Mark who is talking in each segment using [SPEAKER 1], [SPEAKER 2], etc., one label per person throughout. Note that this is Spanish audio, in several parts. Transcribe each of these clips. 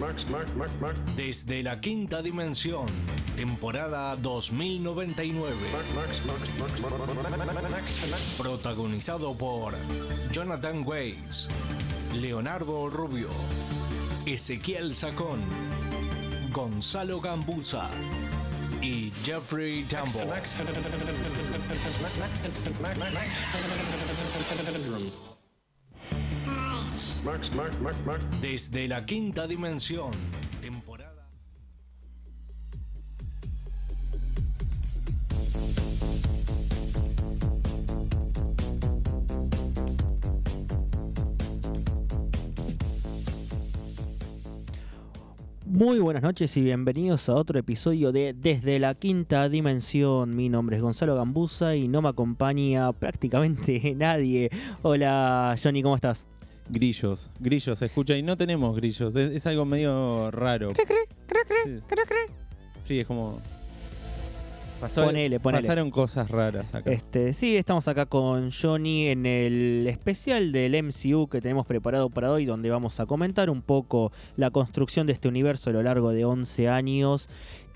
[SPEAKER 1] Max, Max, Max, Max.
[SPEAKER 2] Desde la quinta dimensión, temporada 2099.
[SPEAKER 1] Max, Max, Max, Max, Max, Max, Max, Max, Max, Max.
[SPEAKER 2] Protagonizado por Jonathan Weiss, Leonardo Rubio, Ezequiel Sacón, Gonzalo Gambusa y Jeffrey Tambor.
[SPEAKER 1] Max, Max, Max, Max, Max, Max.
[SPEAKER 2] Desde la quinta dimensión, temporada.
[SPEAKER 3] Muy buenas noches y bienvenidos a otro episodio de Desde la Quinta Dimensión. Mi nombre es Gonzalo Gambusa y no me acompaña prácticamente nadie. Hola Johnny, ¿cómo estás?
[SPEAKER 4] Grillos, grillos, se escucha y no tenemos grillos, es, es algo medio raro. Sí. Sí, es como. Pasó-
[SPEAKER 3] Ponele, ponele.
[SPEAKER 4] Pasaron cosas raras acá.
[SPEAKER 3] Este, sí, estamos acá con Johnny en el especial del MCU que tenemos preparado para hoy, donde vamos a comentar un poco la construcción de este universo a lo largo de 11 años.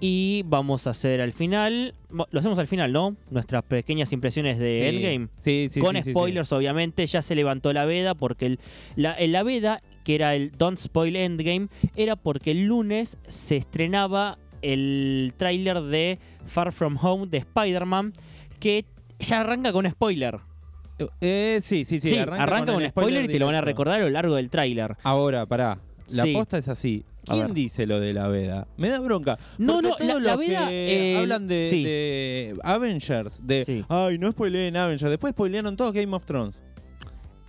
[SPEAKER 3] Y vamos a hacer al final, bo- lo hacemos al final, ¿no? Nuestras pequeñas impresiones de
[SPEAKER 4] Sí.
[SPEAKER 3] Endgame.
[SPEAKER 4] Sí, sí,
[SPEAKER 3] con
[SPEAKER 4] sí, sí, sí.
[SPEAKER 3] spoilers, obviamente, ya se levantó la veda porque el, la, el- la veda, que era el Don't Spoil Endgame, era porque el lunes se estrenaba el tráiler de Far From Home de Spider-Man, que ya arranca con spoiler.
[SPEAKER 4] Eh, sí, sí, sí.
[SPEAKER 3] Sí, arranca,
[SPEAKER 4] el
[SPEAKER 3] con spoiler, y te lo van a
[SPEAKER 4] directo.
[SPEAKER 3] recordar a lo largo del tráiler.
[SPEAKER 4] Ahora, pará. La
[SPEAKER 3] Sí.
[SPEAKER 4] posta es así.
[SPEAKER 3] A
[SPEAKER 4] ¿Quién
[SPEAKER 3] ver.
[SPEAKER 4] dice lo de la veda? Me da bronca.
[SPEAKER 3] No,
[SPEAKER 4] Porque
[SPEAKER 3] no,
[SPEAKER 4] todos
[SPEAKER 3] la-
[SPEAKER 4] los
[SPEAKER 3] la veda,
[SPEAKER 4] que
[SPEAKER 3] eh,
[SPEAKER 4] hablan de,
[SPEAKER 3] sí.
[SPEAKER 4] de Avengers. De,
[SPEAKER 3] Sí.
[SPEAKER 4] ay, no spoileen Avengers. Después spoilearon todos Game of Thrones.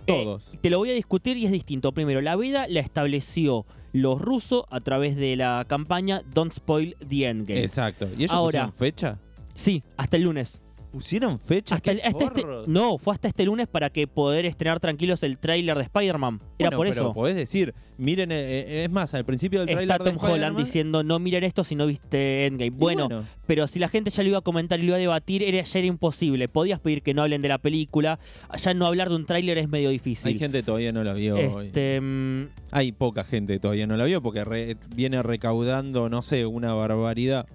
[SPEAKER 3] Eh,
[SPEAKER 4] Todos.
[SPEAKER 3] Te lo voy a discutir y es distinto. Primero, la veda la estableció los rusos a través de la campaña Don't Spoil the Endgame.
[SPEAKER 4] Exacto. ¿Y ellos
[SPEAKER 3] Ahora.
[SPEAKER 4] pusieron fecha?
[SPEAKER 3] Sí, hasta el lunes.
[SPEAKER 4] ¿Pusieron fecha?
[SPEAKER 3] Hasta
[SPEAKER 4] ¡Qué
[SPEAKER 3] el- hasta este,
[SPEAKER 4] forros!
[SPEAKER 3] no, fue hasta este lunes para que poder estrenar tranquilos el tráiler de Spider-Man. Era
[SPEAKER 4] Bueno,
[SPEAKER 3] por
[SPEAKER 4] pero
[SPEAKER 3] eso.
[SPEAKER 4] Podés decir, miren, eh, eh, es más, al principio del
[SPEAKER 3] Está
[SPEAKER 4] trailer
[SPEAKER 3] Tom Holland diciendo, no miren esto si no viste Endgame. Bueno,
[SPEAKER 4] bueno.
[SPEAKER 3] pero si la gente ya lo iba a comentar y lo iba a debatir, era, ya era imposible. Podías pedir que no hablen de la película. Ya no hablar de un tráiler es medio
[SPEAKER 4] Hay
[SPEAKER 3] difícil.
[SPEAKER 4] gente que todavía no la vio. hoy.
[SPEAKER 3] este, mm,
[SPEAKER 4] Hay poca gente que todavía no la vio porque re- viene recaudando, no sé, una barbaridad.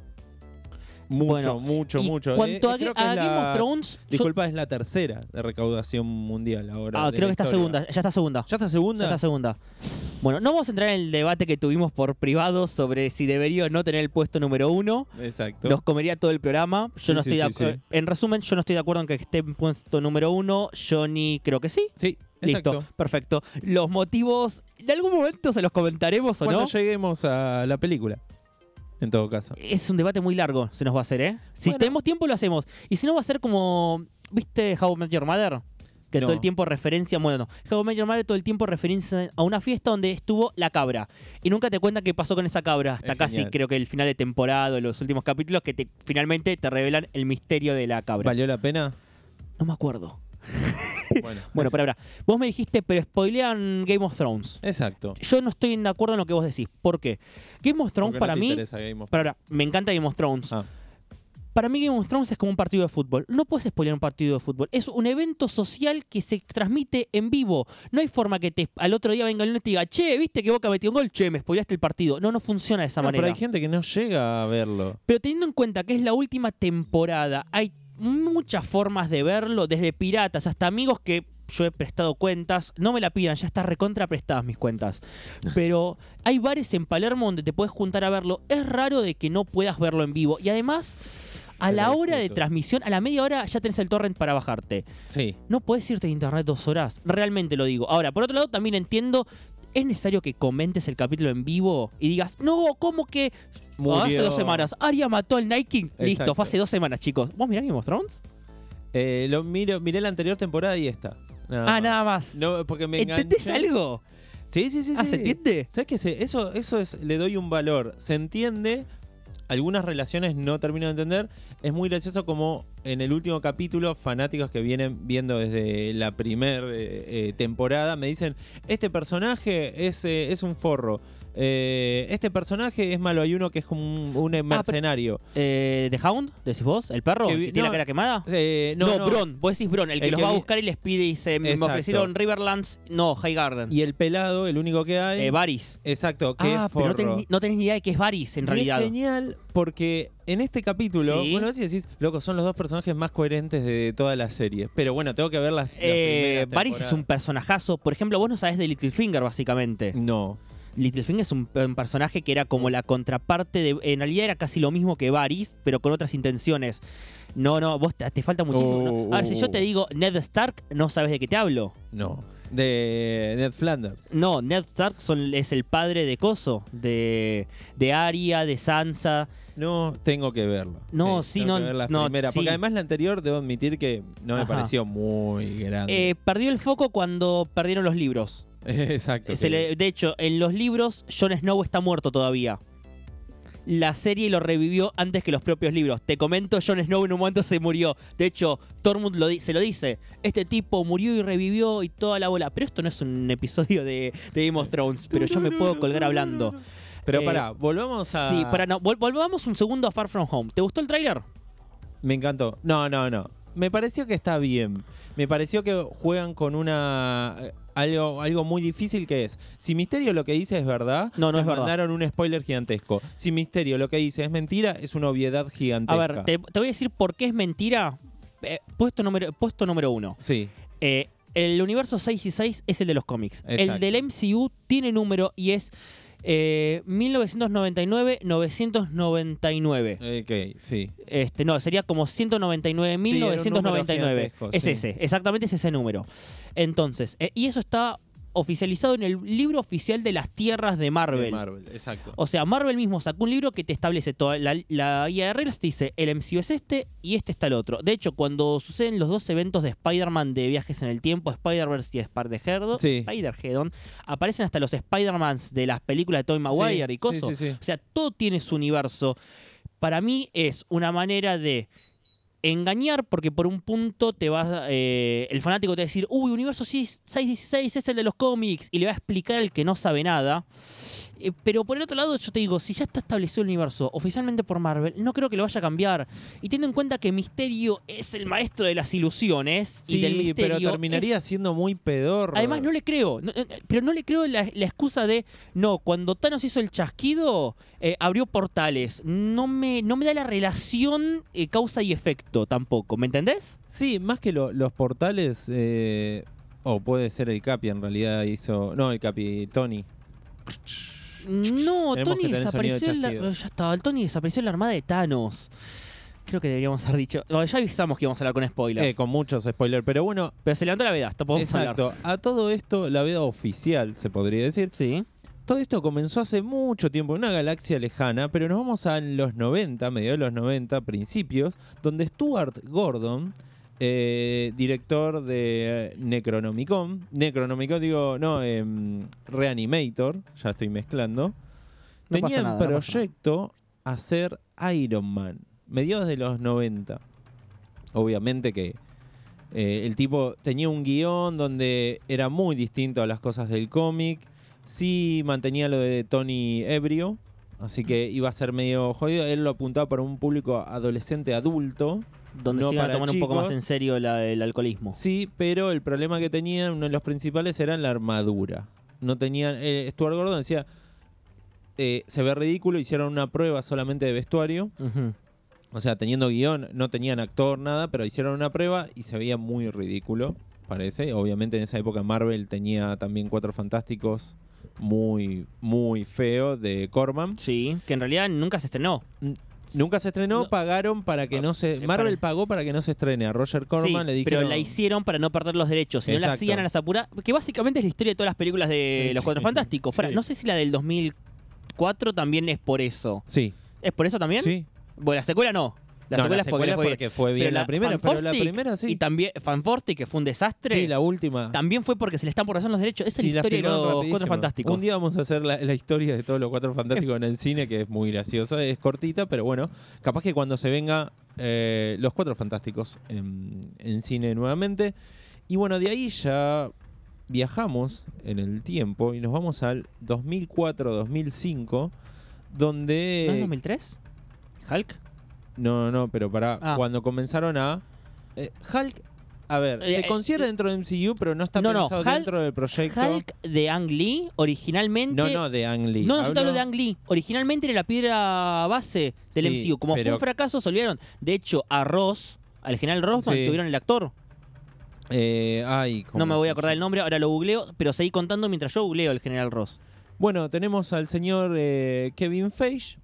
[SPEAKER 4] Mucho,
[SPEAKER 3] Bueno,
[SPEAKER 4] mucho,
[SPEAKER 3] y
[SPEAKER 4] mucho.
[SPEAKER 3] Cuanto
[SPEAKER 4] Eh,
[SPEAKER 3] a,
[SPEAKER 4] creo que
[SPEAKER 3] a
[SPEAKER 4] es la-
[SPEAKER 3] Game of Thrones, yo-
[SPEAKER 4] Disculpa, es la tercera de recaudación mundial ahora.
[SPEAKER 3] ah,
[SPEAKER 4] de
[SPEAKER 3] creo
[SPEAKER 4] la
[SPEAKER 3] que está
[SPEAKER 4] historia.
[SPEAKER 3] segunda, ya está segunda.
[SPEAKER 4] ¿Ya está segunda?
[SPEAKER 3] Ya está segunda. Bueno, no vamos a entrar en el debate que tuvimos por privado sobre si debería o no tener el puesto número uno.
[SPEAKER 4] Exacto.
[SPEAKER 3] Nos comería todo el programa. Yo
[SPEAKER 4] Sí,
[SPEAKER 3] no
[SPEAKER 4] sí,
[SPEAKER 3] estoy de
[SPEAKER 4] sí,
[SPEAKER 3] acu-
[SPEAKER 4] sí.
[SPEAKER 3] En resumen, yo no estoy de acuerdo en que esté en puesto número uno. Johnny, creo que sí.
[SPEAKER 4] Sí, exacto.
[SPEAKER 3] Listo, perfecto. Los motivos, en algún momento se los comentaremos o
[SPEAKER 4] Cuando
[SPEAKER 3] no.
[SPEAKER 4] lleguemos a la película, en todo caso.
[SPEAKER 3] Es un debate muy largo, se nos va a hacer, ¿eh? Si
[SPEAKER 4] Bueno.
[SPEAKER 3] tenemos tiempo, lo hacemos. Y si no, va a ser como. ¿Viste How I Met Your Mother? Que
[SPEAKER 4] No.
[SPEAKER 3] todo el tiempo referencia. Bueno, no. How I Met Your Mother todo el tiempo referencia a una fiesta donde estuvo la cabra. Y nunca te cuentan qué pasó con esa cabra. Hasta
[SPEAKER 4] Es
[SPEAKER 3] casi
[SPEAKER 4] genial.
[SPEAKER 3] creo que el final de temporada, los últimos capítulos, que te, finalmente te revelan el misterio de la cabra.
[SPEAKER 4] ¿Valió la pena?
[SPEAKER 3] No me acuerdo.
[SPEAKER 4] Bueno,
[SPEAKER 3] Bueno, para, para. Vos me dijiste, pero spoilean Game of Thrones.
[SPEAKER 4] exacto.
[SPEAKER 3] Yo no estoy de acuerdo en lo que vos decís. ¿Por qué? Game of Thrones
[SPEAKER 4] Porque no
[SPEAKER 3] para
[SPEAKER 4] te
[SPEAKER 3] mí.
[SPEAKER 4] interesa Game of
[SPEAKER 3] Para, para, me encanta Game of Thrones.
[SPEAKER 4] Ah.
[SPEAKER 3] Para mí Game of Thrones es como un partido de fútbol. No puedes spoilear un partido de fútbol. Es un evento social que se transmite en vivo. No hay forma que te, al otro día venga el y te diga, che, ¿viste que Boca metió un gol? Che, me spoileaste el partido. No, no funciona de esa
[SPEAKER 4] No,
[SPEAKER 3] manera.
[SPEAKER 4] Pero hay gente que no llega a verlo.
[SPEAKER 3] Pero teniendo en cuenta que es la última temporada, hay muchas formas de verlo, desde piratas hasta amigos que yo he prestado cuentas, no me la pidan, ya está recontra prestadas mis cuentas. Pero hay bares en Palermo donde te puedes juntar a verlo. Es raro de que no puedas verlo en vivo. Y además, a
[SPEAKER 4] Te lo
[SPEAKER 3] la hora de
[SPEAKER 4] discuto.
[SPEAKER 3] transmisión, a la media hora ya tenés el torrent para bajarte.
[SPEAKER 4] Sí.
[SPEAKER 3] No puedes irte de internet dos horas, realmente lo digo. Ahora, por otro lado, también entiendo, es necesario que comentes el capítulo en vivo y digas, no, ¿cómo que
[SPEAKER 4] Murió.
[SPEAKER 3] hace dos semanas. Aria mató al Night King. Listo,
[SPEAKER 4] Exacto.
[SPEAKER 3] fue hace dos semanas, chicos. ¿Vos mirás Game of Thrones?
[SPEAKER 4] Eh, lo miro, miré la anterior temporada y esta. Nada
[SPEAKER 3] Ah,
[SPEAKER 4] más.
[SPEAKER 3] nada más.
[SPEAKER 4] No, porque me enganché.
[SPEAKER 3] ¿Entendés algo?
[SPEAKER 4] Sí, sí, sí.
[SPEAKER 3] Ah,
[SPEAKER 4] sí.
[SPEAKER 3] ¿se entiende?
[SPEAKER 4] ¿Sabes qué? Se- Eso, eso es, le doy un valor. Se entiende. Algunas relaciones no termino de entender. Es muy gracioso como en el último capítulo, fanáticos que vienen viendo desde la primer eh, eh, temporada me dicen, este personaje es, eh, es un forro. Eh, este personaje es malo. Hay uno que es como un, un
[SPEAKER 3] Ah,
[SPEAKER 4] mercenario.
[SPEAKER 3] Eh, ¿The Hound? ¿Decís vos? ¿El perro?
[SPEAKER 4] Que vi-
[SPEAKER 3] ¿Que tiene
[SPEAKER 4] no,
[SPEAKER 3] la cara quemada?
[SPEAKER 4] Eh,
[SPEAKER 3] No, Bron. Vos decís Bron, el que
[SPEAKER 4] El
[SPEAKER 3] los
[SPEAKER 4] que
[SPEAKER 3] va a
[SPEAKER 4] vi-
[SPEAKER 3] buscar y les pide y dice, me
[SPEAKER 4] Exacto.
[SPEAKER 3] ofrecieron Riverlands, no, High Garden.
[SPEAKER 4] Y el pelado, el único que hay.
[SPEAKER 3] Eh, Varys.
[SPEAKER 4] Exacto, que
[SPEAKER 3] Ah,
[SPEAKER 4] es
[SPEAKER 3] pero no,
[SPEAKER 4] forro.
[SPEAKER 3] tenés, ni- no tenés ni idea de qué es Varys en
[SPEAKER 4] Y
[SPEAKER 3] realidad.
[SPEAKER 4] Es genial porque en este capítulo,
[SPEAKER 3] Sí.
[SPEAKER 4] bueno, vos decís, loco, son los dos personajes más coherentes de toda la serie. Pero bueno, tengo que ver las. las
[SPEAKER 3] Eh,
[SPEAKER 4] primeras
[SPEAKER 3] Varys es un
[SPEAKER 4] temporadas.
[SPEAKER 3] personajazo. Por ejemplo, vos no sabés de Littlefinger, básicamente.
[SPEAKER 4] No.
[SPEAKER 3] Littlefinger es un, un personaje que era como la contraparte de. En realidad era casi lo mismo que Varys, pero con otras intenciones. No, no, vos te, te falta muchísimo. ¿no?
[SPEAKER 4] Oh,
[SPEAKER 3] A ver, si
[SPEAKER 4] oh,
[SPEAKER 3] yo
[SPEAKER 4] oh.
[SPEAKER 3] te digo Ned Stark, no sabes de qué te hablo.
[SPEAKER 4] No. De Ned Flanders.
[SPEAKER 3] No, Ned Stark son- es el padre de Coso, de, de Arya, de Sansa.
[SPEAKER 4] No, tengo que verlo.
[SPEAKER 3] No, sí,
[SPEAKER 4] tengo
[SPEAKER 3] no,
[SPEAKER 4] que ver las
[SPEAKER 3] no,
[SPEAKER 4] primeras,
[SPEAKER 3] sí.
[SPEAKER 4] Porque además la anterior, debo admitir que no me
[SPEAKER 3] Ajá.
[SPEAKER 4] pareció muy grande.
[SPEAKER 3] Eh, perdió el foco cuando perdieron los libros.
[SPEAKER 4] Exacto.
[SPEAKER 3] Se
[SPEAKER 4] que-
[SPEAKER 3] le- de hecho, en los libros, Jon Snow está muerto todavía. La serie lo revivió antes que los propios libros. Te comento, Jon Snow en un momento se murió. De hecho, Tormund lo di- se lo dice. Este tipo murió y revivió y toda la bola. Pero esto no es un episodio de, de Game of Thrones, pero yo me puedo colgar hablando.
[SPEAKER 4] Pero
[SPEAKER 3] eh,
[SPEAKER 4] pará, volvamos a.
[SPEAKER 3] Sí, para no, vol- volvamos un segundo a Far From Home. ¿Te gustó el tráiler?
[SPEAKER 4] Me encantó. No, no, no. Me pareció que está bien. Me pareció que juegan con una. eh, Algo, algo muy difícil que es. Si Misterio lo que dice es verdad,
[SPEAKER 3] No, no
[SPEAKER 4] se
[SPEAKER 3] es verdad.
[SPEAKER 4] mandaron un spoiler gigantesco. Si Misterio lo que dice es mentira, es una obviedad
[SPEAKER 3] A
[SPEAKER 4] gigantesca.
[SPEAKER 3] ver, te, te voy a decir por qué es mentira. Eh, puesto, número, puesto número uno.
[SPEAKER 4] Sí,
[SPEAKER 3] Eh, el universo 6 y 6 es el de los cómics. El
[SPEAKER 4] Exacto.
[SPEAKER 3] del MCU tiene número y es eh, 1999-999.
[SPEAKER 4] ok, sí.
[SPEAKER 3] Este, no, sería como 199.999.
[SPEAKER 4] Sí, era un número gigantesco,
[SPEAKER 3] es
[SPEAKER 4] sí.
[SPEAKER 3] ese, exactamente es ese número. Entonces, eh, y eso está oficializado en el libro oficial de las tierras de Marvel.
[SPEAKER 4] De Marvel, exacto.
[SPEAKER 3] O sea, Marvel mismo sacó un libro que te establece toda la, la guía de reglas, te dice el MCU es este y este está el otro. De hecho, cuando suceden los dos eventos de Spider-Man de viajes en el tiempo, Spider-Verse y Spider-Head,
[SPEAKER 4] Sí.
[SPEAKER 3] Spider-Head, aparecen hasta los Spider-Mans de las películas de Tobey Maguire
[SPEAKER 4] Sí,
[SPEAKER 3] y cosas.
[SPEAKER 4] sí, sí, sí.
[SPEAKER 3] O sea, todo tiene su universo. Para mí es una manera de engañar porque por un punto te vas eh, el fanático te va a decir uy universo 6, 616 es el de los cómics y le va a explicar al que no sabe nada Eh, pero por el otro lado yo te digo si ya está establecido el universo oficialmente por Marvel no creo que lo vaya a cambiar y teniendo en cuenta que Misterio es el maestro de las ilusiones y
[SPEAKER 4] Sí,
[SPEAKER 3] del misterio
[SPEAKER 4] pero terminaría
[SPEAKER 3] es-
[SPEAKER 4] siendo muy pedor.
[SPEAKER 3] Además, no le creo. No, no, no, pero no le creo la, la excusa de, no, cuando Thanos hizo el chasquido, eh, abrió portales. No me, no me da la relación eh, causa y efecto tampoco. ¿Me entendés?
[SPEAKER 4] Sí, más que lo- los portales. eh, O puede ser el Capi, en realidad hizo. No, el Capi, Tony.
[SPEAKER 3] No,
[SPEAKER 4] Tenemos que
[SPEAKER 3] Tony
[SPEAKER 4] tener
[SPEAKER 3] desapareció,
[SPEAKER 4] sonido
[SPEAKER 3] en la,
[SPEAKER 4] chasquido.
[SPEAKER 3] ya está, el Tony desapareció en la armada de Thanos. Creo que deberíamos haber dicho. no, ya avisamos que íbamos a hablar con spoilers.
[SPEAKER 4] Eh, con muchos spoilers. Pero bueno,
[SPEAKER 3] Pero se levantó la veda, hasta podemos hablar.
[SPEAKER 4] Exacto. A todo esto, la veda oficial, se podría decir.
[SPEAKER 3] Sí.
[SPEAKER 4] Todo esto comenzó hace mucho tiempo, en una galaxia lejana, pero nos vamos a los 90, mediados de los 90, principios, donde Stuart Gordon, eh, director de eh, Necronomicon, Necronomicon digo, no, em, Reanimator, ya estoy mezclando,
[SPEAKER 3] No
[SPEAKER 4] tenía
[SPEAKER 3] pasa nada,
[SPEAKER 4] en
[SPEAKER 3] no pasa nada.
[SPEAKER 4] proyecto hacer Iron Man, mediados de los 90. Obviamente que eh, el tipo tenía un guión donde era muy distinto a las cosas del cómic. Sí mantenía lo de Tony ebrio, así que iba a ser medio jodido. Él lo apuntaba para un público adolescente adulto.
[SPEAKER 3] Donde
[SPEAKER 4] No
[SPEAKER 3] se iban a
[SPEAKER 4] para
[SPEAKER 3] tomar un poco más
[SPEAKER 4] chicos.
[SPEAKER 3] en serio la- el alcoholismo.
[SPEAKER 4] Sí, pero el problema que tenían, uno de los principales, era la armadura. No tenían. eh, Stuart Gordon decía. eh, se ve ridículo, hicieron una prueba solamente de vestuario.
[SPEAKER 3] Ujú.
[SPEAKER 4] O sea, teniendo guión, no tenían actor, nada, pero hicieron una prueba y se veía muy ridículo, parece. Obviamente en esa época Marvel tenía también Cuatro Fantásticos muy, muy feo de Corman.
[SPEAKER 3] Sí, que en realidad nunca se estrenó.
[SPEAKER 4] Nunca se estrenó,
[SPEAKER 3] No.
[SPEAKER 4] pagaron para que no se...
[SPEAKER 3] Eh,
[SPEAKER 4] Marvel
[SPEAKER 3] para-
[SPEAKER 4] pagó para que no se estrene. A Roger Corman
[SPEAKER 3] Sí,
[SPEAKER 4] le dijeron...
[SPEAKER 3] pero la hicieron para no perder los derechos. Si no la
[SPEAKER 4] Exacto. Eh,
[SPEAKER 3] hacían a las apuras. Que básicamente es la historia de todas las películas de
[SPEAKER 4] Sí,
[SPEAKER 3] Los Cuatro Fantásticos. Fuera,
[SPEAKER 4] sí.
[SPEAKER 3] No sé si la del 2004 también es por eso.
[SPEAKER 4] Sí,
[SPEAKER 3] ¿Es por eso también?
[SPEAKER 4] sí.
[SPEAKER 3] Bueno, la secuela no. La
[SPEAKER 4] No,
[SPEAKER 3] secuela
[SPEAKER 4] la
[SPEAKER 3] es porque,
[SPEAKER 4] secuela
[SPEAKER 3] le fue bien.
[SPEAKER 4] porque fue bien la primera, pero la
[SPEAKER 3] Fantastic
[SPEAKER 4] primera sí.
[SPEAKER 3] Y también Fanforti, que fue un desastre.
[SPEAKER 4] Sí, la última.
[SPEAKER 3] También fue porque se le están por razón los derechos. Esa es
[SPEAKER 4] Sí,
[SPEAKER 3] la
[SPEAKER 4] la
[SPEAKER 3] historia de
[SPEAKER 4] filmaron
[SPEAKER 3] los
[SPEAKER 4] rapidísimo.
[SPEAKER 3] Cuatro Fantásticos.
[SPEAKER 4] Un día vamos a hacer la, la historia de todos los Cuatro Fantásticos en el cine, que es muy graciosa, es cortita, pero bueno, capaz que cuando se venga eh, los Cuatro Fantásticos en, en cine nuevamente. Y bueno, de ahí ya viajamos en el tiempo y nos vamos al 2004-2005, donde...
[SPEAKER 3] ¿No es 2003? ¿Hulk?
[SPEAKER 4] No, no, pero para
[SPEAKER 3] Ah.
[SPEAKER 4] cuando comenzaron a. eh, Hulk, a ver,
[SPEAKER 3] Eh,
[SPEAKER 4] se
[SPEAKER 3] eh,
[SPEAKER 4] considera dentro de MCU, pero no está
[SPEAKER 3] no, no,
[SPEAKER 4] pensado
[SPEAKER 3] Hulk-
[SPEAKER 4] dentro del proyecto.
[SPEAKER 3] Hulk de Ang Lee, originalmente.
[SPEAKER 4] no, no, de Ang Lee.
[SPEAKER 3] No, no, yo te hablo de
[SPEAKER 4] Ang
[SPEAKER 3] Ang Lee. Originalmente era la piedra base del
[SPEAKER 4] Sí,
[SPEAKER 3] MCU. Como fue
[SPEAKER 4] pero-
[SPEAKER 3] un fracaso, se olvidaron. De hecho, a Ross, al general Ross,
[SPEAKER 4] Sí.
[SPEAKER 3] mantuvieron el actor.
[SPEAKER 4] eh, ay, ¿cómo
[SPEAKER 3] No me voy a
[SPEAKER 4] se
[SPEAKER 3] acordar el nombre, ahora lo googleo, pero seguí contando mientras yo googleo al general Ross.
[SPEAKER 4] Bueno, tenemos al señor eh, Kevin Feige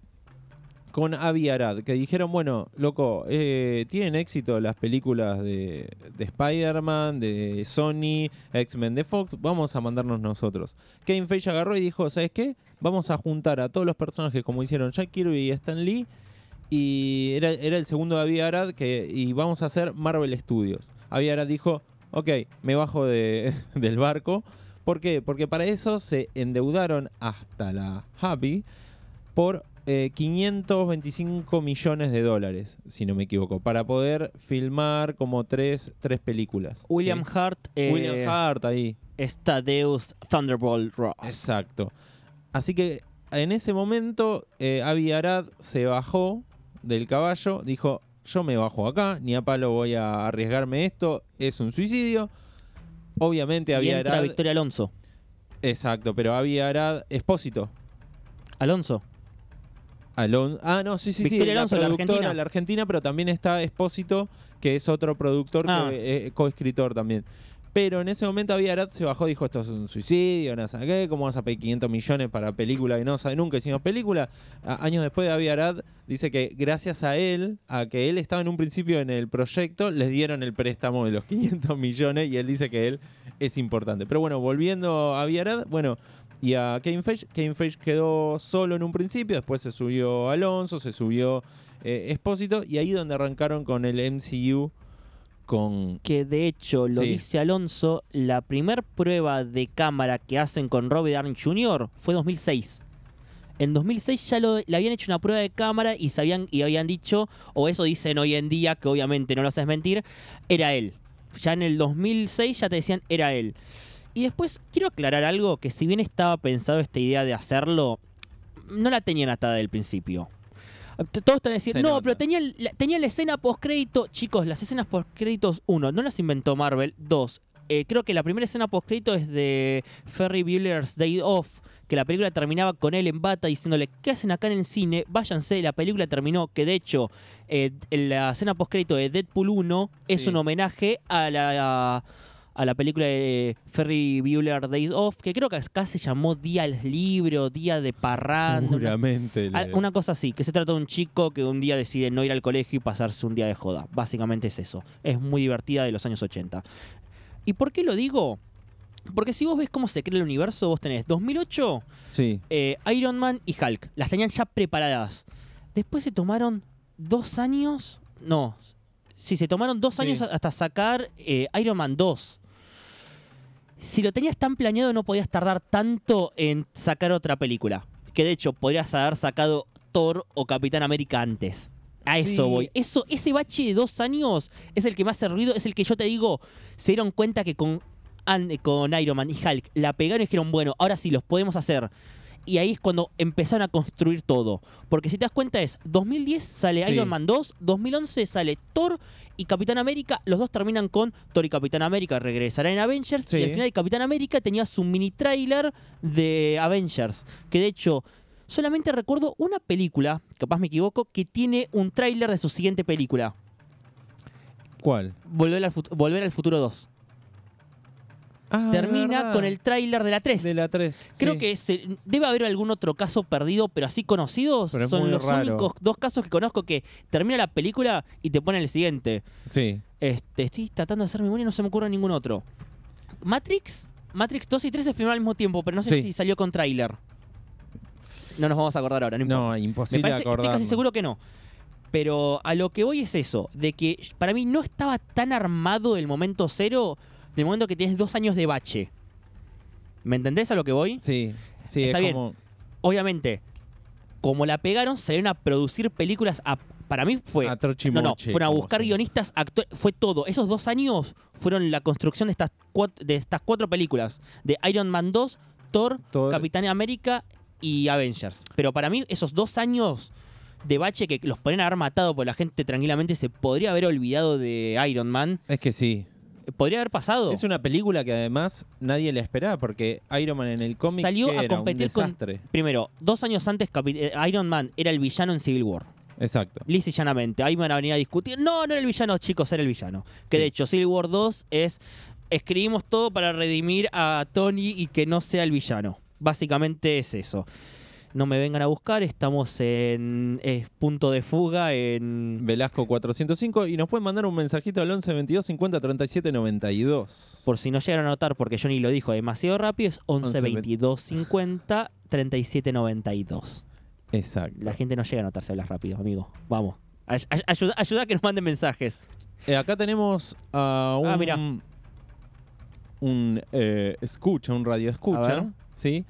[SPEAKER 4] con Avi Arad, que dijeron, bueno, loco, eh, tienen éxito las películas de, de Spider-Man, de Sony, X-Men de Fox, vamos a mandarnos nosotros. Kevin Feige agarró y dijo, ¿sabes qué? Vamos a juntar a todos los personajes como hicieron Jack Kirby y Stan Lee, y era, era el segundo de Avi Arad, que, y vamos a hacer Marvel Studios. Avi Arad dijo, ok, me bajo de- del barco, ¿Por qué? Porque para eso se endeudaron hasta la Happy por eh, 525 millones de dólares, si no me equivoco, para poder filmar como tres, tres películas.
[SPEAKER 3] William
[SPEAKER 4] ¿sí?
[SPEAKER 3] Hart, eh,
[SPEAKER 4] William Hart Este ahí.
[SPEAKER 3] es Thaddeus Thunderbolt Ross.
[SPEAKER 4] Exacto. Así que en ese momento eh, Avi Arad se bajó del caballo, dijo, yo me bajo acá, ni a palo voy a arriesgarme esto, es un suicidio. Obviamente
[SPEAKER 3] y
[SPEAKER 4] Avi
[SPEAKER 3] entra
[SPEAKER 4] Arad...
[SPEAKER 3] Victoria Alonso.
[SPEAKER 4] Exacto, pero Avi Arad, expósito.
[SPEAKER 3] Alonso.
[SPEAKER 4] Alon- ah, no, sí, sí, sí.
[SPEAKER 3] Victoria Alonso, la
[SPEAKER 4] productora,
[SPEAKER 3] argentina.
[SPEAKER 4] la argentina, pero también está Espósito, que es otro productor,
[SPEAKER 3] Ah.
[SPEAKER 4] que, eh, coescritor también. Pero en ese momento había Arat se bajó, dijo, esto es un suicidio, no sé qué, ¿cómo vas a pedir 500 millones para película que no sabe nunca hicimos película? A- años después de Avi Arad dice que gracias a él, a que él estaba en un principio en el proyecto, les dieron el préstamo de los 500 millones y él dice que él es importante. Pero bueno, volviendo a Avi Arad, bueno, y a Kevin Feige. Kevin Feige quedó solo en un principio, después se subió Alonso, se subió eh, Espósito, y ahí donde arrancaron con el MCU, con...
[SPEAKER 3] Que de hecho, lo
[SPEAKER 4] Sí.
[SPEAKER 3] dice Alonso, la primer prueba de cámara que hacen con Robert Downey Jr. fue 2006. En 2006 ya lo, le habían hecho una prueba de cámara y, sabían, y habían dicho, o eso dicen hoy en día, que obviamente no lo haces mentir, era él. Ya en el 2006 ya te decían, era él. Y después quiero aclarar algo, que si bien estaba pensado esta idea de hacerlo, no la tenían atada del principio. T- Todos te van a decir,
[SPEAKER 4] Se
[SPEAKER 3] no,
[SPEAKER 4] nota.
[SPEAKER 3] pero tenía, el- la, tenía la escena post-crédito. Chicos, las escenas post-créditos, uno, no las inventó Marvel. Dos, eh, creo que la primera escena post-crédito es de Ferry Bueller's Day Off, que la película terminaba con él en bata diciéndole, ¿qué hacen acá en el cine? Váyanse, la película terminó, que de hecho, eh, en la escena post-crédito de Deadpool 1 es
[SPEAKER 4] Sí.
[SPEAKER 3] un homenaje a la... a- a la película de Ferry Bueller Days Off, que creo que acá se llamó Día Libre o Día de Parranda. una
[SPEAKER 4] Seguramente.
[SPEAKER 3] Ah,
[SPEAKER 4] le-
[SPEAKER 3] Una cosa así, que se trata de un chico que un día decide no ir al colegio y pasarse un día de joda. Básicamente es eso. Es muy divertida de los años 80. ¿Y por qué lo digo? Porque si vos ves cómo se crea el universo, vos tenés 2008,
[SPEAKER 4] Sí.
[SPEAKER 3] eh, Iron Man y Hulk. Las tenían ya preparadas. Después se tomaron dos años. No. Sí, se tomaron dos
[SPEAKER 4] Sí.
[SPEAKER 3] años a- hasta sacar eh, Iron Man 2. Si lo tenías tan planeado, no podías tardar tanto en sacar otra película. Que de hecho, podrías haber sacado Thor o Capitán América antes. A eso
[SPEAKER 4] Sí.
[SPEAKER 3] voy. Eso, ese bache de dos años es el que más hace ruido. Es el que yo te digo, se dieron cuenta que con, An- con Iron Man y Hulk la pegaron y dijeron, bueno, ahora sí, los podemos hacer. Y ahí es cuando empezaron a construir todo. Porque si te das cuenta es, 2010 sale
[SPEAKER 4] Sí.
[SPEAKER 3] Iron Man 2, 2011 sale Thor y Capitán América. Los dos terminan con Thor y Capitán América regresarán en Avengers.
[SPEAKER 4] Sí.
[SPEAKER 3] Y al final de Capitán América tenía su mini trailer de Avengers. Que de hecho, solamente recuerdo una película, capaz me equivoco, que tiene un tráiler de su siguiente película.
[SPEAKER 4] ¿Cuál?
[SPEAKER 3] Volver al, fut- Volver al futuro 2.
[SPEAKER 4] Ah,
[SPEAKER 3] Termina
[SPEAKER 4] verdad,
[SPEAKER 3] con el tráiler de la 3.
[SPEAKER 4] De la 3.
[SPEAKER 3] Creo que se- debe haber algún otro caso perdido, pero así conocidos
[SPEAKER 4] Pero es
[SPEAKER 3] son
[SPEAKER 4] muy
[SPEAKER 3] los
[SPEAKER 4] raro.
[SPEAKER 3] únicos dos casos que conozco que termina la película y te ponen el siguiente.
[SPEAKER 4] Sí.
[SPEAKER 3] Este, estoy tratando de hacer memoria y no se me ocurre ningún otro. Matrix, Matrix 2 y 3 se filmaron al mismo tiempo, pero no sé
[SPEAKER 4] Sí.
[SPEAKER 3] si salió con tráiler. No nos vamos a acordar ahora, no importa.
[SPEAKER 4] No,
[SPEAKER 3] Me
[SPEAKER 4] imposible
[SPEAKER 3] parece- estoy casi
[SPEAKER 4] acordarnos.
[SPEAKER 3] seguro que no. Pero a lo que voy es eso, de que para mí no estaba tan armado el momento cero del momento que tienes dos años de bache. ¿Me entendés a lo que voy?
[SPEAKER 4] Sí. Sí,
[SPEAKER 3] Está
[SPEAKER 4] es
[SPEAKER 3] bien.
[SPEAKER 4] como...
[SPEAKER 3] obviamente, como la pegaron, salieron a producir películas a para mí fue.
[SPEAKER 4] A
[SPEAKER 3] no, no,
[SPEAKER 4] trochimoche,
[SPEAKER 3] fueron a
[SPEAKER 4] como
[SPEAKER 3] buscar
[SPEAKER 4] se-
[SPEAKER 3] guionistas, actores. Fue todo. Esos dos años fueron la construcción de estas, cuat- de estas cuatro películas: de Iron Man 2, Thor,
[SPEAKER 4] Thor.
[SPEAKER 3] Capitán América y Avengers. Pero para mí, esos dos años de bache que los podrían haber matado, porque la gente tranquilamente se podría haber olvidado de Iron Man. eh,
[SPEAKER 4] Es que sí.
[SPEAKER 3] Podría haber pasado.
[SPEAKER 4] Es una película que además nadie la esperaba porque Iron Man en el cómic
[SPEAKER 3] Salió
[SPEAKER 4] ¿qué
[SPEAKER 3] a
[SPEAKER 4] era?
[SPEAKER 3] competir
[SPEAKER 4] un
[SPEAKER 3] con.
[SPEAKER 4] desastre.
[SPEAKER 3] Primero, dos años antes, Capi- eh, Iron Man era el villano en Civil War.
[SPEAKER 4] Exacto.
[SPEAKER 3] Liz y llanamente. Ahí me van a venir a discutir. No, no era el villano, chicos, era el villano. Que de
[SPEAKER 4] Sí.
[SPEAKER 3] hecho, Civil War 2 es. Escribimos todo para redimir a Tony y que no sea el villano. Básicamente es eso. No me vengan a buscar, estamos en eh, punto de fuga en.
[SPEAKER 4] Velasco 405 y nos pueden mandar un mensajito al 11 22 50 37 92.
[SPEAKER 3] Por si no llegaron a notar, porque Johnny lo dijo demasiado rápido, es 11 22 50 37 92.
[SPEAKER 4] Exacto.
[SPEAKER 3] La gente no llega a notar si hablas rápido, amigo. Vamos. Ay- ay- Ayuda, ayuda a que nos manden mensajes.
[SPEAKER 4] Eh, acá tenemos a un.
[SPEAKER 3] Ah, mirá.
[SPEAKER 4] Un eh, escucha, un radio
[SPEAKER 3] A ver.
[SPEAKER 4] escucha. ¿sí?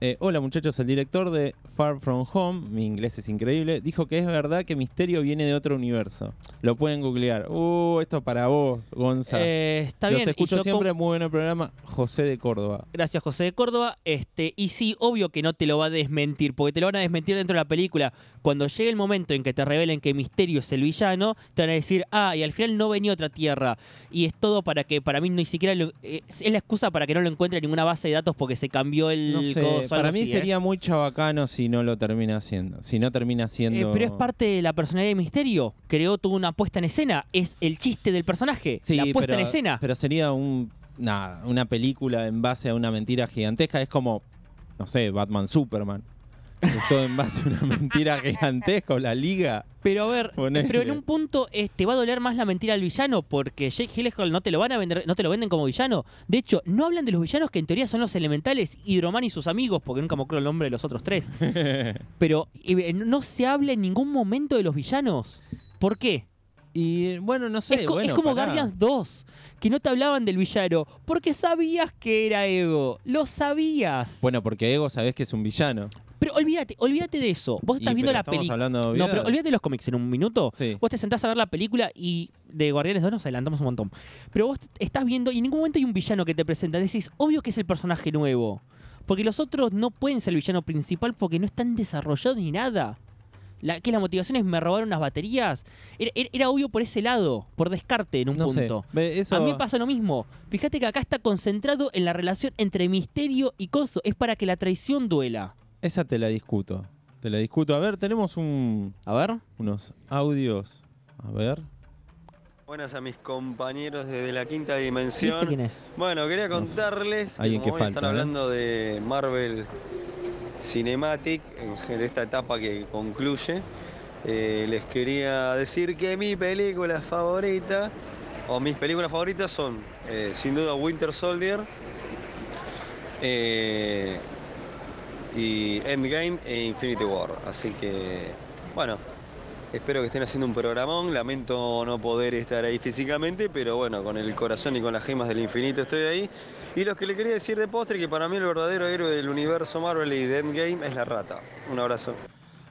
[SPEAKER 4] Eh, Hola muchachos, el director de Far From Home, mi inglés es increíble, dijo que es verdad que Misterio viene de otro universo. Lo pueden googlear. Uh, esto para vos, Gonza.
[SPEAKER 3] Eh, está
[SPEAKER 4] Los
[SPEAKER 3] bien. y yo
[SPEAKER 4] escucho
[SPEAKER 3] com-
[SPEAKER 4] siempre, muy bueno el programa. José de Córdoba.
[SPEAKER 3] Gracias, José de Córdoba. Este, y sí, obvio que no te lo va a desmentir, porque te lo van a desmentir dentro de la película. Cuando llegue el momento en que te revelen que Misterio es el villano, te van a decir, ah, y al final no venía otra tierra. Y es todo para que, para mí, ni siquiera. lo- eh, es la excusa para que no lo encuentre en ninguna base de datos porque se cambió el.
[SPEAKER 4] No sé,
[SPEAKER 3] coso, algo
[SPEAKER 4] para mí
[SPEAKER 3] así, ¿eh?
[SPEAKER 4] sería muy chabacano si no lo termina haciendo. Si no termina
[SPEAKER 3] Eh,
[SPEAKER 4] haciendo.
[SPEAKER 3] pero es parte de la personalidad de Misterio. Creó toda una puesta en escena. Es el chiste del personaje.
[SPEAKER 4] Sí,
[SPEAKER 3] la puesta
[SPEAKER 4] pero,
[SPEAKER 3] en escena.
[SPEAKER 4] Pero sería un, nada, una película en base a una mentira gigantesca. Es como, no sé, Batman Superman. Es todo en base a una mentira gigantesca o la liga.
[SPEAKER 3] Pero a ver,
[SPEAKER 4] Ponele.
[SPEAKER 3] pero en un punto eh, te va a doler más la mentira al villano porque Jake Gyllenhaal no te lo van a vender, no te lo venden como villano. De hecho, no hablan de los villanos que en teoría son los elementales, Hidroman y sus amigos, porque nunca me acuerdo el nombre de los otros tres. pero eh, no se habla en ningún momento de los villanos. ¿Por qué?
[SPEAKER 4] Y bueno, no sé.
[SPEAKER 3] es, co-
[SPEAKER 4] bueno,
[SPEAKER 3] es como
[SPEAKER 4] pará.
[SPEAKER 3] Guardians 2, que no te hablaban del villano porque sabías que era Ego. Lo sabías.
[SPEAKER 4] Bueno, porque Ego sabés que es un villano.
[SPEAKER 3] Pero olvídate, olvídate de eso. Vos
[SPEAKER 4] Y,
[SPEAKER 3] estás viendo
[SPEAKER 4] pero
[SPEAKER 3] la
[SPEAKER 4] estamos
[SPEAKER 3] película.
[SPEAKER 4] hablando de
[SPEAKER 3] No,
[SPEAKER 4] obviedades.
[SPEAKER 3] pero olvídate de los cómics en un minuto.
[SPEAKER 4] Sí.
[SPEAKER 3] Vos te sentás a ver la película y de Guardianes 2 nos adelantamos un montón. Pero vos te- estás viendo y en ningún momento hay un villano que te presenta. Decís, obvio que es el personaje nuevo. Porque los otros no pueden ser el villano principal porque no están desarrollados ni nada. La, que las motivaciones me robaron las baterías. Era, era- era obvio por ese lado, por descarte en un
[SPEAKER 4] No sé.
[SPEAKER 3] punto.
[SPEAKER 4] Ve, Eso,
[SPEAKER 3] A mí me pasa lo mismo. Fíjate que acá está concentrado en la relación entre misterio y coso. Es para que la traición duela.
[SPEAKER 4] Esa te la discuto. Te la discuto. A ver, tenemos un,
[SPEAKER 3] A ver.
[SPEAKER 4] unos audios. A ver.
[SPEAKER 5] Buenas a mis compañeros desde la quinta
[SPEAKER 3] ¿Viste quién
[SPEAKER 5] dimensión.
[SPEAKER 3] es?
[SPEAKER 5] Bueno, quería contarles que
[SPEAKER 4] alguien
[SPEAKER 5] como
[SPEAKER 4] que
[SPEAKER 5] van a
[SPEAKER 4] falta,
[SPEAKER 5] estar
[SPEAKER 4] ¿no?
[SPEAKER 5] hablando de Marvel Cinematic, en gen- de esta etapa que concluye, eh, les quería decir que mi película favorita, o mis películas favoritas son, eh, sin duda, Winter Soldier eh, y Endgame e Infinity War. Así que, bueno, Espero que estén haciendo un programón. Lamento no poder estar ahí físicamente, pero bueno, con el corazón y con las gemas del infinito estoy ahí. Y los que le quería decir de postre, que para mí el verdadero héroe del universo Marvel y de Endgame es la rata. Un abrazo.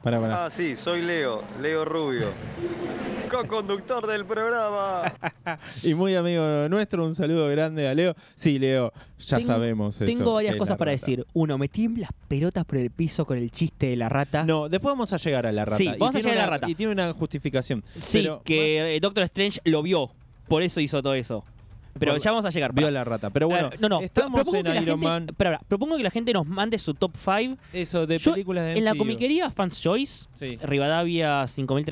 [SPEAKER 4] Pará, pará.
[SPEAKER 5] Ah, sí, soy Leo, Leo Rubio, co-conductor del programa.
[SPEAKER 4] Y muy amigo nuestro, un saludo grande a Leo. Sí, Leo, ya
[SPEAKER 3] Tengo-
[SPEAKER 4] sabemos eso.
[SPEAKER 3] Tengo varias
[SPEAKER 4] de la
[SPEAKER 3] cosas para
[SPEAKER 4] rata.
[SPEAKER 3] decir. Uno, me tienen las pelotas por el piso con el chiste de la rata.
[SPEAKER 4] No, después vamos a llegar a la rata.
[SPEAKER 3] Sí,
[SPEAKER 4] Y
[SPEAKER 3] vamos a
[SPEAKER 4] tiene
[SPEAKER 3] llegar a la
[SPEAKER 4] una-
[SPEAKER 3] rata.
[SPEAKER 4] Y tiene una justificación.
[SPEAKER 3] sí,
[SPEAKER 4] Pero
[SPEAKER 3] que eh, Doctor Strange lo vio. Por eso hizo todo eso. Pero
[SPEAKER 4] Por-
[SPEAKER 3] ya vamos a llegar.
[SPEAKER 4] Vio
[SPEAKER 3] pará.
[SPEAKER 4] a la rata. Pero bueno,
[SPEAKER 3] Eh, no, no.
[SPEAKER 4] estamos
[SPEAKER 3] propongo
[SPEAKER 4] en
[SPEAKER 3] que la
[SPEAKER 4] Iron
[SPEAKER 3] gente,
[SPEAKER 4] Man.
[SPEAKER 3] pará, pará, propongo que la gente nos mande su top 5.
[SPEAKER 4] Eso, de
[SPEAKER 3] Yo,
[SPEAKER 4] películas de
[SPEAKER 3] En la
[SPEAKER 4] MCU.
[SPEAKER 3] comiquería Fans Choice,
[SPEAKER 4] Sí.
[SPEAKER 3] Rivadavia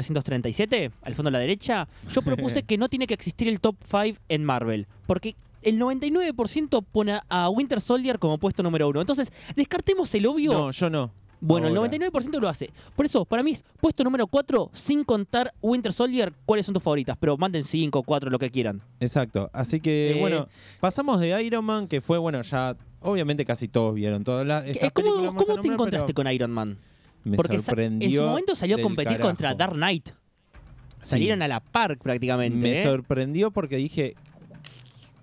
[SPEAKER 3] 5337, al fondo a la derecha, yo propuse que no tiene que existir el top 5 en Marvel. Porque el 99% pone a Winter Soldier como puesto número uno. Entonces, descartemos el obvio.
[SPEAKER 4] No, yo no.
[SPEAKER 3] Bueno,
[SPEAKER 4] Ahora.
[SPEAKER 3] el 99% lo hace. Por eso, para mí es puesto número 4, sin contar Winter Soldier, cuáles son tus favoritas. Pero manden 5, 4, lo que quieran.
[SPEAKER 4] Exacto. Así que,
[SPEAKER 3] Eh.
[SPEAKER 4] bueno, pasamos de Iron Man, que fue, bueno, ya. Obviamente casi todos vieron todas las.
[SPEAKER 3] Eh, ¿Cómo, cómo te encontraste con Iron Man? Porque sa- en su momento salió a competir contra Dark Knight. Salieron a la par prácticamente.
[SPEAKER 4] Me
[SPEAKER 3] ¿eh?
[SPEAKER 4] sorprendió porque dije.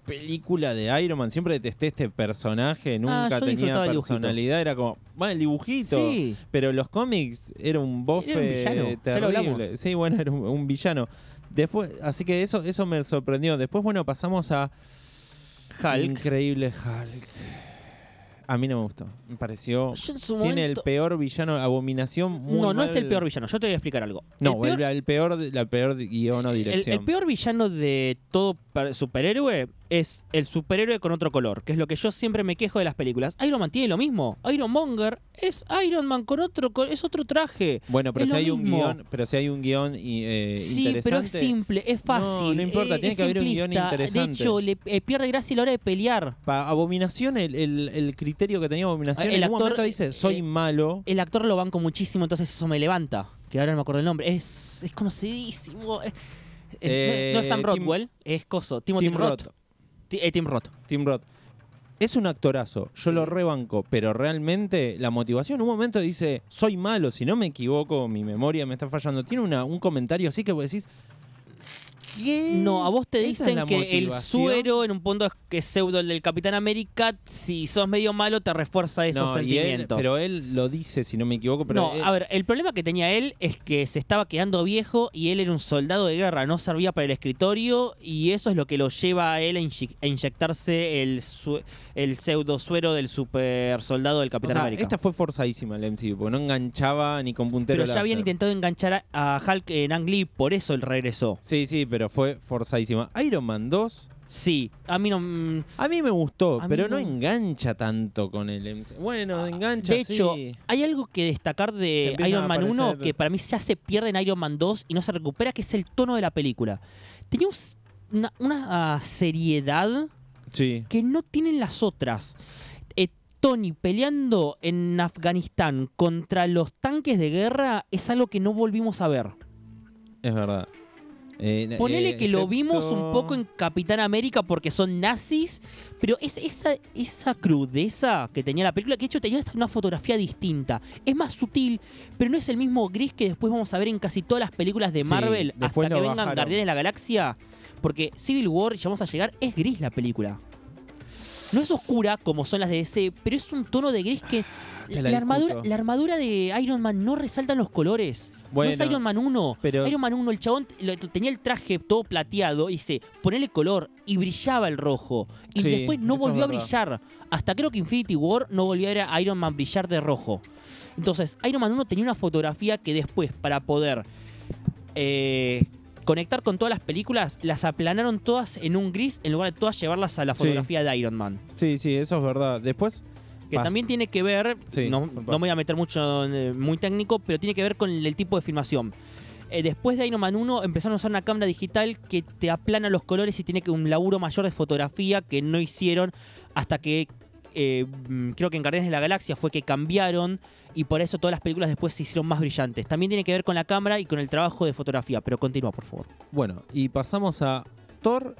[SPEAKER 4] película de Iron Man. Siempre detesté este personaje, nunca
[SPEAKER 3] Ah, yo
[SPEAKER 4] tenía
[SPEAKER 3] disfrutaba el dibujito.
[SPEAKER 4] personalidad. Era como, bueno, el dibujito.
[SPEAKER 3] Sí.
[SPEAKER 4] Pero los cómics era un bofe
[SPEAKER 3] Era un villano, ya lo
[SPEAKER 4] terrible.
[SPEAKER 3] hablamos.
[SPEAKER 4] sí, bueno, era un, un villano. Después, así que eso, eso me sorprendió. Después, bueno, pasamos a
[SPEAKER 3] Hulk.
[SPEAKER 4] Increíble Hulk. A mí no me gustó. Me pareció.
[SPEAKER 3] Yo en su
[SPEAKER 4] Tiene el
[SPEAKER 3] momento-
[SPEAKER 4] peor villano, abominación. Muy
[SPEAKER 3] no, no es
[SPEAKER 4] mal-
[SPEAKER 3] el peor villano. Yo te voy a explicar algo.
[SPEAKER 4] No,
[SPEAKER 3] el peor-
[SPEAKER 4] el, el peor, la peor guión o
[SPEAKER 3] El-
[SPEAKER 4] dirección.
[SPEAKER 3] El, peor villano de todo per- superhéroe es el superhéroe con otro color, que es lo que yo siempre me quejo de las películas. Iron Man tiene lo mismo. Iron Monger es Iron Man con otro co- es otro traje.
[SPEAKER 4] Bueno, pero
[SPEAKER 3] Es
[SPEAKER 4] si
[SPEAKER 3] lo
[SPEAKER 4] hay un
[SPEAKER 3] mismo.
[SPEAKER 4] guión, pero si hay un guión y, eh,
[SPEAKER 3] Sí,
[SPEAKER 4] interesante.
[SPEAKER 3] pero es simple, es fácil.
[SPEAKER 4] no importa,
[SPEAKER 3] eh,
[SPEAKER 4] tiene
[SPEAKER 3] es
[SPEAKER 4] que haber un guión
[SPEAKER 3] simplista.
[SPEAKER 4] interesante.
[SPEAKER 3] De hecho, le, eh, pierde gracia a la hora de pelear.
[SPEAKER 4] Para Abominación, el, el- el criterio que tenía Abominación,
[SPEAKER 3] Ah, El
[SPEAKER 4] en un
[SPEAKER 3] actor,
[SPEAKER 4] momento dice, soy
[SPEAKER 3] eh,
[SPEAKER 4] malo.
[SPEAKER 3] El actor lo banco muchísimo, entonces eso me levanta. Que ahora no me acuerdo el nombre. Es, es conocidísimo. Es- es-
[SPEAKER 4] Eh,
[SPEAKER 3] no es Sam
[SPEAKER 4] Tim-
[SPEAKER 3] Rodwell, es Coso. Timothy
[SPEAKER 4] Tim
[SPEAKER 3] Roth.
[SPEAKER 4] Roth.
[SPEAKER 3] Ti- eh, Tim Roth.
[SPEAKER 4] Tim Roth. Es un actorazo, yo lo rebanco, pero realmente la motivación en un momento dice, soy malo, si no me equivoco, mi memoria me está fallando. Tiene una, un comentario así que vos decís, ¿qué?
[SPEAKER 3] No, a vos te
[SPEAKER 4] ¿Esa es
[SPEAKER 3] dicen
[SPEAKER 4] la
[SPEAKER 3] que el
[SPEAKER 4] motivación?
[SPEAKER 3] suero en un punto es que es pseudo el del Capitán América, si sos medio malo te refuerza esos
[SPEAKER 4] No, y él-
[SPEAKER 3] sentimientos.
[SPEAKER 4] pero él lo dice, si no me equivoco, pero
[SPEAKER 3] no,
[SPEAKER 4] él-
[SPEAKER 3] a ver, el problema que tenía él es que se estaba quedando viejo y él era un soldado de guerra, no servía para el escritorio y eso es lo que lo lleva a él a, inye- a inyectarse el, su- el pseudo suero del super soldado del
[SPEAKER 4] o
[SPEAKER 3] Capitán
[SPEAKER 4] sea,
[SPEAKER 3] América.
[SPEAKER 4] esta fue forzadísima el MCU, porque no enganchaba ni con puntero
[SPEAKER 3] pero ya habían
[SPEAKER 4] láser.
[SPEAKER 3] intentado enganchar a, a Hulk en Ang Lee, por eso él regresó.
[SPEAKER 4] Sí, sí, pero fue forzadísima. Iron Man 2
[SPEAKER 3] Sí, a mí no... mm,
[SPEAKER 4] a mí me gustó,
[SPEAKER 3] A mí
[SPEAKER 4] pero
[SPEAKER 3] no.
[SPEAKER 4] no. engancha tanto con el MC. Bueno, engancha,
[SPEAKER 3] De hecho,
[SPEAKER 4] sí.
[SPEAKER 3] hay algo que destacar de
[SPEAKER 4] Empiezan a
[SPEAKER 3] Iron Man 1
[SPEAKER 4] aparecer-
[SPEAKER 3] que para mí ya se pierde en Iron Man 2 y no se recupera, que es el tono de la película. Tenía un s- una, una, ah, seriedad
[SPEAKER 4] Sí.
[SPEAKER 3] que no tienen las otras. Eh, Tony peleando en Afganistán contra los tanques de guerra es algo que no volvimos a ver.
[SPEAKER 4] Es verdad. Eh,
[SPEAKER 3] Ponele
[SPEAKER 4] eh,
[SPEAKER 3] que lo vimos un
[SPEAKER 4] excepto-
[SPEAKER 3] poco en Capitán América porque son nazis, pero es esa, esa crudeza que tenía la película, que de hecho tenía hasta una fotografía distinta. Es más sutil, pero no es el mismo gris que después vamos a ver en casi todas las películas de
[SPEAKER 4] Sí,
[SPEAKER 3] Marvel hasta
[SPEAKER 4] después
[SPEAKER 3] que
[SPEAKER 4] lo
[SPEAKER 3] vengan
[SPEAKER 4] bajaron.
[SPEAKER 3] Guardianes de la Galaxia, porque Civil War, ya vamos a llegar, es gris la película. No es oscura como son las de DC, pero es un tono de gris que...
[SPEAKER 4] Te la
[SPEAKER 3] La, armadura,
[SPEAKER 4] discuto.
[SPEAKER 3] la armadura de Iron Man no resaltan los colores. no es
[SPEAKER 4] Bueno,
[SPEAKER 3] Iron Man 1.
[SPEAKER 4] pero-
[SPEAKER 3] Iron Man 1, el chabón lo- tenía el traje todo plateado y dice, ponele color y brillaba el rojo. Y
[SPEAKER 4] Sí,
[SPEAKER 3] después no
[SPEAKER 4] eso es
[SPEAKER 3] volvió a
[SPEAKER 4] verdad.
[SPEAKER 3] brillar. Hasta creo que Infinity War no volvió a ver a Iron Man brillar de rojo. Entonces, Iron Man 1 tenía una fotografía que después, para poder eh, conectar con todas las películas, las aplanaron todas en un gris en lugar de todas llevarlas a la
[SPEAKER 4] Sí.
[SPEAKER 3] fotografía de Iron Man.
[SPEAKER 4] Sí, sí, eso es verdad. Después.
[SPEAKER 3] Que
[SPEAKER 4] pas-
[SPEAKER 3] también tiene que ver,
[SPEAKER 4] Sí,
[SPEAKER 3] no,
[SPEAKER 4] disculpa.
[SPEAKER 3] no me voy a meter mucho eh, muy técnico, pero tiene que ver con el, tipo de filmación. Eh, después de Iron Man 1 empezaron a usar una cámara digital que te aplana los colores y tiene que un laburo mayor de fotografía que no hicieron hasta que eh, mm, creo que en Guardianes de la Galaxia fue que cambiaron y por eso todas las películas después se hicieron más brillantes. También tiene que ver con la cámara y con el trabajo de fotografía, pero continúa por favor.
[SPEAKER 4] Bueno, y pasamos a Thor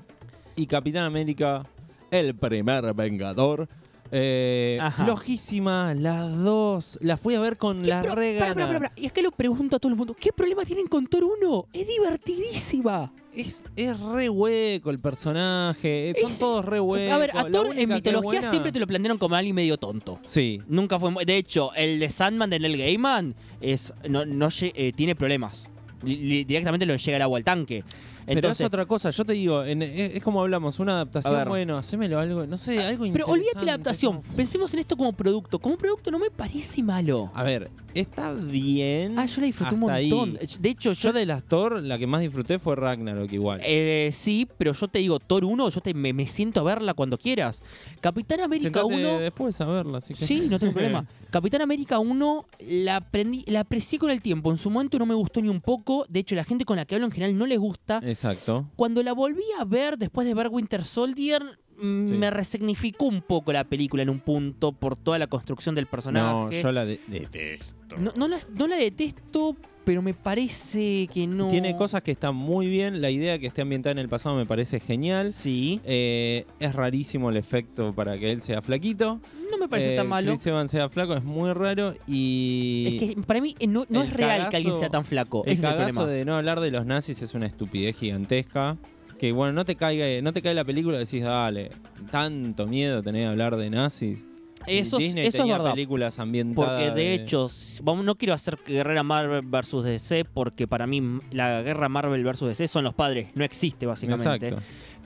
[SPEAKER 4] y Capitán América, el primer Vengador. Eh,
[SPEAKER 3] Ajá.
[SPEAKER 4] flojísima, las dos. Las fui a ver con la
[SPEAKER 3] Pero,
[SPEAKER 4] regana.
[SPEAKER 3] pará, pará, pará, pará. Y acá lo pregunto a todo el mundo, ¿qué problema tienen con Thor 1? Es divertidísima.
[SPEAKER 4] Es, es re hueco el personaje. eh, Son
[SPEAKER 3] Es-
[SPEAKER 4] todos re huecos.
[SPEAKER 3] A ver, a
[SPEAKER 4] la
[SPEAKER 3] Thor
[SPEAKER 4] única
[SPEAKER 3] en
[SPEAKER 4] que es
[SPEAKER 3] mitología
[SPEAKER 4] buena-
[SPEAKER 3] siempre te lo plantearon como alguien medio tonto.
[SPEAKER 4] Sí.
[SPEAKER 3] Nunca fue. mu- De hecho, el de Sandman de Neil Gaiman es, no, no lle- eh, tiene problemas. Li- li- directamente lo llega el agua al tanque.
[SPEAKER 4] pero es
[SPEAKER 3] Entonces,
[SPEAKER 4] otra cosa, yo te digo, en- e, es, es como hablamos, una
[SPEAKER 3] A
[SPEAKER 4] adaptación,
[SPEAKER 3] ver.
[SPEAKER 4] bueno, hacémelo algo, no sé, algo
[SPEAKER 3] pero olvídate la
[SPEAKER 4] interesante,
[SPEAKER 3] adaptación.
[SPEAKER 4] como-
[SPEAKER 3] Pensemos en esto como producto. Como producto no me parece malo.
[SPEAKER 4] A ver, está bien.
[SPEAKER 3] Ah, yo la disfruté un
[SPEAKER 4] Ah, hasta ahí.
[SPEAKER 3] montón. Eh, De hecho, yo.
[SPEAKER 4] Yo de las Thor, la que más disfruté fue Ragnarok igual.
[SPEAKER 3] eh, sí, pero yo te digo, Thor 1, yo te, me, me siento a verla cuando quieras. Capitán América
[SPEAKER 4] Sentate
[SPEAKER 3] 1.
[SPEAKER 4] después a verla, así que...
[SPEAKER 3] Sí, no tengo problema. Capitán América 1 la, aprendí, la aprecié con el tiempo. En su momento no me gustó ni un poco. De hecho, la gente con la que hablo en general no les gusta.
[SPEAKER 4] Eh. Exacto.
[SPEAKER 3] Cuando la volví a ver después de ver Winter Soldier, mm,
[SPEAKER 4] Sí.
[SPEAKER 3] me resignificó un poco la película en un punto por toda la construcción del
[SPEAKER 4] No,
[SPEAKER 3] personaje.
[SPEAKER 4] yo la de- detesto.
[SPEAKER 3] no, no la, no la detesto, pero me parece que no.
[SPEAKER 4] Tiene cosas que están muy bien, la idea que esté ambientada en el pasado me parece genial.
[SPEAKER 3] Sí.
[SPEAKER 4] Eh, es rarísimo el efecto para que él sea flaquito.
[SPEAKER 3] No me parece
[SPEAKER 4] Eh,
[SPEAKER 3] tan malo.
[SPEAKER 4] Chris Evans sea flaco, es muy raro y...
[SPEAKER 3] Es que para mí eh, no, no
[SPEAKER 4] el
[SPEAKER 3] es real que alguien
[SPEAKER 4] cagazo-
[SPEAKER 3] sea tan flaco.
[SPEAKER 4] El
[SPEAKER 3] Ese es el
[SPEAKER 4] cagazo
[SPEAKER 3] problema.
[SPEAKER 4] de no hablar de los nazis es una estupidez gigantesca. que bueno, no te caiga, no te cae la película y decís, dale, tanto miedo tenés de hablar de nazis. Y
[SPEAKER 3] Eso es-
[SPEAKER 4] Disney
[SPEAKER 3] eso es
[SPEAKER 4] tenía
[SPEAKER 3] verdad.
[SPEAKER 4] películas ambientadas.
[SPEAKER 3] Porque de hecho, s- vamos- no quiero hacer guerrera Marvel versus DC, porque para mí m- la guerra Marvel versus DC son los padres, no existe básicamente.
[SPEAKER 4] Exacto.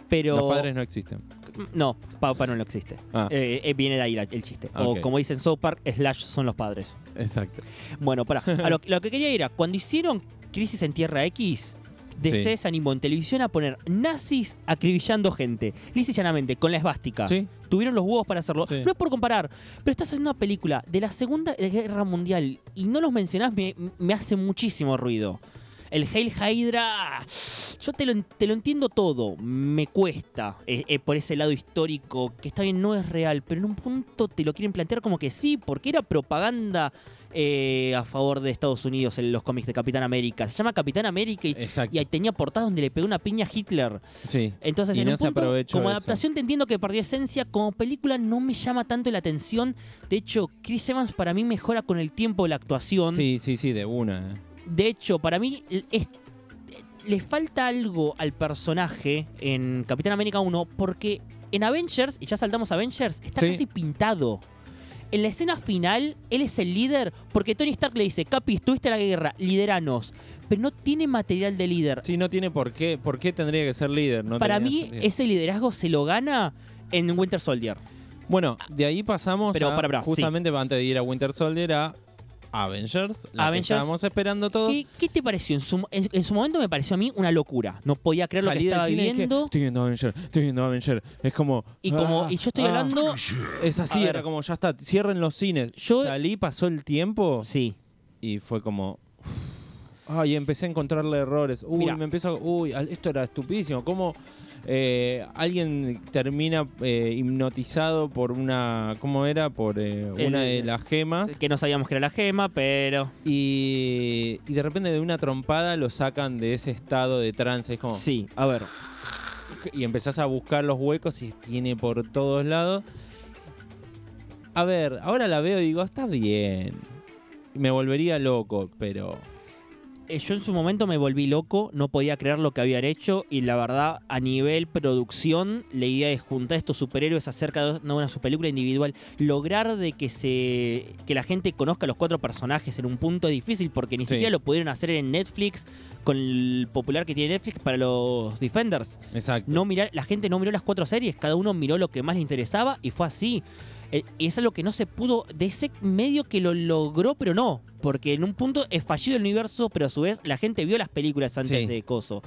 [SPEAKER 3] Pero
[SPEAKER 4] Los padres no existen.
[SPEAKER 3] no, Papa no lo existe.
[SPEAKER 4] Ah.
[SPEAKER 3] Eh, eh, viene de ahí la- el chiste.
[SPEAKER 4] Ah, ok.
[SPEAKER 3] O como dicen South Park, Slash son los padres.
[SPEAKER 4] Exacto.
[SPEAKER 3] Bueno, para lo, lo que quería era, cuando hicieron Crisis en Tierra X, DC
[SPEAKER 4] Sí.
[SPEAKER 3] se animó en televisión a poner nazis acribillando gente, lisa y llanamente, con la esvástica.
[SPEAKER 4] Sí.
[SPEAKER 3] Tuvieron los huevos para hacerlo.
[SPEAKER 4] Sí.
[SPEAKER 3] No es por comparar, pero estás haciendo una película de la Segunda Guerra Mundial y no los mencionás, me, me hace muchísimo ruido. El Hail Hydra, yo te lo, en- te lo entiendo todo, me cuesta eh, eh, por ese lado histórico, que está bien, no es real, pero en un punto te lo quieren plantear como que sí, porque era propaganda eh, a favor de Estados Unidos en los cómics de Capitán América. Se llama Capitán América y,
[SPEAKER 4] Exacto.
[SPEAKER 3] y ahí tenía portadas donde le pegó una piña a Hitler.
[SPEAKER 4] sí.
[SPEAKER 3] Entonces,
[SPEAKER 4] Y
[SPEAKER 3] en
[SPEAKER 4] no
[SPEAKER 3] un
[SPEAKER 4] se
[SPEAKER 3] punto,
[SPEAKER 4] aprovechó
[SPEAKER 3] como
[SPEAKER 4] eso.
[SPEAKER 3] adaptación te entiendo que perdió esencia, como película no me llama tanto la atención. De hecho, Chris Evans para mí mejora con el tiempo la actuación.
[SPEAKER 4] Sí, sí, sí, de una. eh.
[SPEAKER 3] De hecho, para mí l- es- le falta algo al personaje en Capitán América 1 porque en Avengers, y ya saltamos a Avengers, está
[SPEAKER 4] Sí.
[SPEAKER 3] casi pintado. En la escena final, él es el líder porque Tony Stark le dice, Capi, estuviste en la guerra, lideranos. Pero no tiene material de líder.
[SPEAKER 4] Sí, no tiene por qué. ¿Por qué tendría que ser líder? No
[SPEAKER 3] para
[SPEAKER 4] tenía
[SPEAKER 3] mí,
[SPEAKER 4] sentido.
[SPEAKER 3] ese liderazgo se lo gana en Winter Soldier.
[SPEAKER 4] Bueno, de ahí pasamos
[SPEAKER 3] Pero,
[SPEAKER 4] a,
[SPEAKER 3] para, para, sí.
[SPEAKER 4] justamente antes de ir a Winter Soldier a Avengers. La
[SPEAKER 3] Avengers.
[SPEAKER 4] Que estábamos esperando todos.
[SPEAKER 3] ¿Qué, qué te pareció? En su, en- en su momento me pareció a mí una locura. No podía creer
[SPEAKER 4] Salí del
[SPEAKER 3] lo que estaba
[SPEAKER 4] cine y dije,
[SPEAKER 3] viviendo.
[SPEAKER 4] estoy viendo Avengers, estoy viendo Avengers. Es como.
[SPEAKER 3] Y como
[SPEAKER 4] ah,
[SPEAKER 3] y yo estoy
[SPEAKER 4] ah.
[SPEAKER 3] hablando...
[SPEAKER 4] Es así,
[SPEAKER 3] A ver.
[SPEAKER 4] era como ya está, cierren los cines.
[SPEAKER 3] Yo-
[SPEAKER 4] Salí, pasó el tiempo
[SPEAKER 3] Sí.
[SPEAKER 4] y fue como. uf. Ay, empecé a encontrarle errores. Uy,
[SPEAKER 3] Mirá.
[SPEAKER 4] me empiezo a- Uy, al- esto era estupidísimo. ¿Cómo eh, alguien termina eh, hipnotizado por una. ¿Cómo era? Por eh,
[SPEAKER 3] El-
[SPEAKER 4] una de las gemas.
[SPEAKER 3] que no sabíamos que era la gema, pero.
[SPEAKER 4] Y, y de repente de una trompada lo sacan de ese estado de trance. Es como-
[SPEAKER 3] Sí, a ver.
[SPEAKER 4] y empezás a buscar los huecos y tiene por todos lados. A ver, ahora la veo y digo, está bien. Me volvería loco, pero...
[SPEAKER 3] eh, Yo en su momento me volví loco, no podía creer lo que habían hecho y la verdad, a nivel producción, la idea de juntar estos superhéroes acerca de una, una su película individual, lograr de que se que la gente conozca a los cuatro personajes en un punto es difícil porque ni
[SPEAKER 4] Sí.
[SPEAKER 3] siquiera lo pudieron hacer en Netflix con el popular que tiene Netflix para los Defenders.
[SPEAKER 4] Exacto.
[SPEAKER 3] no mirar, la gente no miró las cuatro series, cada uno miró lo que más le interesaba y fue así. Eh, Y es algo que no se pudo, de ese medio que lo logró, pero no, porque en un punto es fallido el universo, pero a su vez la gente vio las películas antes
[SPEAKER 4] Sí.
[SPEAKER 3] de Coso.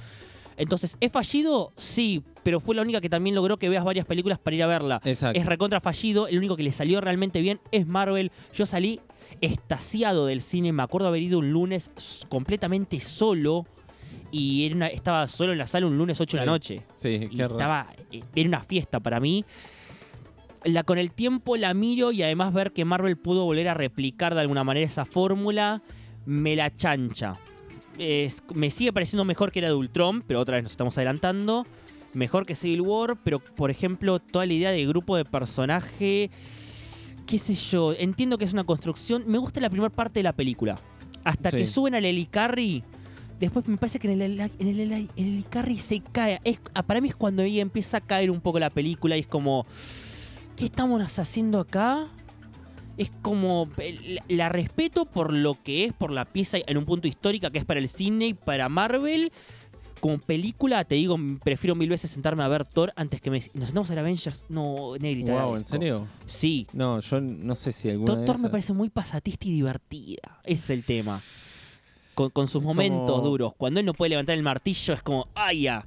[SPEAKER 3] Entonces, ¿es fallido? Sí, pero fue la única que también logró que veas varias películas para ir a verla.
[SPEAKER 4] Exacto.
[SPEAKER 3] Es recontra fallido, el único que le salió realmente bien es Marvel. Yo salí estasiado del cine, me acuerdo haber ido un lunes s- completamente solo y era una- estaba solo en la sala un lunes 8 de
[SPEAKER 4] Sí.
[SPEAKER 3] la noche.
[SPEAKER 4] sí,
[SPEAKER 3] Y
[SPEAKER 4] qué raro.
[SPEAKER 3] estaba, eh, era una fiesta para mí. La, con el tiempo la miro y además ver que Marvel pudo volver a replicar de alguna manera esa fórmula, me la chancha. Es- me sigue pareciendo mejor que la de Ultron, pero otra vez nos estamos adelantando. Mejor que Civil War, pero por ejemplo, toda la idea de grupo de personaje, qué sé yo, entiendo que es una construcción. Me gusta la primera parte de la película. Hasta que
[SPEAKER 4] Sí.
[SPEAKER 3] suben al Helicarri, después me parece que en el, heli- en el, heli- en el Helicarri se cae. Es, ah, para mí es cuando ahí empieza a caer un poco la película y es como, ¿qué estamos haciendo acá? Es como, eh, la la respeto por lo que es, por la pieza en un punto histórica que es para el cine y para Marvel. Como película, te digo, prefiero mil veces sentarme a ver Thor antes que me... Nos sentamos a ver Avengers. No, Negrita.
[SPEAKER 4] Wow, ¿en
[SPEAKER 3] agradezco.
[SPEAKER 4] serio?
[SPEAKER 3] Sí.
[SPEAKER 4] No, yo no sé si alguna de
[SPEAKER 3] Doctor me
[SPEAKER 4] esas-
[SPEAKER 3] parece muy pasatista y divertida. Ese es el tema. Con, con sus momentos
[SPEAKER 4] como-
[SPEAKER 3] duros. Cuando él no puede levantar el martillo, es como ¡ay, ya!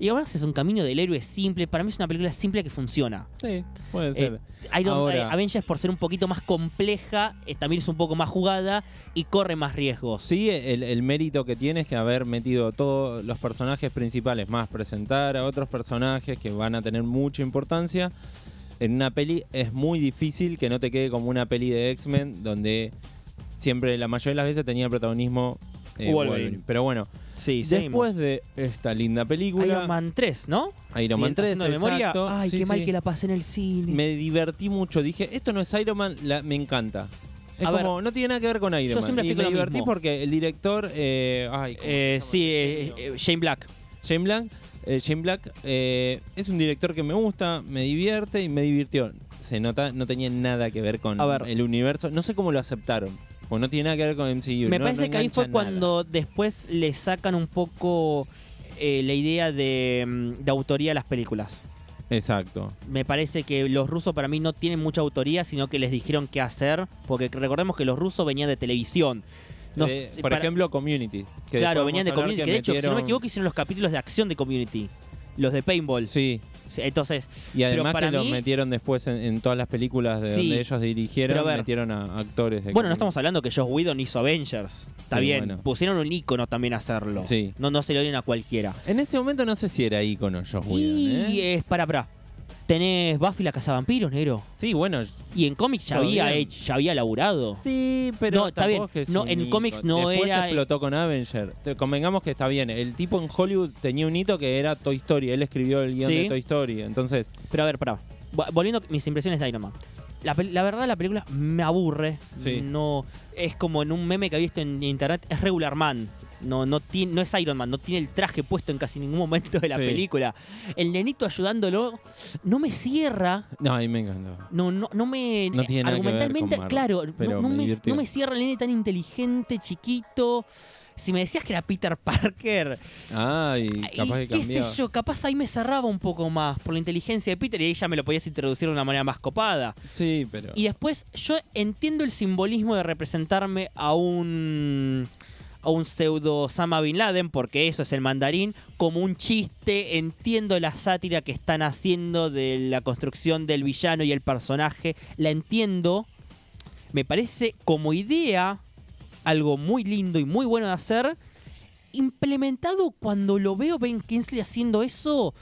[SPEAKER 3] Y además es un camino del héroe simple. Para mí es una película simple que funciona.
[SPEAKER 4] Sí, puede
[SPEAKER 3] Eh,
[SPEAKER 4] ser.
[SPEAKER 3] Iron
[SPEAKER 4] Ahora-
[SPEAKER 3] eh, Avengers, por ser un poquito más compleja, eh, también es un poco más jugada y corre más riesgos.
[SPEAKER 4] Sí, el, el mérito que tiene es que haber metido todos los personajes principales, más presentar a otros personajes que van a tener mucha importancia. En una peli es muy difícil que no te quede como una peli de X-Men, donde siempre la mayoría de las veces tenía protagonismo
[SPEAKER 3] Wolverine.
[SPEAKER 4] eh, Wolverine. Pero bueno,
[SPEAKER 3] Sí,
[SPEAKER 4] después de esta linda película,
[SPEAKER 3] Iron Man 3, ¿no?
[SPEAKER 4] Iron Man 3,
[SPEAKER 3] haciendo de memoria.
[SPEAKER 4] exacto.
[SPEAKER 3] Ay,
[SPEAKER 4] Sí,
[SPEAKER 3] qué mal
[SPEAKER 4] sí.
[SPEAKER 3] que la pasé en el cine.
[SPEAKER 4] me divertí mucho. Dije, esto no es Iron Man, la- me encanta. Es
[SPEAKER 3] A ver,
[SPEAKER 4] como, no tiene nada que ver con Iron
[SPEAKER 3] yo
[SPEAKER 4] Man.
[SPEAKER 3] siempre
[SPEAKER 4] y
[SPEAKER 3] explico
[SPEAKER 4] me
[SPEAKER 3] lo
[SPEAKER 4] divertí
[SPEAKER 3] mismo.
[SPEAKER 4] porque el director. eh, ay, ¿cómo
[SPEAKER 3] Eh,
[SPEAKER 4] se llama?
[SPEAKER 3] sí, eh, eh, Shane Black.
[SPEAKER 4] Shane Black, eh, Shane Black eh, es un director que me gusta, me divierte y me divirtió. Se nota, no tenía nada que ver con
[SPEAKER 3] A ver.
[SPEAKER 4] el universo. No sé cómo lo aceptaron. Pues no tiene nada que ver con MCU.
[SPEAKER 3] Me
[SPEAKER 4] no- no
[SPEAKER 3] parece que ahí fue
[SPEAKER 4] engancha nada.
[SPEAKER 3] cuando después le sacan un poco eh, la idea de, mm, de autoría a las películas.
[SPEAKER 4] Exacto.
[SPEAKER 3] Me parece que los rusos para mí no tienen mucha autoría, sino que les dijeron qué hacer, porque recordemos que los rusos venían de televisión. No
[SPEAKER 4] Eh,
[SPEAKER 3] sé,
[SPEAKER 4] por
[SPEAKER 3] para-
[SPEAKER 4] ejemplo, Community. que
[SPEAKER 3] claro,
[SPEAKER 4] después
[SPEAKER 3] venían de
[SPEAKER 4] vamos a hablar
[SPEAKER 3] Community, que, de hecho, si no me
[SPEAKER 4] metieron-
[SPEAKER 3] equivoco, hicieron los capítulos de acción de Community, los de Paintball.
[SPEAKER 4] Sí,
[SPEAKER 3] Sí, Entonces,
[SPEAKER 4] y además
[SPEAKER 3] para
[SPEAKER 4] que los
[SPEAKER 3] mí-
[SPEAKER 4] metieron después en, en todas las películas de
[SPEAKER 3] Sí,
[SPEAKER 4] donde ellos dirigieron,
[SPEAKER 3] pero a ver.
[SPEAKER 4] metieron a actores. De
[SPEAKER 3] bueno, no
[SPEAKER 4] Community.
[SPEAKER 3] estamos hablando que Josh Whedon hizo Avengers. Está
[SPEAKER 4] Sí,
[SPEAKER 3] bien,
[SPEAKER 4] bueno.
[SPEAKER 3] pusieron un ícono también a hacerlo.
[SPEAKER 4] Sí.
[SPEAKER 3] No, no se lo dieron a cualquiera.
[SPEAKER 4] En ese momento no sé si era ícono Josh Whedon,
[SPEAKER 3] Y
[SPEAKER 4] ¿eh?
[SPEAKER 3] es para, para. Tenés Buffy la cazavampiros, negro.
[SPEAKER 4] Sí, bueno.
[SPEAKER 3] Y en cómics ya
[SPEAKER 4] Todo
[SPEAKER 3] había
[SPEAKER 4] bien.
[SPEAKER 3] hecho, ya había laburado.
[SPEAKER 4] Sí, pero
[SPEAKER 3] No, está
[SPEAKER 4] tampoco
[SPEAKER 3] bien.
[SPEAKER 4] es que es
[SPEAKER 3] No,
[SPEAKER 4] un
[SPEAKER 3] en
[SPEAKER 4] ícono.
[SPEAKER 3] cómics no
[SPEAKER 4] Después
[SPEAKER 3] era-
[SPEAKER 4] explotó con Avenger. Te- Convengamos que está bien. El tipo en Hollywood tenía un hito que era Toy Story. Él escribió el guión
[SPEAKER 3] Sí.
[SPEAKER 4] de Toy Story. Entonces,
[SPEAKER 3] Pero a ver, pará. Vo- Volviendo a mis impresiones de Iron Man. La, pel- la verdad, la película me aburre.
[SPEAKER 4] Sí.
[SPEAKER 3] No. Es como en un meme que he visto en internet. Es regular man. No, no, tiene, no es Iron Man, no tiene el traje puesto en casi ningún momento de la
[SPEAKER 4] Sí.
[SPEAKER 3] película. El nenito ayudándolo no me cierra.
[SPEAKER 4] no, a mí me encantó.
[SPEAKER 3] No, no, no me.
[SPEAKER 4] No tiene nada que ver con
[SPEAKER 3] argumentalmente,
[SPEAKER 4] Marvel,
[SPEAKER 3] claro,
[SPEAKER 4] pero
[SPEAKER 3] no, no
[SPEAKER 4] me
[SPEAKER 3] me,
[SPEAKER 4] divirtió.
[SPEAKER 3] no me cierra el nene tan inteligente, chiquito. Si me decías que era Peter Parker,
[SPEAKER 4] Ay, capaz
[SPEAKER 3] Ah, y
[SPEAKER 4] que
[SPEAKER 3] qué sé
[SPEAKER 4] cambiaba.
[SPEAKER 3] yo, capaz ahí me cerraba un poco más por la inteligencia de Peter y ahí ya me lo podías introducir de una manera más copada.
[SPEAKER 4] Sí, pero.
[SPEAKER 3] Y después, yo entiendo el simbolismo de representarme a un. a un pseudo Osama Bin Laden, porque eso es el mandarín, como un chiste. Entiendo la sátira que están haciendo de la construcción del villano y el personaje. La entiendo. Me parece como idea algo muy lindo y muy bueno de hacer. Implementado cuando lo veo Ben Kingsley haciendo eso.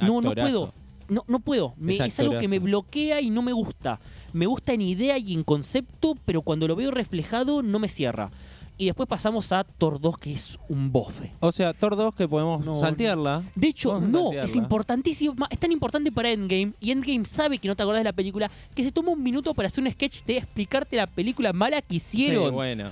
[SPEAKER 3] No, no
[SPEAKER 4] Actorazo.
[SPEAKER 3] puedo. No, no puedo. Me-
[SPEAKER 4] Es
[SPEAKER 3] es, algo que me
[SPEAKER 4] actorazo.
[SPEAKER 3] bloquea y no me gusta. Me gusta en idea y en concepto, pero cuando lo veo reflejado no me cierra. Y después pasamos a Thor 2, que es un bofe.
[SPEAKER 4] O sea, Thor 2 que podemos
[SPEAKER 3] No,
[SPEAKER 4] saltearla.
[SPEAKER 3] De hecho,
[SPEAKER 4] Vamos a
[SPEAKER 3] no,
[SPEAKER 4] saltearla.
[SPEAKER 3] es importantísimo. ma- Es tan importante para Endgame, y Endgame sabe que no te acordás de la película, que se toma un minuto para hacer un sketch de explicarte la película mala que
[SPEAKER 4] Sí,
[SPEAKER 3] hicieron.
[SPEAKER 4] bueno.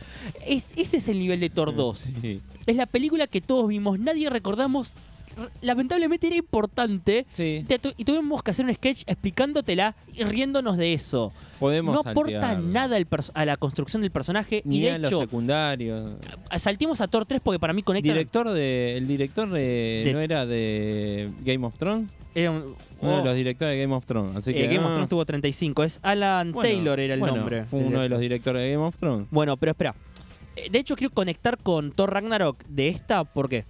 [SPEAKER 3] Es- ese es el nivel de Thor 2.
[SPEAKER 4] Sí.
[SPEAKER 3] Es la película que todos vimos, nadie recordamos. r- Lamentablemente era importante.
[SPEAKER 4] Sí.
[SPEAKER 3] Te tu- y tuvimos que hacer un sketch explicándotela y riéndonos de eso.
[SPEAKER 4] Podemos
[SPEAKER 3] no aporta
[SPEAKER 4] saltearla.
[SPEAKER 3] nada al pers- a la construcción del personaje.
[SPEAKER 4] Ni
[SPEAKER 3] y
[SPEAKER 4] a
[SPEAKER 3] de
[SPEAKER 4] los
[SPEAKER 3] hecho,
[SPEAKER 4] secundarios.
[SPEAKER 3] saltimos a Thor 3 porque para mí conecta.
[SPEAKER 4] Director de, el director de,
[SPEAKER 3] De-
[SPEAKER 4] no era de Game of Thrones,
[SPEAKER 3] Era un-
[SPEAKER 4] uno de
[SPEAKER 3] oh,
[SPEAKER 4] los directores de Game of Thrones. Así
[SPEAKER 3] eh,
[SPEAKER 4] que,
[SPEAKER 3] Game
[SPEAKER 4] ah,
[SPEAKER 3] of Thrones tuvo 35. Es Alan
[SPEAKER 4] bueno,
[SPEAKER 3] Taylor era el
[SPEAKER 4] bueno,
[SPEAKER 3] nombre.
[SPEAKER 4] Fue uno de los directores de Game of Thrones.
[SPEAKER 3] Bueno, pero espera. Eh, De hecho, quiero conectar con Thor Ragnarok de esta porque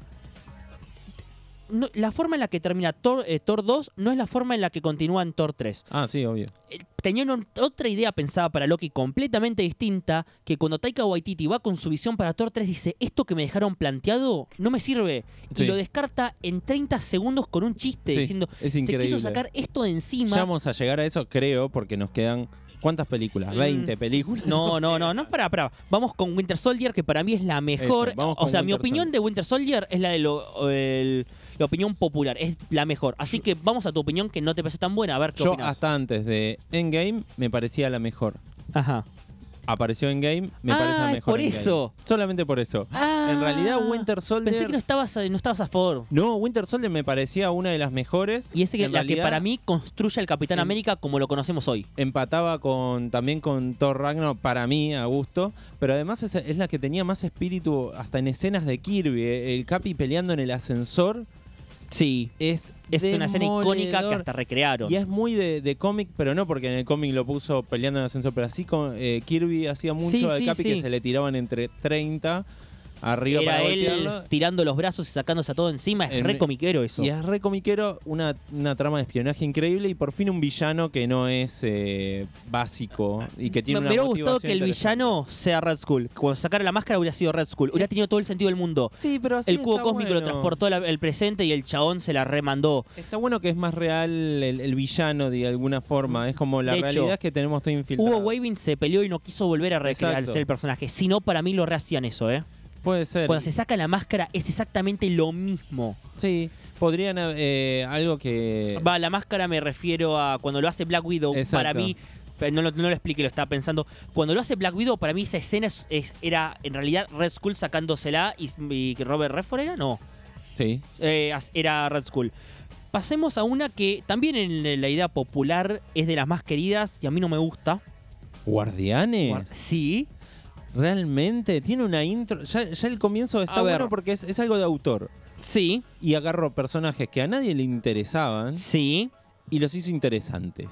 [SPEAKER 3] no- la forma en la que termina Thor, eh, Thor 2 no es la forma en la que continúa en Thor 3.
[SPEAKER 4] Ah, sí, obvio.
[SPEAKER 3] eh, tenían un- otra idea pensada para Loki completamente distinta, que cuando Taika Waititi va con su visión para Thor 3 dice, esto que me dejaron planteado no me sirve.
[SPEAKER 4] Sí.
[SPEAKER 3] Y lo descarta en 30 segundos con un chiste
[SPEAKER 4] Sí,
[SPEAKER 3] diciendo,
[SPEAKER 4] es
[SPEAKER 3] se
[SPEAKER 4] increíble.
[SPEAKER 3] quiso sacar esto de encima.
[SPEAKER 4] Ya vamos a llegar a eso, creo, porque nos quedan. ¿Cuántas películas?
[SPEAKER 3] Mm.
[SPEAKER 4] ¿20 películas?
[SPEAKER 3] No, no, no, no, pará, pará. Vamos con Winter Soldier, que para mí es la mejor.
[SPEAKER 4] Eso, vamos
[SPEAKER 3] o
[SPEAKER 4] con
[SPEAKER 3] sea, mi
[SPEAKER 4] Winter
[SPEAKER 3] opinión
[SPEAKER 4] Soldier.
[SPEAKER 3] de Winter Soldier es la de lo- el- la opinión popular, es la mejor. Así que vamos a tu opinión que no te parece tan buena, a ver qué
[SPEAKER 4] Yo
[SPEAKER 3] opinás.
[SPEAKER 4] hasta antes de Endgame me parecía la mejor.
[SPEAKER 3] Ajá.
[SPEAKER 4] Apareció Endgame, me parece la
[SPEAKER 3] Ah, es
[SPEAKER 4] mejor.
[SPEAKER 3] por
[SPEAKER 4] Endgame.
[SPEAKER 3] eso. Ah.
[SPEAKER 4] Solamente por eso. en realidad, Winter Soldier.
[SPEAKER 3] Pensé que no estabas, a- no estabas a favor.
[SPEAKER 4] No, Winter Soldier me parecía una de las mejores.
[SPEAKER 3] Y ese que,
[SPEAKER 4] En
[SPEAKER 3] la que
[SPEAKER 4] realidad,
[SPEAKER 3] para mí construye al Capitán
[SPEAKER 4] en-
[SPEAKER 3] América como lo conocemos hoy.
[SPEAKER 4] Empataba con también con Thor Ragnarok para mí, a gusto. Pero además es, es la que tenía más espíritu hasta en escenas de Kirby. eh. El Capi peleando en el ascensor
[SPEAKER 3] Sí.
[SPEAKER 4] es.
[SPEAKER 3] Es una escena icónica que
[SPEAKER 4] demoledor.
[SPEAKER 3] hasta recrearon.
[SPEAKER 4] Y es muy de, de cómic, pero no porque en el cómic lo puso peleando en el ascensor, pero así con, eh, Kirby hacía mucho
[SPEAKER 3] Sí,
[SPEAKER 4] al
[SPEAKER 3] sí,
[SPEAKER 4] Capi
[SPEAKER 3] sí.
[SPEAKER 4] que se le tiraban entre 30 arriba
[SPEAKER 3] Era
[SPEAKER 4] para
[SPEAKER 3] él
[SPEAKER 4] voltearlo.
[SPEAKER 3] tirando los brazos y sacándose a todo encima. Es
[SPEAKER 4] En-
[SPEAKER 3] re comiquero eso.
[SPEAKER 4] Y es re comiquero, una, una trama de espionaje increíble y por fin un villano que no es eh, básico y que tiene
[SPEAKER 3] me
[SPEAKER 4] una
[SPEAKER 3] me hubiera gustado que
[SPEAKER 4] motivación
[SPEAKER 3] el
[SPEAKER 4] interesante.
[SPEAKER 3] villano sea Red Skull. Cuando sacara la máscara hubiera sido Red Skull. Hubiera tenido todo el sentido del mundo.
[SPEAKER 4] Sí, pero así
[SPEAKER 3] El cubo
[SPEAKER 4] está
[SPEAKER 3] cósmico lo
[SPEAKER 4] bueno.
[SPEAKER 3] transportó al al presente y el chabón se la remandó.
[SPEAKER 4] Está bueno que es más real el, el villano de alguna forma. Es como la
[SPEAKER 3] De hecho,
[SPEAKER 4] realidad que tenemos todo infiltrado.
[SPEAKER 3] Hugo Waving se peleó y no quiso volver a recrear
[SPEAKER 4] Exacto.
[SPEAKER 3] ser el personaje. Si no, para mí lo rehacían eso, ¿eh?
[SPEAKER 4] Puede ser.
[SPEAKER 3] Cuando se saca la máscara es exactamente lo mismo.
[SPEAKER 4] Sí, podrían eh, algo que.
[SPEAKER 3] Va, la máscara me refiero a cuando lo hace Black Widow,
[SPEAKER 4] Exacto.
[SPEAKER 3] para mí, pero no lo, no lo expliqué, lo estaba pensando. Cuando lo hace Black Widow, para mí esa escena es- es- era en realidad Red Skull sacándosela y, y Robert Redford era, no.
[SPEAKER 4] Sí.
[SPEAKER 3] Eh, as- era Red School. Pasemos a una que también en la idea popular es de las más queridas y a mí no me gusta.
[SPEAKER 4] ¿Guardianes?
[SPEAKER 3] Guar- Sí.
[SPEAKER 4] Realmente tiene una intro. Ya, ya el comienzo está
[SPEAKER 3] A ver.
[SPEAKER 4] bueno porque es, es algo de autor.
[SPEAKER 3] Sí,
[SPEAKER 4] Y agarró personajes que a nadie le interesaban
[SPEAKER 3] sí.
[SPEAKER 4] y los hizo interesantes.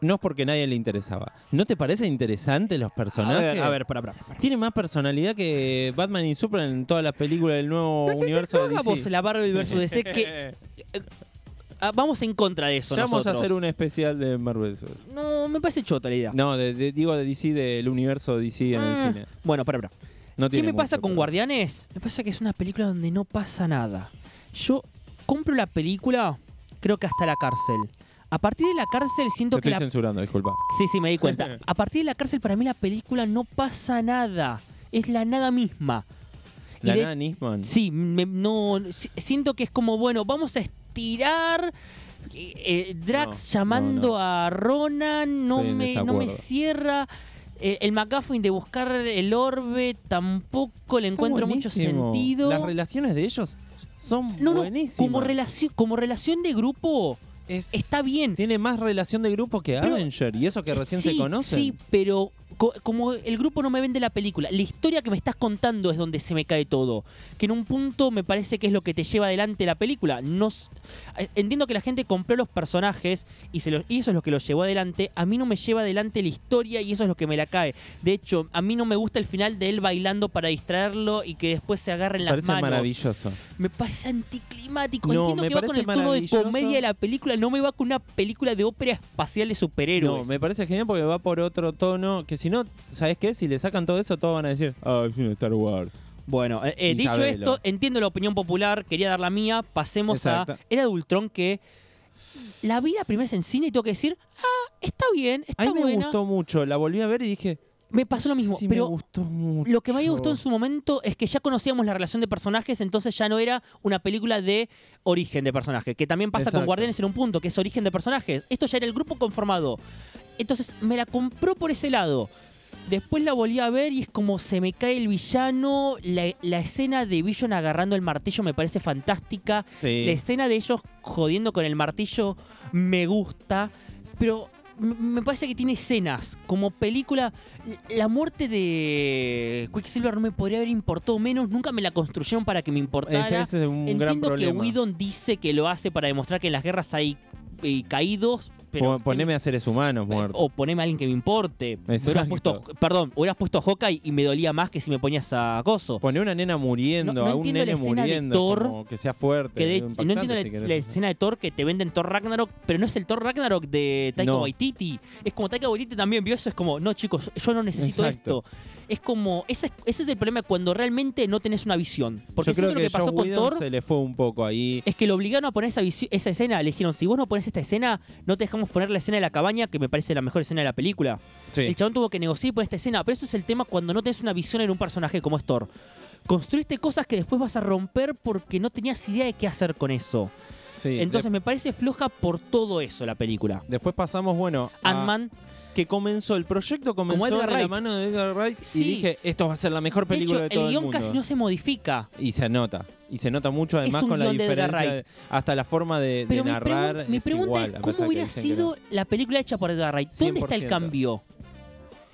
[SPEAKER 4] No es porque a nadie le interesaba. ¿No te parece interesante los
[SPEAKER 3] A
[SPEAKER 4] personajes?
[SPEAKER 3] ver, a ver, para, para. para.
[SPEAKER 4] Tiene más personalidad que Batman y Superman en todas las películas del nuevo universo
[SPEAKER 3] No
[SPEAKER 4] de
[SPEAKER 3] hagamos
[SPEAKER 4] DC.
[SPEAKER 3] la Barbie versus DC que eh, ah, vamos en contra de eso
[SPEAKER 4] Ya vamos a
[SPEAKER 3] nosotros.
[SPEAKER 4] hacer un especial de Marvel.
[SPEAKER 3] No, me parece chota la idea.
[SPEAKER 4] No, de- de- digo de DC, del universo DC en el
[SPEAKER 3] Ah,
[SPEAKER 4] cine.
[SPEAKER 3] Bueno, para, para.
[SPEAKER 4] No
[SPEAKER 3] ¿Qué
[SPEAKER 4] tiene
[SPEAKER 3] me pasa
[SPEAKER 4] mucho,
[SPEAKER 3] con
[SPEAKER 4] pero-
[SPEAKER 3] Guardianes? Me pasa que es una película donde no pasa nada. Yo compro la película, creo que hasta la cárcel. A partir de la cárcel siento
[SPEAKER 4] Te
[SPEAKER 3] que la...
[SPEAKER 4] estoy censurando, disculpa.
[SPEAKER 3] Sí, sí, me di cuenta. A partir de la cárcel para mí la película no pasa nada. Es la nada misma. Y
[SPEAKER 4] La
[SPEAKER 3] de-
[SPEAKER 4] nada Nisman.
[SPEAKER 3] Sí, me- no, si- siento que es como, bueno, vamos a estirar. eh, eh, Drax
[SPEAKER 4] No,
[SPEAKER 3] llamando
[SPEAKER 4] no, no.
[SPEAKER 3] a Ronan no
[SPEAKER 4] Estoy en
[SPEAKER 3] me, no me
[SPEAKER 4] desacuerdo.
[SPEAKER 3] cierra. Eh, el McGuffin de buscar el orbe tampoco le
[SPEAKER 4] Está
[SPEAKER 3] encuentro mucho
[SPEAKER 4] buenísimo.
[SPEAKER 3] sentido.
[SPEAKER 4] Las relaciones de ellos son
[SPEAKER 3] no, no,
[SPEAKER 4] buenísimas.
[SPEAKER 3] como, relación, como relación de grupo
[SPEAKER 4] Es-
[SPEAKER 3] está bien.
[SPEAKER 4] Tiene más relación de grupo que
[SPEAKER 3] Pero- eh,
[SPEAKER 4] Avenger y eso que recién
[SPEAKER 3] sí,
[SPEAKER 4] se conocen.
[SPEAKER 3] Sí, pero co- como el grupo no me vende la película, la historia que me estás contando es donde se me cae todo. Que en un punto me parece que es lo que te lleva adelante la película. No, s- eh, entiendo que la gente compró los personajes y, se los, y eso es lo que los llevó adelante. A mí no me lleva adelante la historia y eso es lo que me la cae. De hecho, a mí no me gusta el final de él bailando para distraerlo y que después se agarren las
[SPEAKER 4] parece
[SPEAKER 3] manos.
[SPEAKER 4] maravilloso.
[SPEAKER 3] Me parece anticlimático.
[SPEAKER 4] No,
[SPEAKER 3] Entiendo
[SPEAKER 4] me
[SPEAKER 3] que va con
[SPEAKER 4] parece
[SPEAKER 3] el tono de
[SPEAKER 4] maravilloso.
[SPEAKER 3] comedia de la película, no me va con una película de ópera espacial de superhéroes.
[SPEAKER 4] No, me parece genial porque va por otro tono. Que si no, ¿sabes qué? Si le sacan todo eso, todos van a decir, ah, es una Star Wars.
[SPEAKER 3] Bueno, eh, eh,
[SPEAKER 4] Y
[SPEAKER 3] dicho
[SPEAKER 4] sabelo.
[SPEAKER 3] esto, entiendo la opinión popular, quería dar la mía, pasemos a
[SPEAKER 4] Exacto.
[SPEAKER 3] Era de Ultron que la vi la primera vez en cine y tengo que decir, ah, está bien, está
[SPEAKER 4] A mí me
[SPEAKER 3] buena.
[SPEAKER 4] gustó mucho. La volví a ver y dije,
[SPEAKER 3] Me pasó lo mismo,
[SPEAKER 4] sí, me
[SPEAKER 3] pero
[SPEAKER 4] gustó mucho.
[SPEAKER 3] lo que me había gustado en su momento es que ya conocíamos la relación de personajes, entonces ya no era una película de origen de personaje, que también pasa con
[SPEAKER 4] Exacto.
[SPEAKER 3] Guardianes en un punto, que es origen de personajes. Esto ya era el grupo conformado. Entonces me la compró por ese lado. Después la volví a ver y es como se me cae el villano. La, la escena de Vision agarrando el martillo me parece fantástica.
[SPEAKER 4] Sí.
[SPEAKER 3] La escena de ellos jodiendo con el martillo me gusta, pero m- me parece que tiene escenas. Como película, l- la muerte de Quicksilver no me podría haber importado menos. Nunca me la construyeron para que me
[SPEAKER 4] Eh, ya
[SPEAKER 3] importara.
[SPEAKER 4] ese es un gran
[SPEAKER 3] Entiendo que
[SPEAKER 4] problema.
[SPEAKER 3] Whedon dice que lo hace para demostrar que en las guerras hay eh, caídos, pero...
[SPEAKER 4] Po- poneme a seres humanos muertos.
[SPEAKER 3] O poneme a alguien que me importe. Me
[SPEAKER 4] Exacto.
[SPEAKER 3] Hubieras puesto, perdón, hubieras puesto Hawkeye y me dolía más que si me ponías a Gozo.
[SPEAKER 4] Poné una nena muriendo,
[SPEAKER 3] No- no
[SPEAKER 4] a un
[SPEAKER 3] entiendo la
[SPEAKER 4] nene
[SPEAKER 3] escena de
[SPEAKER 4] muriendo,
[SPEAKER 3] Thor,
[SPEAKER 4] como que sea fuerte.
[SPEAKER 3] Que de-
[SPEAKER 4] impactante,
[SPEAKER 3] no entiendo la,
[SPEAKER 4] si querés.
[SPEAKER 3] la escena de Thor que te venden Thor Ragnarok, pero no es el Thor Ragnarok de Taika
[SPEAKER 4] No.
[SPEAKER 3] Waititi. Es como Taika Waititi también vio eso, es como, no chicos, yo no necesito
[SPEAKER 4] Exacto.
[SPEAKER 3] esto. Es como, ese, es- ese es el problema cuando realmente no tenés una visión. Porque
[SPEAKER 4] Yo creo
[SPEAKER 3] siento
[SPEAKER 4] que,
[SPEAKER 3] que lo que pasó
[SPEAKER 4] Joss
[SPEAKER 3] con
[SPEAKER 4] Whedon
[SPEAKER 3] Thor
[SPEAKER 4] se le fue un poco ahí.
[SPEAKER 3] es que lo obligaron a poner esa, visi- esa escena. Le dijeron, si vos no pones esta escena, no te dejamos poner la escena de la cabaña, que me parece la mejor escena de la película.
[SPEAKER 4] Sí.
[SPEAKER 3] El chabón tuvo que negociar por esta escena. Pero eso es el tema cuando no tenés una visión en un personaje como es Thor. Construiste cosas que después vas a romper porque no tenías idea de qué hacer con eso.
[SPEAKER 4] Sí,
[SPEAKER 3] Entonces me parece floja por todo eso la película.
[SPEAKER 4] de- después pasamos, bueno, a-
[SPEAKER 3] Ant-Man,
[SPEAKER 4] que comenzó, el proyecto comenzó
[SPEAKER 3] Edgar
[SPEAKER 4] de la
[SPEAKER 3] Wright.
[SPEAKER 4] mano de Edgar Wright
[SPEAKER 3] Sí.
[SPEAKER 4] y dije, esto va a ser la mejor
[SPEAKER 3] de hecho,
[SPEAKER 4] película de, todo
[SPEAKER 3] el
[SPEAKER 4] el
[SPEAKER 3] guión
[SPEAKER 4] mundo.
[SPEAKER 3] casi no se modifica.
[SPEAKER 4] Y se nota, y se nota mucho además
[SPEAKER 3] un
[SPEAKER 4] con la
[SPEAKER 3] guión de Edgar
[SPEAKER 4] diferencia,
[SPEAKER 3] Wright.
[SPEAKER 4] de- hasta la forma de, de
[SPEAKER 3] Pero mi,
[SPEAKER 4] narrar.
[SPEAKER 3] pregun- mi
[SPEAKER 4] es
[SPEAKER 3] pregunta
[SPEAKER 4] igual, a
[SPEAKER 3] es,
[SPEAKER 4] pesar
[SPEAKER 3] ¿cómo
[SPEAKER 4] que
[SPEAKER 3] hubiera
[SPEAKER 4] dicen que no.
[SPEAKER 3] sido la película hecha por Edgar Wright? ¿Dónde está el
[SPEAKER 4] 100%.
[SPEAKER 3] cambio?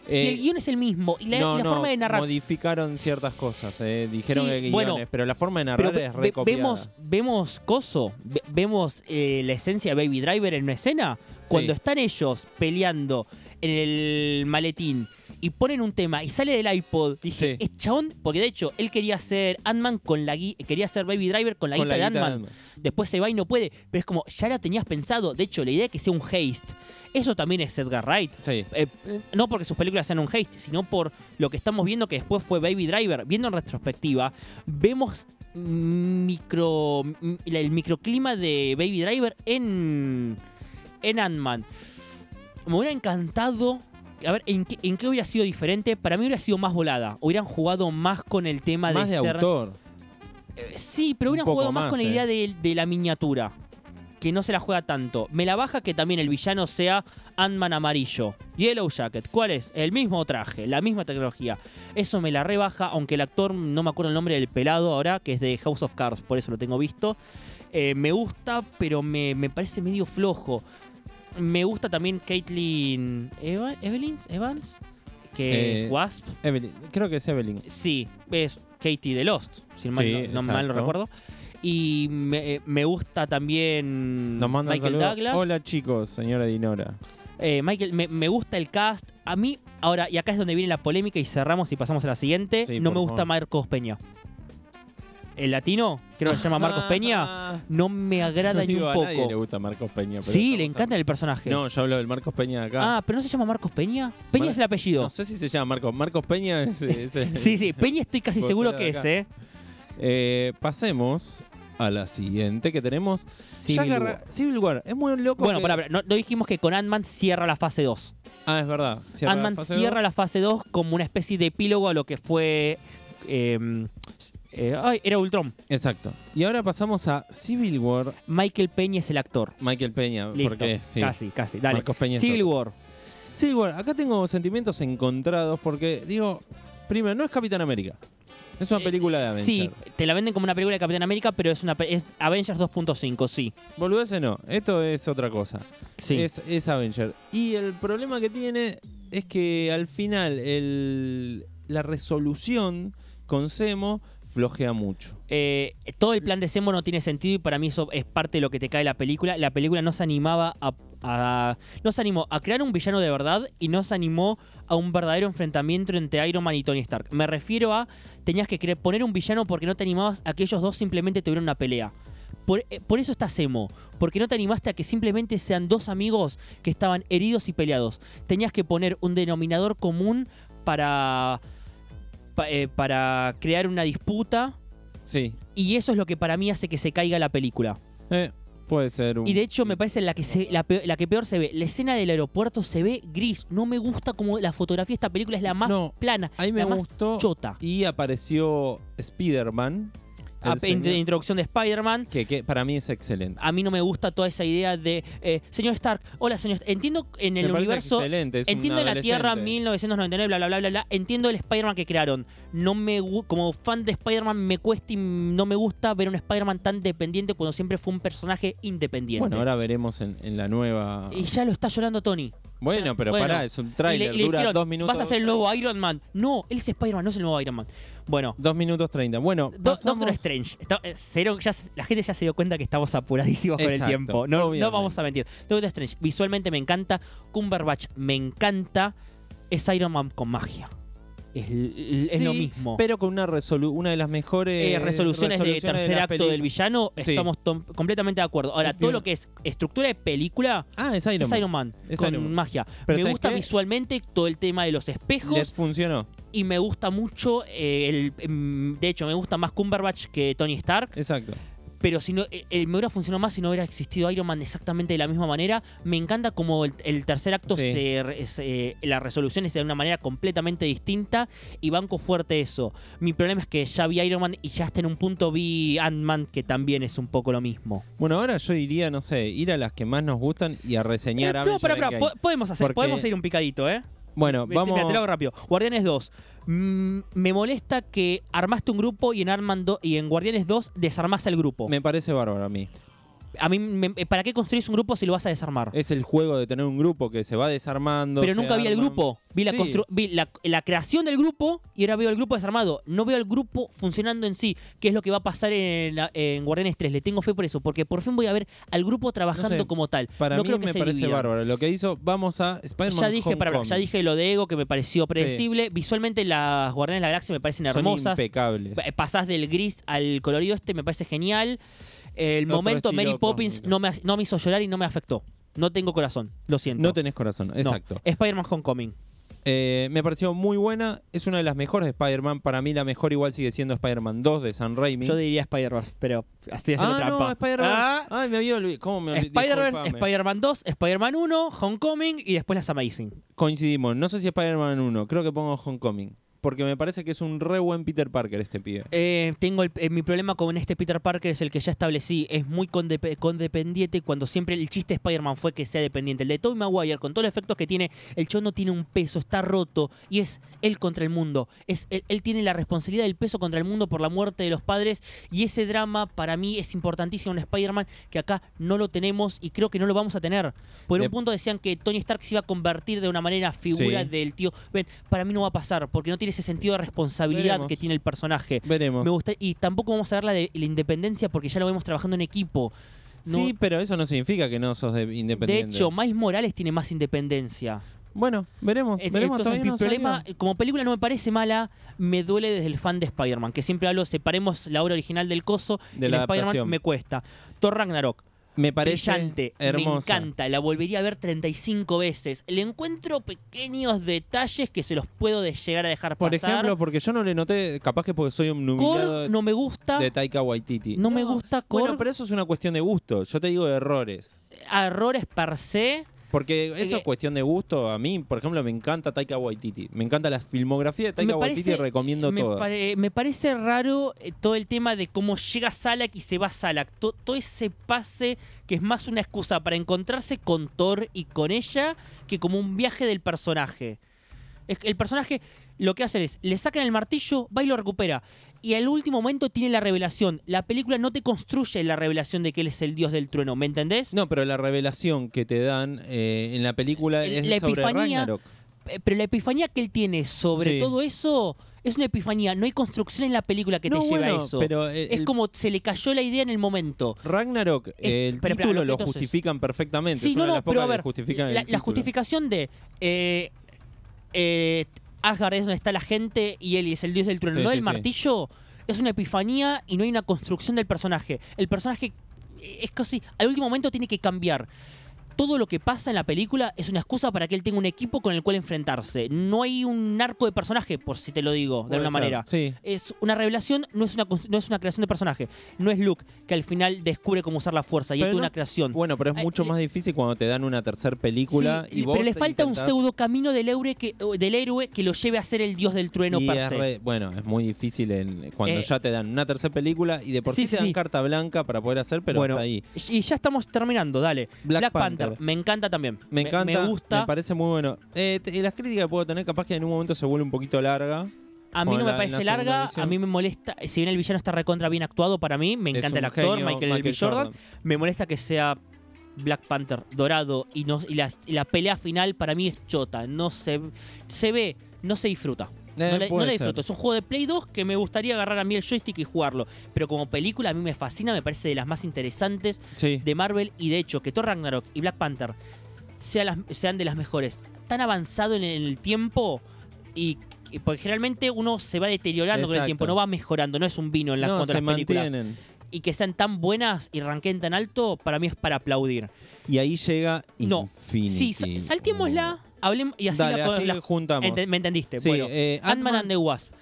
[SPEAKER 3] si
[SPEAKER 4] Eh,
[SPEAKER 3] el guión es el mismo y la,
[SPEAKER 4] no,
[SPEAKER 3] la
[SPEAKER 4] no,
[SPEAKER 3] forma de narrar...
[SPEAKER 4] modificaron ciertas cosas, eh, dijeron
[SPEAKER 3] Sí,
[SPEAKER 4] que guiones,
[SPEAKER 3] bueno,
[SPEAKER 4] pero la forma de
[SPEAKER 3] Pero
[SPEAKER 4] narrar
[SPEAKER 3] ve-
[SPEAKER 4] es
[SPEAKER 3] ve-
[SPEAKER 4] recopiada.
[SPEAKER 3] vemos, vemos Coso, ve- vemos eh, la esencia de Baby Driver en una escena. Cuando están ellos peleando en el maletín y ponen un tema y sale del iPod, dije,
[SPEAKER 4] Sí.
[SPEAKER 3] es chabón, porque de hecho él quería hacer Ant-Man con la gui- quería hacer Baby Driver con la
[SPEAKER 4] Con
[SPEAKER 3] guita de
[SPEAKER 4] guita de
[SPEAKER 3] Ant-Man.
[SPEAKER 4] Ant-Man.
[SPEAKER 3] Después se va y no puede, pero es como, ya la tenías pensado. De hecho, la idea es que sea un haste. Eso también es Edgar Wright.
[SPEAKER 4] Sí.
[SPEAKER 3] Eh, eh, no porque sus películas sean un haste, sino por lo que estamos viendo que después fue Baby Driver. Viendo en retrospectiva, vemos micro m- el microclima de Baby Driver en en Ant-Man. Me hubiera encantado a ver ¿en qué, en qué hubiera sido diferente. Para mí hubiera sido más volada. Hubieran jugado más con el tema
[SPEAKER 4] Más de
[SPEAKER 3] ser
[SPEAKER 4] autor.
[SPEAKER 3] eh, Sí, pero
[SPEAKER 4] Un
[SPEAKER 3] hubieran
[SPEAKER 4] poco
[SPEAKER 3] jugado más,
[SPEAKER 4] más,
[SPEAKER 3] con la
[SPEAKER 4] eh.
[SPEAKER 3] idea de, de la miniatura. que no se la juega tanto. Me la baja que también el villano sea Ant-Man amarillo. Yellow Jacket, ¿cuál es? El mismo traje, la misma tecnología. Eso me la rebaja, aunque el actor, no me acuerdo el nombre del pelado ahora, que es de House of Cards, por eso lo tengo visto. Eh, me gusta, pero me, me parece medio flojo. Me gusta también Caitlyn Eva- Evelyn- Evans, que
[SPEAKER 4] Eh,
[SPEAKER 3] es Wasp.
[SPEAKER 4] Evelyn, creo que es Evelyn.
[SPEAKER 3] Sí, es Katie de Lost, si mal,
[SPEAKER 4] Sí,
[SPEAKER 3] no, no mal lo
[SPEAKER 4] exacto.
[SPEAKER 3] recuerdo. Y me, eh, me gusta también
[SPEAKER 4] Nos manda un
[SPEAKER 3] Michael
[SPEAKER 4] saludo.
[SPEAKER 3] Douglas.
[SPEAKER 4] Hola chicos, señora Dinora.
[SPEAKER 3] Eh, Michael, me, me gusta el cast. A mí, ahora, y acá es donde viene la polémica y cerramos y pasamos a la siguiente.
[SPEAKER 4] Sí,
[SPEAKER 3] no
[SPEAKER 4] por
[SPEAKER 3] me gusta
[SPEAKER 4] favor.
[SPEAKER 3] Marcos Peña. El latino, creo que se llama
[SPEAKER 4] Ah,
[SPEAKER 3] Marcos Peña, no me agrada ni
[SPEAKER 4] Digo,
[SPEAKER 3] un
[SPEAKER 4] a nadie le
[SPEAKER 3] poco.
[SPEAKER 4] gusta Marcos Peña. pero
[SPEAKER 3] Sí, le
[SPEAKER 4] estamos
[SPEAKER 3] encanta el personaje.
[SPEAKER 4] No, yo hablo del Marcos Peña de acá.
[SPEAKER 3] ah, pero no se llama Marcos Peña. Peña
[SPEAKER 4] Mar-
[SPEAKER 3] es el apellido.
[SPEAKER 4] no sé si se llama Marcos. Marcos Peña es. es- es-
[SPEAKER 3] Sí, sí, Peña estoy casi
[SPEAKER 4] Vos
[SPEAKER 3] seguro
[SPEAKER 4] sos
[SPEAKER 3] que
[SPEAKER 4] de acá.
[SPEAKER 3] es, ¿eh?
[SPEAKER 4] Eh, pasemos a la siguiente que tenemos.
[SPEAKER 3] Civil
[SPEAKER 4] Ya
[SPEAKER 3] War.
[SPEAKER 4] agarra- Civil War. Es muy loco.
[SPEAKER 3] Bueno,
[SPEAKER 4] que-
[SPEAKER 3] pará, pará, no, no dijimos que con Ant-Man cierra la fase 2.
[SPEAKER 4] Ah, es verdad. Cierra
[SPEAKER 3] Ant-Man
[SPEAKER 4] fase
[SPEAKER 3] cierra
[SPEAKER 4] dos.
[SPEAKER 3] la fase 2 como una especie de epílogo a lo que fue. eh, eh, ay, era Ultron.
[SPEAKER 4] Exacto. Y ahora pasamos a Civil War.
[SPEAKER 3] Michael Peña es el actor.
[SPEAKER 4] Michael Peña.
[SPEAKER 3] Listo.
[SPEAKER 4] Porque sí.
[SPEAKER 3] Casi, casi. Dale.
[SPEAKER 4] Marcos Peña. es
[SPEAKER 3] Civil
[SPEAKER 4] otro.
[SPEAKER 3] War.
[SPEAKER 4] Civil War. Acá tengo sentimientos encontrados porque, digo, primero, no es Capitán América. Es una película de Avengers.
[SPEAKER 3] Eh, Sí, te la venden como una película de Capitán América, pero es una pe- es Avengers 2.5, sí.
[SPEAKER 4] Volvese no. Esto es otra cosa.
[SPEAKER 3] Sí.
[SPEAKER 4] Es, es Avenger. Y el problema que tiene es que al final el- la resolución con Semo flojea mucho.
[SPEAKER 3] Eh, todo el plan de Semo no tiene sentido y para mí eso es parte de lo que te cae de la película. La película no se animaba a, a- no se animó a crear un villano de verdad y no se animó a un verdadero enfrentamiento entre Iron Man y Tony Stark. Me refiero a tenías que querer poner un villano porque no te animabas a que ellos dos simplemente tuvieran una pelea. Por, eh, por eso está Semo, porque no te animaste a que simplemente sean dos amigos que estaban heridos y peleados. Tenías que poner un denominador común para, pa- eh, para crear una disputa
[SPEAKER 4] Sí.
[SPEAKER 3] y eso es lo que para mí hace que se caiga la película.
[SPEAKER 4] Eh, puede ser un.
[SPEAKER 3] Y de hecho me parece la que, se, la, peor, la que peor se ve. La escena del aeropuerto se ve gris. No me gusta como la fotografía de esta película es la más
[SPEAKER 4] No,
[SPEAKER 3] plana,
[SPEAKER 4] Ahí me
[SPEAKER 3] la más
[SPEAKER 4] gustó.
[SPEAKER 3] chota.
[SPEAKER 4] Y apareció Spider-Man. el
[SPEAKER 3] Ah, in-
[SPEAKER 4] señor-
[SPEAKER 3] introducción de Spider-Man.
[SPEAKER 4] que, que para mí es excelente.
[SPEAKER 3] A mí no me gusta toda esa idea de eh, señor Stark, hola señor. Entiendo en el
[SPEAKER 4] Me parece
[SPEAKER 3] universo,
[SPEAKER 4] excelente, es un
[SPEAKER 3] entiendo la Tierra
[SPEAKER 4] adolescente.
[SPEAKER 3] 1999, bla bla bla bla bla. Entiendo el Spider-Man que crearon. No me gu- como fan de Spider-Man me cuesta y no me gusta ver un Spider-Man tan dependiente cuando siempre fue un personaje independiente.
[SPEAKER 4] Bueno, ahora veremos en, en la nueva.
[SPEAKER 3] Y ya lo está llorando Tony.
[SPEAKER 4] Bueno,
[SPEAKER 3] Ya-
[SPEAKER 4] pero
[SPEAKER 3] bueno.
[SPEAKER 4] pará, es un
[SPEAKER 3] Y le-
[SPEAKER 4] tráiler,
[SPEAKER 3] y le
[SPEAKER 4] dura
[SPEAKER 3] dijeron,
[SPEAKER 4] dos minutos.
[SPEAKER 3] Vas a ser el nuevo Iron Man. No, él es Spider-Man, no es el nuevo Iron Man. Bueno,
[SPEAKER 4] Dos minutos treinta. Bueno,
[SPEAKER 3] Do- Doctor
[SPEAKER 4] pasamos-
[SPEAKER 3] Strange. Está- eh, cero- ya se- la gente ya se dio cuenta que estamos apuradísimos con el
[SPEAKER 4] Exacto,
[SPEAKER 3] tiempo. No, no
[SPEAKER 4] obviamente.
[SPEAKER 3] vamos a mentir. Doctor Strange, visualmente me encanta. Cumberbatch me encanta. Es Iron Man con magia. Es, l- es
[SPEAKER 4] Sí,
[SPEAKER 3] lo mismo.
[SPEAKER 4] Pero con una, resolu- una de las mejores
[SPEAKER 3] Eh, resoluciones de
[SPEAKER 4] resoluciones
[SPEAKER 3] tercer
[SPEAKER 4] la
[SPEAKER 3] acto del
[SPEAKER 4] peli-
[SPEAKER 3] villano,
[SPEAKER 4] Sí.
[SPEAKER 3] estamos tom- completamente de acuerdo. Ahora,
[SPEAKER 4] Es
[SPEAKER 3] todo
[SPEAKER 4] bien.
[SPEAKER 3] lo que es estructura de película,
[SPEAKER 4] Ah, es Iron
[SPEAKER 3] es
[SPEAKER 4] Man.
[SPEAKER 3] Iron Man,
[SPEAKER 4] Es
[SPEAKER 3] con
[SPEAKER 4] Iron Man.
[SPEAKER 3] magia.
[SPEAKER 4] Pero
[SPEAKER 3] me
[SPEAKER 4] ¿sabes
[SPEAKER 3] gusta
[SPEAKER 4] qué?
[SPEAKER 3] visualmente todo el tema de los
[SPEAKER 4] Les
[SPEAKER 3] espejos
[SPEAKER 4] funcionó.
[SPEAKER 3] y me gusta mucho eh, el em, de hecho me gusta más Cumberbatch que Tony Stark,
[SPEAKER 4] Exacto.
[SPEAKER 3] pero si no el- el me hubiera funcionado más si no hubiera existido Iron Man exactamente de la misma manera. Me encanta como el, el tercer acto
[SPEAKER 4] Sí.
[SPEAKER 3] se re- se- la resolución es de una manera completamente distinta y banco fuerte eso. Mi problema es que ya vi Iron Man y ya hasta en un punto vi Ant-Man que también es un poco lo mismo.
[SPEAKER 4] Bueno, ahora yo diría, no sé, ir a las que más nos gustan y a reseñar
[SPEAKER 3] Eh,
[SPEAKER 4] a
[SPEAKER 3] no, pará, pará, po- podemos hacer,
[SPEAKER 4] Porque-
[SPEAKER 3] podemos ir un picadito, ¿eh?
[SPEAKER 4] Bueno,
[SPEAKER 3] Mira,
[SPEAKER 4] vamos.
[SPEAKER 3] te lo hago rápido. Guardianes 2. Mm, me molesta que armaste un grupo y en, Ant-Man do- y en Guardianes 2 desarmaste el grupo.
[SPEAKER 4] Me parece bárbaro a mí.
[SPEAKER 3] A mí, me- eh, ¿para qué construís un grupo si lo vas a desarmar?
[SPEAKER 4] Es el juego de tener un grupo que se va desarmando.
[SPEAKER 3] Pero
[SPEAKER 4] se
[SPEAKER 3] nunca vi el
[SPEAKER 4] arman.
[SPEAKER 3] grupo. Vi, la,
[SPEAKER 4] Sí.
[SPEAKER 3] constru- vi la, la creación del grupo y ahora veo el grupo desarmado. No veo el grupo funcionando en sí, que es lo que va a pasar en, la- en Guardianes 3. Le tengo fe por eso, porque por fin voy a ver al grupo trabajando
[SPEAKER 4] sé,
[SPEAKER 3] como tal.
[SPEAKER 4] Para
[SPEAKER 3] no
[SPEAKER 4] mí
[SPEAKER 3] creo que
[SPEAKER 4] me
[SPEAKER 3] se
[SPEAKER 4] parece
[SPEAKER 3] dividan.
[SPEAKER 4] bárbaro. Lo que hizo, vamos a Spider-Man.
[SPEAKER 3] Ya dije, para,
[SPEAKER 4] Homecoming.
[SPEAKER 3] ya dije lo de Ego que me pareció predecible. Visualmente las Guardianes de la Galaxia me parecen
[SPEAKER 4] Son
[SPEAKER 3] hermosas.
[SPEAKER 4] impecables.
[SPEAKER 3] Pa- Eh, pasás del gris al colorido este, me parece genial. El
[SPEAKER 4] Otro
[SPEAKER 3] momento
[SPEAKER 4] estilo
[SPEAKER 3] Mary Poppins
[SPEAKER 4] cósmico.
[SPEAKER 3] no me, ha- no me hizo llorar y no me afectó. No tengo corazón, lo siento.
[SPEAKER 4] No tenés corazón,
[SPEAKER 3] No.
[SPEAKER 4] exacto.
[SPEAKER 3] Spider-Man Homecoming.
[SPEAKER 4] Eh, me pareció muy buena. Es una de las mejores de Spider-Man. Para mí, la mejor igual sigue siendo Spider-Man 2 de San Raimi.
[SPEAKER 3] Yo diría Spider-Verse, pero estoy haciendo
[SPEAKER 4] ah, no,
[SPEAKER 3] trampa.
[SPEAKER 4] Spider-Man.
[SPEAKER 3] Ah,
[SPEAKER 4] Ay, me había olvidado. ¿Cómo me olvidé?
[SPEAKER 3] Spider-Verse,
[SPEAKER 4] Disculpame.
[SPEAKER 3] Spider-Man 2, Spider-Man 1, Homecoming y después las Amazing.
[SPEAKER 4] Coincidimos. No sé si Spider-Man 1. Creo que pongo Homecoming. porque me parece que es un re buen Peter Parker este pibe.
[SPEAKER 3] Eh, tengo el- eh, mi problema con este Peter Parker es el que ya establecí. Es muy condepe- condependiente cuando siempre el chiste de Spider-Man fue que sea dependiente. El de Tobey Maguire, con todos los efectos que tiene, el show no tiene un peso, está roto y es él contra el mundo. Es, él, él tiene la responsabilidad del peso contra el mundo por la muerte de los padres y ese drama para mí es importantísimo en Spider-Man que acá no lo tenemos y creo que no lo vamos a tener. Por
[SPEAKER 4] De-
[SPEAKER 3] un punto decían que Tony Stark se iba a convertir de una manera figura
[SPEAKER 4] Sí.
[SPEAKER 3] del tío. Ven, para mí no va a pasar porque no tiene ese sentido de responsabilidad
[SPEAKER 4] Veremos.
[SPEAKER 3] que tiene el personaje.
[SPEAKER 4] Veremos.
[SPEAKER 3] Me gusta, y tampoco vamos a ver la de la independencia porque ya lo vemos trabajando en equipo. No-
[SPEAKER 4] Sí, pero eso no significa que no sos de-
[SPEAKER 3] de
[SPEAKER 4] independiente.
[SPEAKER 3] hecho, Miles Morales tiene más independencia.
[SPEAKER 4] bueno, veremos.
[SPEAKER 3] Et-
[SPEAKER 4] veremos
[SPEAKER 3] Entonces,
[SPEAKER 4] todavía
[SPEAKER 3] Este, mi
[SPEAKER 4] no
[SPEAKER 3] problema,
[SPEAKER 4] sabía.
[SPEAKER 3] como película no me parece mala, me duele desde el fan de Spider-Man, que siempre hablo, separemos la obra original del coso,
[SPEAKER 4] De
[SPEAKER 3] y
[SPEAKER 4] la
[SPEAKER 3] la Spider-Man
[SPEAKER 4] adaptación.
[SPEAKER 3] me cuesta. Thor Ragnarok,
[SPEAKER 4] me parece
[SPEAKER 3] brillante, me
[SPEAKER 4] hermosa.
[SPEAKER 3] encanta, la volvería a ver 35 veces. Le encuentro pequeños detalles que se los puedo de- llegar a dejar
[SPEAKER 4] Por
[SPEAKER 3] pasar.
[SPEAKER 4] ejemplo, porque yo no le noté, capaz que porque soy un
[SPEAKER 3] Korg no me gusta,
[SPEAKER 4] de Taika Waititi.
[SPEAKER 3] no me gusta
[SPEAKER 4] Bueno,
[SPEAKER 3] Korg.
[SPEAKER 4] pero eso es una cuestión de gusto. Yo te digo de errores.
[SPEAKER 3] errores per se.
[SPEAKER 4] Porque eso
[SPEAKER 3] que-
[SPEAKER 4] es cuestión de gusto. A mí, por ejemplo, me encanta Taika Waititi. Me encanta la filmografía de
[SPEAKER 3] Me
[SPEAKER 4] Taika Waititi.
[SPEAKER 3] parece-
[SPEAKER 4] Recomiendo
[SPEAKER 3] me
[SPEAKER 4] todo.
[SPEAKER 3] pare- me parece raro eh, todo el tema de cómo llega Salak y se va Salak. To- todo ese pase que es más una excusa para encontrarse con Thor y con ella que como un viaje del personaje. Es que el personaje lo que hace es, le sacan el martillo, va y lo recupera. Y al último momento tiene la revelación. La película no te construye la revelación de que él es el dios del trueno, ¿me entendés?
[SPEAKER 4] No, pero la revelación que te dan eh, en la película
[SPEAKER 3] El-
[SPEAKER 4] es
[SPEAKER 3] la
[SPEAKER 4] sobre
[SPEAKER 3] epifanía-
[SPEAKER 4] Ragnarok.
[SPEAKER 3] Eh, Pero la epifanía que él tiene sobre
[SPEAKER 4] Sí.
[SPEAKER 3] todo eso es una epifanía. No hay construcción en la película que
[SPEAKER 4] No,
[SPEAKER 3] te lleve a
[SPEAKER 4] bueno,
[SPEAKER 3] eso.
[SPEAKER 4] Pero el-
[SPEAKER 3] Es
[SPEAKER 4] el
[SPEAKER 3] como se le cayó la idea en el momento.
[SPEAKER 4] Ragnarok, el
[SPEAKER 3] espera, espera,
[SPEAKER 4] título
[SPEAKER 3] lo que
[SPEAKER 4] lo
[SPEAKER 3] entonces-
[SPEAKER 4] justifican perfectamente.
[SPEAKER 3] Sí,
[SPEAKER 4] es una
[SPEAKER 3] no,
[SPEAKER 4] de
[SPEAKER 3] no,
[SPEAKER 4] las
[SPEAKER 3] pero
[SPEAKER 4] pocas
[SPEAKER 3] a
[SPEAKER 4] que
[SPEAKER 3] ver,
[SPEAKER 4] justifican el
[SPEAKER 3] la, la
[SPEAKER 4] título.
[SPEAKER 3] justificación de eh, eh, Asgard es donde está la gente y él es el dios del trueno,
[SPEAKER 4] Sí,
[SPEAKER 3] no
[SPEAKER 4] sí,
[SPEAKER 3] el
[SPEAKER 4] sí.
[SPEAKER 3] martillo, es una epifanía y no hay una construcción del personaje. El personaje eh, es casi, al último momento tiene que cambiar. Todo lo que pasa en la película es una excusa para que él tenga un equipo con el cual enfrentarse. No hay un arco de personaje, por si te lo digo, de
[SPEAKER 4] Puede
[SPEAKER 3] alguna
[SPEAKER 4] ser,
[SPEAKER 3] manera
[SPEAKER 4] Sí.
[SPEAKER 3] es una revelación, no es una, cons- no es una creación de personaje. No es Luke que al final descubre cómo usar la fuerza y
[SPEAKER 4] Pero
[SPEAKER 3] esto es
[SPEAKER 4] no-
[SPEAKER 3] una creación.
[SPEAKER 4] Bueno, pero es
[SPEAKER 3] Ay,
[SPEAKER 4] mucho
[SPEAKER 3] le-
[SPEAKER 4] más difícil cuando te dan una tercera película
[SPEAKER 3] Sí,
[SPEAKER 4] y vos
[SPEAKER 3] pero le
[SPEAKER 4] te
[SPEAKER 3] falta un
[SPEAKER 4] intentás-
[SPEAKER 3] pseudo camino del héroe, que, o del héroe que lo lleve a ser el dios del trueno
[SPEAKER 4] Y
[SPEAKER 3] per
[SPEAKER 4] es
[SPEAKER 3] se.
[SPEAKER 4] re- bueno, es muy difícil en- cuando
[SPEAKER 3] Eh,
[SPEAKER 4] ya te dan una tercera película y de por sí,
[SPEAKER 3] sí, sí,
[SPEAKER 4] te dan
[SPEAKER 3] sí.
[SPEAKER 4] carta blanca para poder hacer, pero
[SPEAKER 3] Bueno,
[SPEAKER 4] hasta ahí.
[SPEAKER 3] Y ya estamos terminando, dale.
[SPEAKER 4] Black
[SPEAKER 3] Black, Panther.
[SPEAKER 4] Panther.
[SPEAKER 3] me encanta también.
[SPEAKER 4] Me encanta, me,
[SPEAKER 3] Me gusta.
[SPEAKER 4] parece muy bueno. Eh, te- las críticas que puedo tener, capaz que en un momento se vuelve un poquito larga.
[SPEAKER 3] a mí
[SPEAKER 4] con
[SPEAKER 3] no
[SPEAKER 4] la-
[SPEAKER 3] me
[SPEAKER 4] en
[SPEAKER 3] parece
[SPEAKER 4] la segunda
[SPEAKER 3] larga,
[SPEAKER 4] edición.
[SPEAKER 3] a mí me molesta. Si bien el villano está recontra bien actuado para mí, me
[SPEAKER 4] Es
[SPEAKER 3] encanta el
[SPEAKER 4] un
[SPEAKER 3] actor,
[SPEAKER 4] genio,
[SPEAKER 3] Michael, B. Jordan. Me molesta que sea Black Panther dorado y, no, y, la, y la pelea final para mí es chota. No se, se ve, no se disfruta.
[SPEAKER 4] Eh,
[SPEAKER 3] no la, no
[SPEAKER 4] puede
[SPEAKER 3] la
[SPEAKER 4] ser.
[SPEAKER 3] disfruto. Es un juego de Play 2 que me gustaría agarrar a mí el joystick y jugarlo. Pero como película a mí me fascina, me parece de las más interesantes
[SPEAKER 4] Sí.
[SPEAKER 3] de Marvel. Y de hecho, que Thor Ragnarok y Black Panther sean, las- sean de las mejores. Tan avanzado en el tiempo y... y Porque generalmente uno se va deteriorando con el
[SPEAKER 4] Exacto.
[SPEAKER 3] tiempo, no va mejorando, no es un vino en las,
[SPEAKER 4] no,
[SPEAKER 3] otras
[SPEAKER 4] se
[SPEAKER 3] películas
[SPEAKER 4] mantienen.
[SPEAKER 3] y que sean tan buenas y ranquen tan alto, para mí es para aplaudir.
[SPEAKER 4] Y ahí llega
[SPEAKER 3] No. Sí,
[SPEAKER 4] Infinity.
[SPEAKER 3] sa- saltémosla, hablemos y así
[SPEAKER 4] Dale,
[SPEAKER 3] la,
[SPEAKER 4] así
[SPEAKER 3] la-
[SPEAKER 4] la juntamos.
[SPEAKER 3] Ente- ¿Me entendiste?
[SPEAKER 4] Sí,
[SPEAKER 3] bueno,
[SPEAKER 4] eh,
[SPEAKER 3] Ant-Man
[SPEAKER 4] Ant-Man-
[SPEAKER 3] and the Wasp.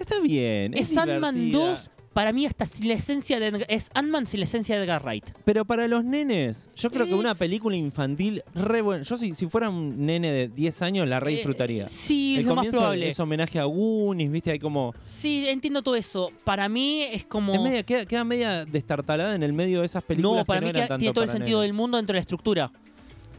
[SPEAKER 4] Está bien.
[SPEAKER 3] Es,
[SPEAKER 4] Es,
[SPEAKER 3] Ant-Man
[SPEAKER 4] divertida.
[SPEAKER 3] 2, para mí hasta sin la esencia de Edgar- es Ant-Man sin la esencia de Edgar Wright.
[SPEAKER 4] Pero para los nenes, yo creo que
[SPEAKER 3] Eh.
[SPEAKER 4] una película infantil re buena. Yo, si, si fuera un nene de 10 años, la re disfrutaría.
[SPEAKER 3] Eh, sí,
[SPEAKER 4] El
[SPEAKER 3] es lo más
[SPEAKER 4] comienzo
[SPEAKER 3] probable.
[SPEAKER 4] es homenaje a Goonies, ¿viste? Hay como.
[SPEAKER 3] Sí, entiendo todo eso. Para mí es como
[SPEAKER 4] es media- queda, queda media destartalada en el medio de esas películas.
[SPEAKER 3] No, para
[SPEAKER 4] que
[SPEAKER 3] mí
[SPEAKER 4] no eran
[SPEAKER 3] queda-
[SPEAKER 4] tanto
[SPEAKER 3] tiene todo el
[SPEAKER 4] para
[SPEAKER 3] sentido
[SPEAKER 4] nenes.
[SPEAKER 3] del mundo dentro de la estructura.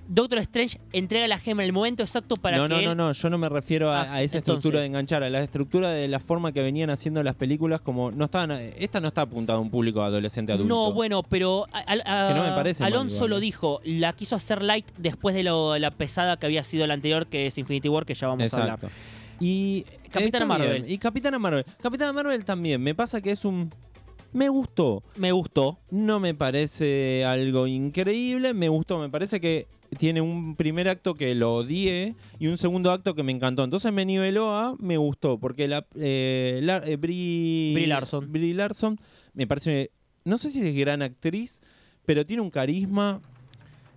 [SPEAKER 3] Doctor Strange entrega la gema en el momento exacto para
[SPEAKER 4] no,
[SPEAKER 3] que
[SPEAKER 4] no,
[SPEAKER 3] él-
[SPEAKER 4] no, no, yo no me refiero a,
[SPEAKER 3] Ah,
[SPEAKER 4] a esa estructura
[SPEAKER 3] entonces.
[SPEAKER 4] de enganchar, a la estructura de la forma que venían haciendo las películas, como no estaban, esta no está apuntada a un público adolescente adulto.
[SPEAKER 3] No, bueno, pero a- a- a-
[SPEAKER 4] Que no me parece mal,
[SPEAKER 3] Alonso
[SPEAKER 4] igual, ¿eh?
[SPEAKER 3] lo
[SPEAKER 4] ¿no?
[SPEAKER 3] dijo, la quiso hacer light después de lo- la pesada que había sido la anterior, que es Infinity War, que ya vamos a
[SPEAKER 4] Exacto.
[SPEAKER 3] hablar.
[SPEAKER 4] Y
[SPEAKER 3] Capitana
[SPEAKER 4] está
[SPEAKER 3] Marvel.
[SPEAKER 4] bien. Y Capitana Marvel. Capitana Marvel también. Me pasa que es un. Me gustó.
[SPEAKER 3] Me gustó.
[SPEAKER 4] No me parece algo increíble. Me gustó. Me parece que tiene un primer acto que lo odié y un segundo acto que me encantó. Entonces me niveló a me gustó. Porque la, eh, la- eh, Brie,
[SPEAKER 3] Brie Larson.
[SPEAKER 4] Brie Larson me parece. No sé si es gran actriz, pero tiene un carisma.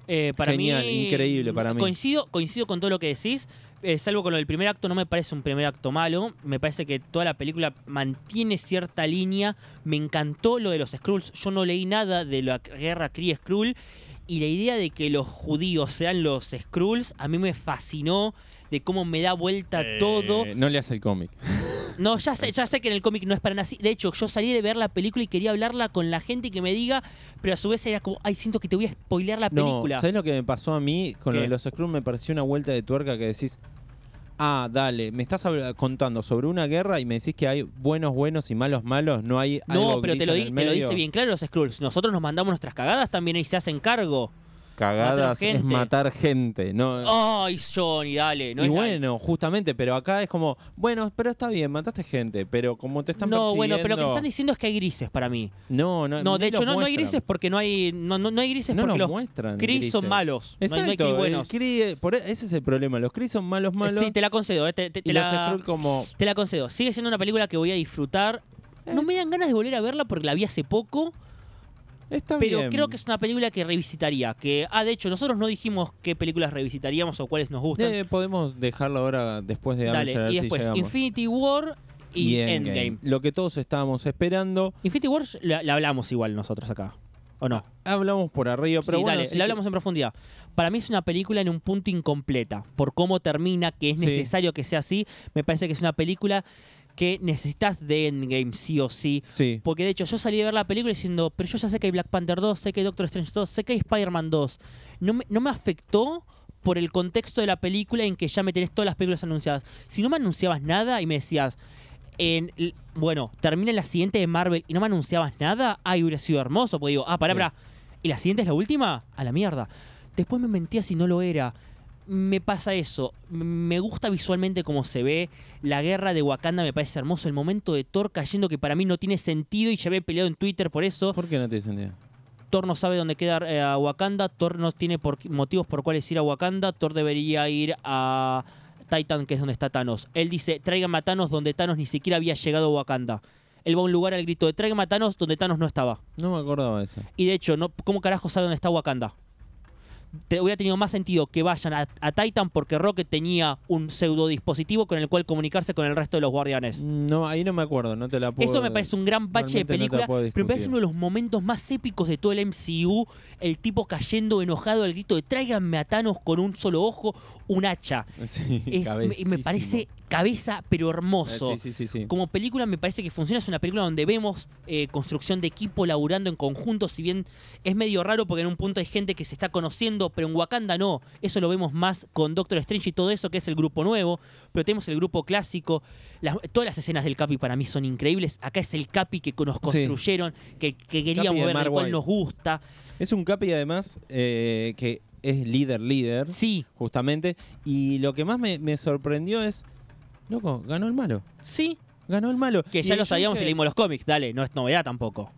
[SPEAKER 3] Eh, para
[SPEAKER 4] Genial,
[SPEAKER 3] mí,
[SPEAKER 4] increíble para mí.
[SPEAKER 3] Coincido, coincido con todo lo que decís, eh, salvo con lo del primer acto, no me parece un primer acto malo. Me parece que toda la película mantiene cierta línea. Me encantó lo de los Skrulls. Yo no leí nada de la guerra Kree-Skrull. Y la idea de que los judíos sean los Skrulls, a mí me fascinó. De cómo me da vuelta todo.
[SPEAKER 4] Eh, no le hace el cómic.
[SPEAKER 3] No, ya sé, ya sé que en el cómic no es para nada así. De hecho, yo salí de ver la película y quería hablarla con la gente que me diga, pero a su vez era como, ay, siento que te voy a spoilear la
[SPEAKER 4] No,
[SPEAKER 3] película.
[SPEAKER 4] ¿sabes lo que me pasó a mí? Con lo
[SPEAKER 3] ¿Qué?
[SPEAKER 4] de los Scrum me pareció una vuelta de tuerca que decís, ah, dale, me estás habla- contando sobre una guerra y me decís que hay buenos buenos y malos malos, no hay
[SPEAKER 3] no,
[SPEAKER 4] algo
[SPEAKER 3] pero te
[SPEAKER 4] gris
[SPEAKER 3] lo,
[SPEAKER 4] en
[SPEAKER 3] di-
[SPEAKER 4] el
[SPEAKER 3] te lo
[SPEAKER 4] medio".
[SPEAKER 3] dice bien claro los Skrulls. Nosotros nos mandamos nuestras cagadas también y se hacen cargo. Mataron
[SPEAKER 4] Cagadas es
[SPEAKER 3] gente.
[SPEAKER 4] matar gente, no...
[SPEAKER 3] Ay, Johnny, dale. No
[SPEAKER 4] y
[SPEAKER 3] es la-
[SPEAKER 4] bueno, justamente, pero acá es como, bueno, pero está bien, mataste gente, pero como te están
[SPEAKER 3] No, bueno, pero lo que te
[SPEAKER 4] persiguiendo-
[SPEAKER 3] están diciendo es que hay grises para mí.
[SPEAKER 4] No, no,
[SPEAKER 3] No, de
[SPEAKER 4] ni
[SPEAKER 3] hecho,
[SPEAKER 4] los
[SPEAKER 3] no, no hay
[SPEAKER 4] muestran.
[SPEAKER 3] grises porque no hay, no, no, no hay grises
[SPEAKER 4] No
[SPEAKER 3] porque
[SPEAKER 4] los
[SPEAKER 3] los
[SPEAKER 4] muestran.
[SPEAKER 3] Cris son
[SPEAKER 4] grises.
[SPEAKER 3] malos. No hay-
[SPEAKER 4] Exacto.
[SPEAKER 3] no hay Cris
[SPEAKER 4] el
[SPEAKER 3] buenos.
[SPEAKER 4] Cri, eh, por e- ese es el problema. Los Cris son malos, malos.
[SPEAKER 3] Sí, te la concedo, eh, te, te- te
[SPEAKER 4] y los
[SPEAKER 3] la,
[SPEAKER 4] Skrull como.
[SPEAKER 3] te la concedo. Sigue siendo una película que voy a disfrutar. No me dan ganas de volver a verla porque la vi hace poco,
[SPEAKER 4] Está
[SPEAKER 3] pero
[SPEAKER 4] bien.
[SPEAKER 3] creo que es una película que revisitaría. Que, ah, de hecho, nosotros no dijimos qué películas revisitaríamos o cuáles nos gustan.
[SPEAKER 4] Eh, podemos dejarlo ahora después de
[SPEAKER 3] Dale,
[SPEAKER 4] Avenger, a ver
[SPEAKER 3] y
[SPEAKER 4] si
[SPEAKER 3] después
[SPEAKER 4] llegamos.
[SPEAKER 3] Infinity War y, Endgame.
[SPEAKER 4] Lo que todos estábamos esperando.
[SPEAKER 3] Infinity War la, la hablamos igual nosotros acá, ¿o no?
[SPEAKER 4] Hablamos por arriba, pero
[SPEAKER 3] sí,
[SPEAKER 4] bueno.
[SPEAKER 3] dale,
[SPEAKER 4] sí
[SPEAKER 3] la
[SPEAKER 4] que-
[SPEAKER 3] hablamos en profundidad. Para mí es una película en un punto incompleta. Por cómo termina, que es
[SPEAKER 4] Sí.
[SPEAKER 3] necesario que sea así, me parece que es una película que necesitas de Endgame, sí o sí.
[SPEAKER 4] Sí.
[SPEAKER 3] Porque de hecho yo salí de ver la película diciendo, pero yo ya sé que hay Black Panther 2, sé que hay Doctor Strange 2, sé que hay Spider-Man 2. No me, no me afectó por el contexto de la película en que ya me tenés todas las películas anunciadas. Si no me anunciabas nada y me decías, en, l- bueno, termina la siguiente de Marvel y no me anunciabas nada, ay, hubiera sido hermoso, porque digo, ah, pará,
[SPEAKER 4] Sí.
[SPEAKER 3] pará. ¿Y la siguiente es la última? A la mierda. Después me mentía si no lo era. Me pasa eso. M- Me gusta visualmente cómo se ve. La guerra de Wakanda me parece hermoso. El momento de Thor cayendo que para mí no tiene sentido y ya me he peleado en Twitter por eso.
[SPEAKER 4] ¿Por qué no te entendía?
[SPEAKER 3] Thor no sabe dónde queda eh, a Wakanda. Thor no tiene por qué- motivos por cuáles ir a Wakanda. Thor debería ir a Titan, que es donde está Thanos. Él dice, tráiganme a Thanos donde Thanos ni siquiera había llegado a Wakanda. Él va a un lugar al grito de tráiganme a Thanos donde Thanos no estaba.
[SPEAKER 4] No me acordaba de eso.
[SPEAKER 3] Y de hecho, no, ¿cómo carajo sabe dónde está Wakanda? Te, hubiera tenido más sentido que vayan a, a Titan porque Rocket tenía un pseudo dispositivo con el cual comunicarse con el resto de los guardianes.
[SPEAKER 4] No, ahí no me acuerdo, no te la puedo.
[SPEAKER 3] Eso me parece un gran bache de
[SPEAKER 4] realmente no te la
[SPEAKER 3] película,
[SPEAKER 4] puedo
[SPEAKER 3] pero me parece
[SPEAKER 4] discutir.
[SPEAKER 3] uno de los momentos más épicos de todo el MCU. El tipo cayendo enojado al grito de tráiganme a Thanos con un solo ojo, un hacha.
[SPEAKER 4] Sí,
[SPEAKER 3] Es- me, me
[SPEAKER 4] cabecísimo.
[SPEAKER 3] parece cabeza, pero hermoso.
[SPEAKER 4] Eh, Sí, sí, sí. sí.
[SPEAKER 3] Como película me parece que funciona, es una película donde vemos eh, construcción de equipo laburando en conjunto, si bien es medio raro porque en un punto hay gente que se está conociendo, pero en Wakanda no, eso lo vemos más con Doctor Strange y todo eso, que es el grupo nuevo, pero tenemos el grupo clásico, Las- todas las escenas del Capi para mí son increíbles, acá es el Capi que nos construyeron, que, que
[SPEAKER 4] Capi de
[SPEAKER 3] queríamos ver,
[SPEAKER 4] Mark
[SPEAKER 3] el cual
[SPEAKER 4] White.
[SPEAKER 3] nos gusta,
[SPEAKER 4] Es un capi además eh, que es líder, líder,
[SPEAKER 3] sí,
[SPEAKER 4] justamente. Y lo que más me, me sorprendió es, loco, ganó el malo.
[SPEAKER 3] sí,
[SPEAKER 4] Ganó el malo.
[SPEAKER 3] que
[SPEAKER 4] Y
[SPEAKER 3] ya
[SPEAKER 4] yo
[SPEAKER 3] lo sabíamos
[SPEAKER 4] dije,
[SPEAKER 3] y leímos los cómics, dale, no es novedad tampoco.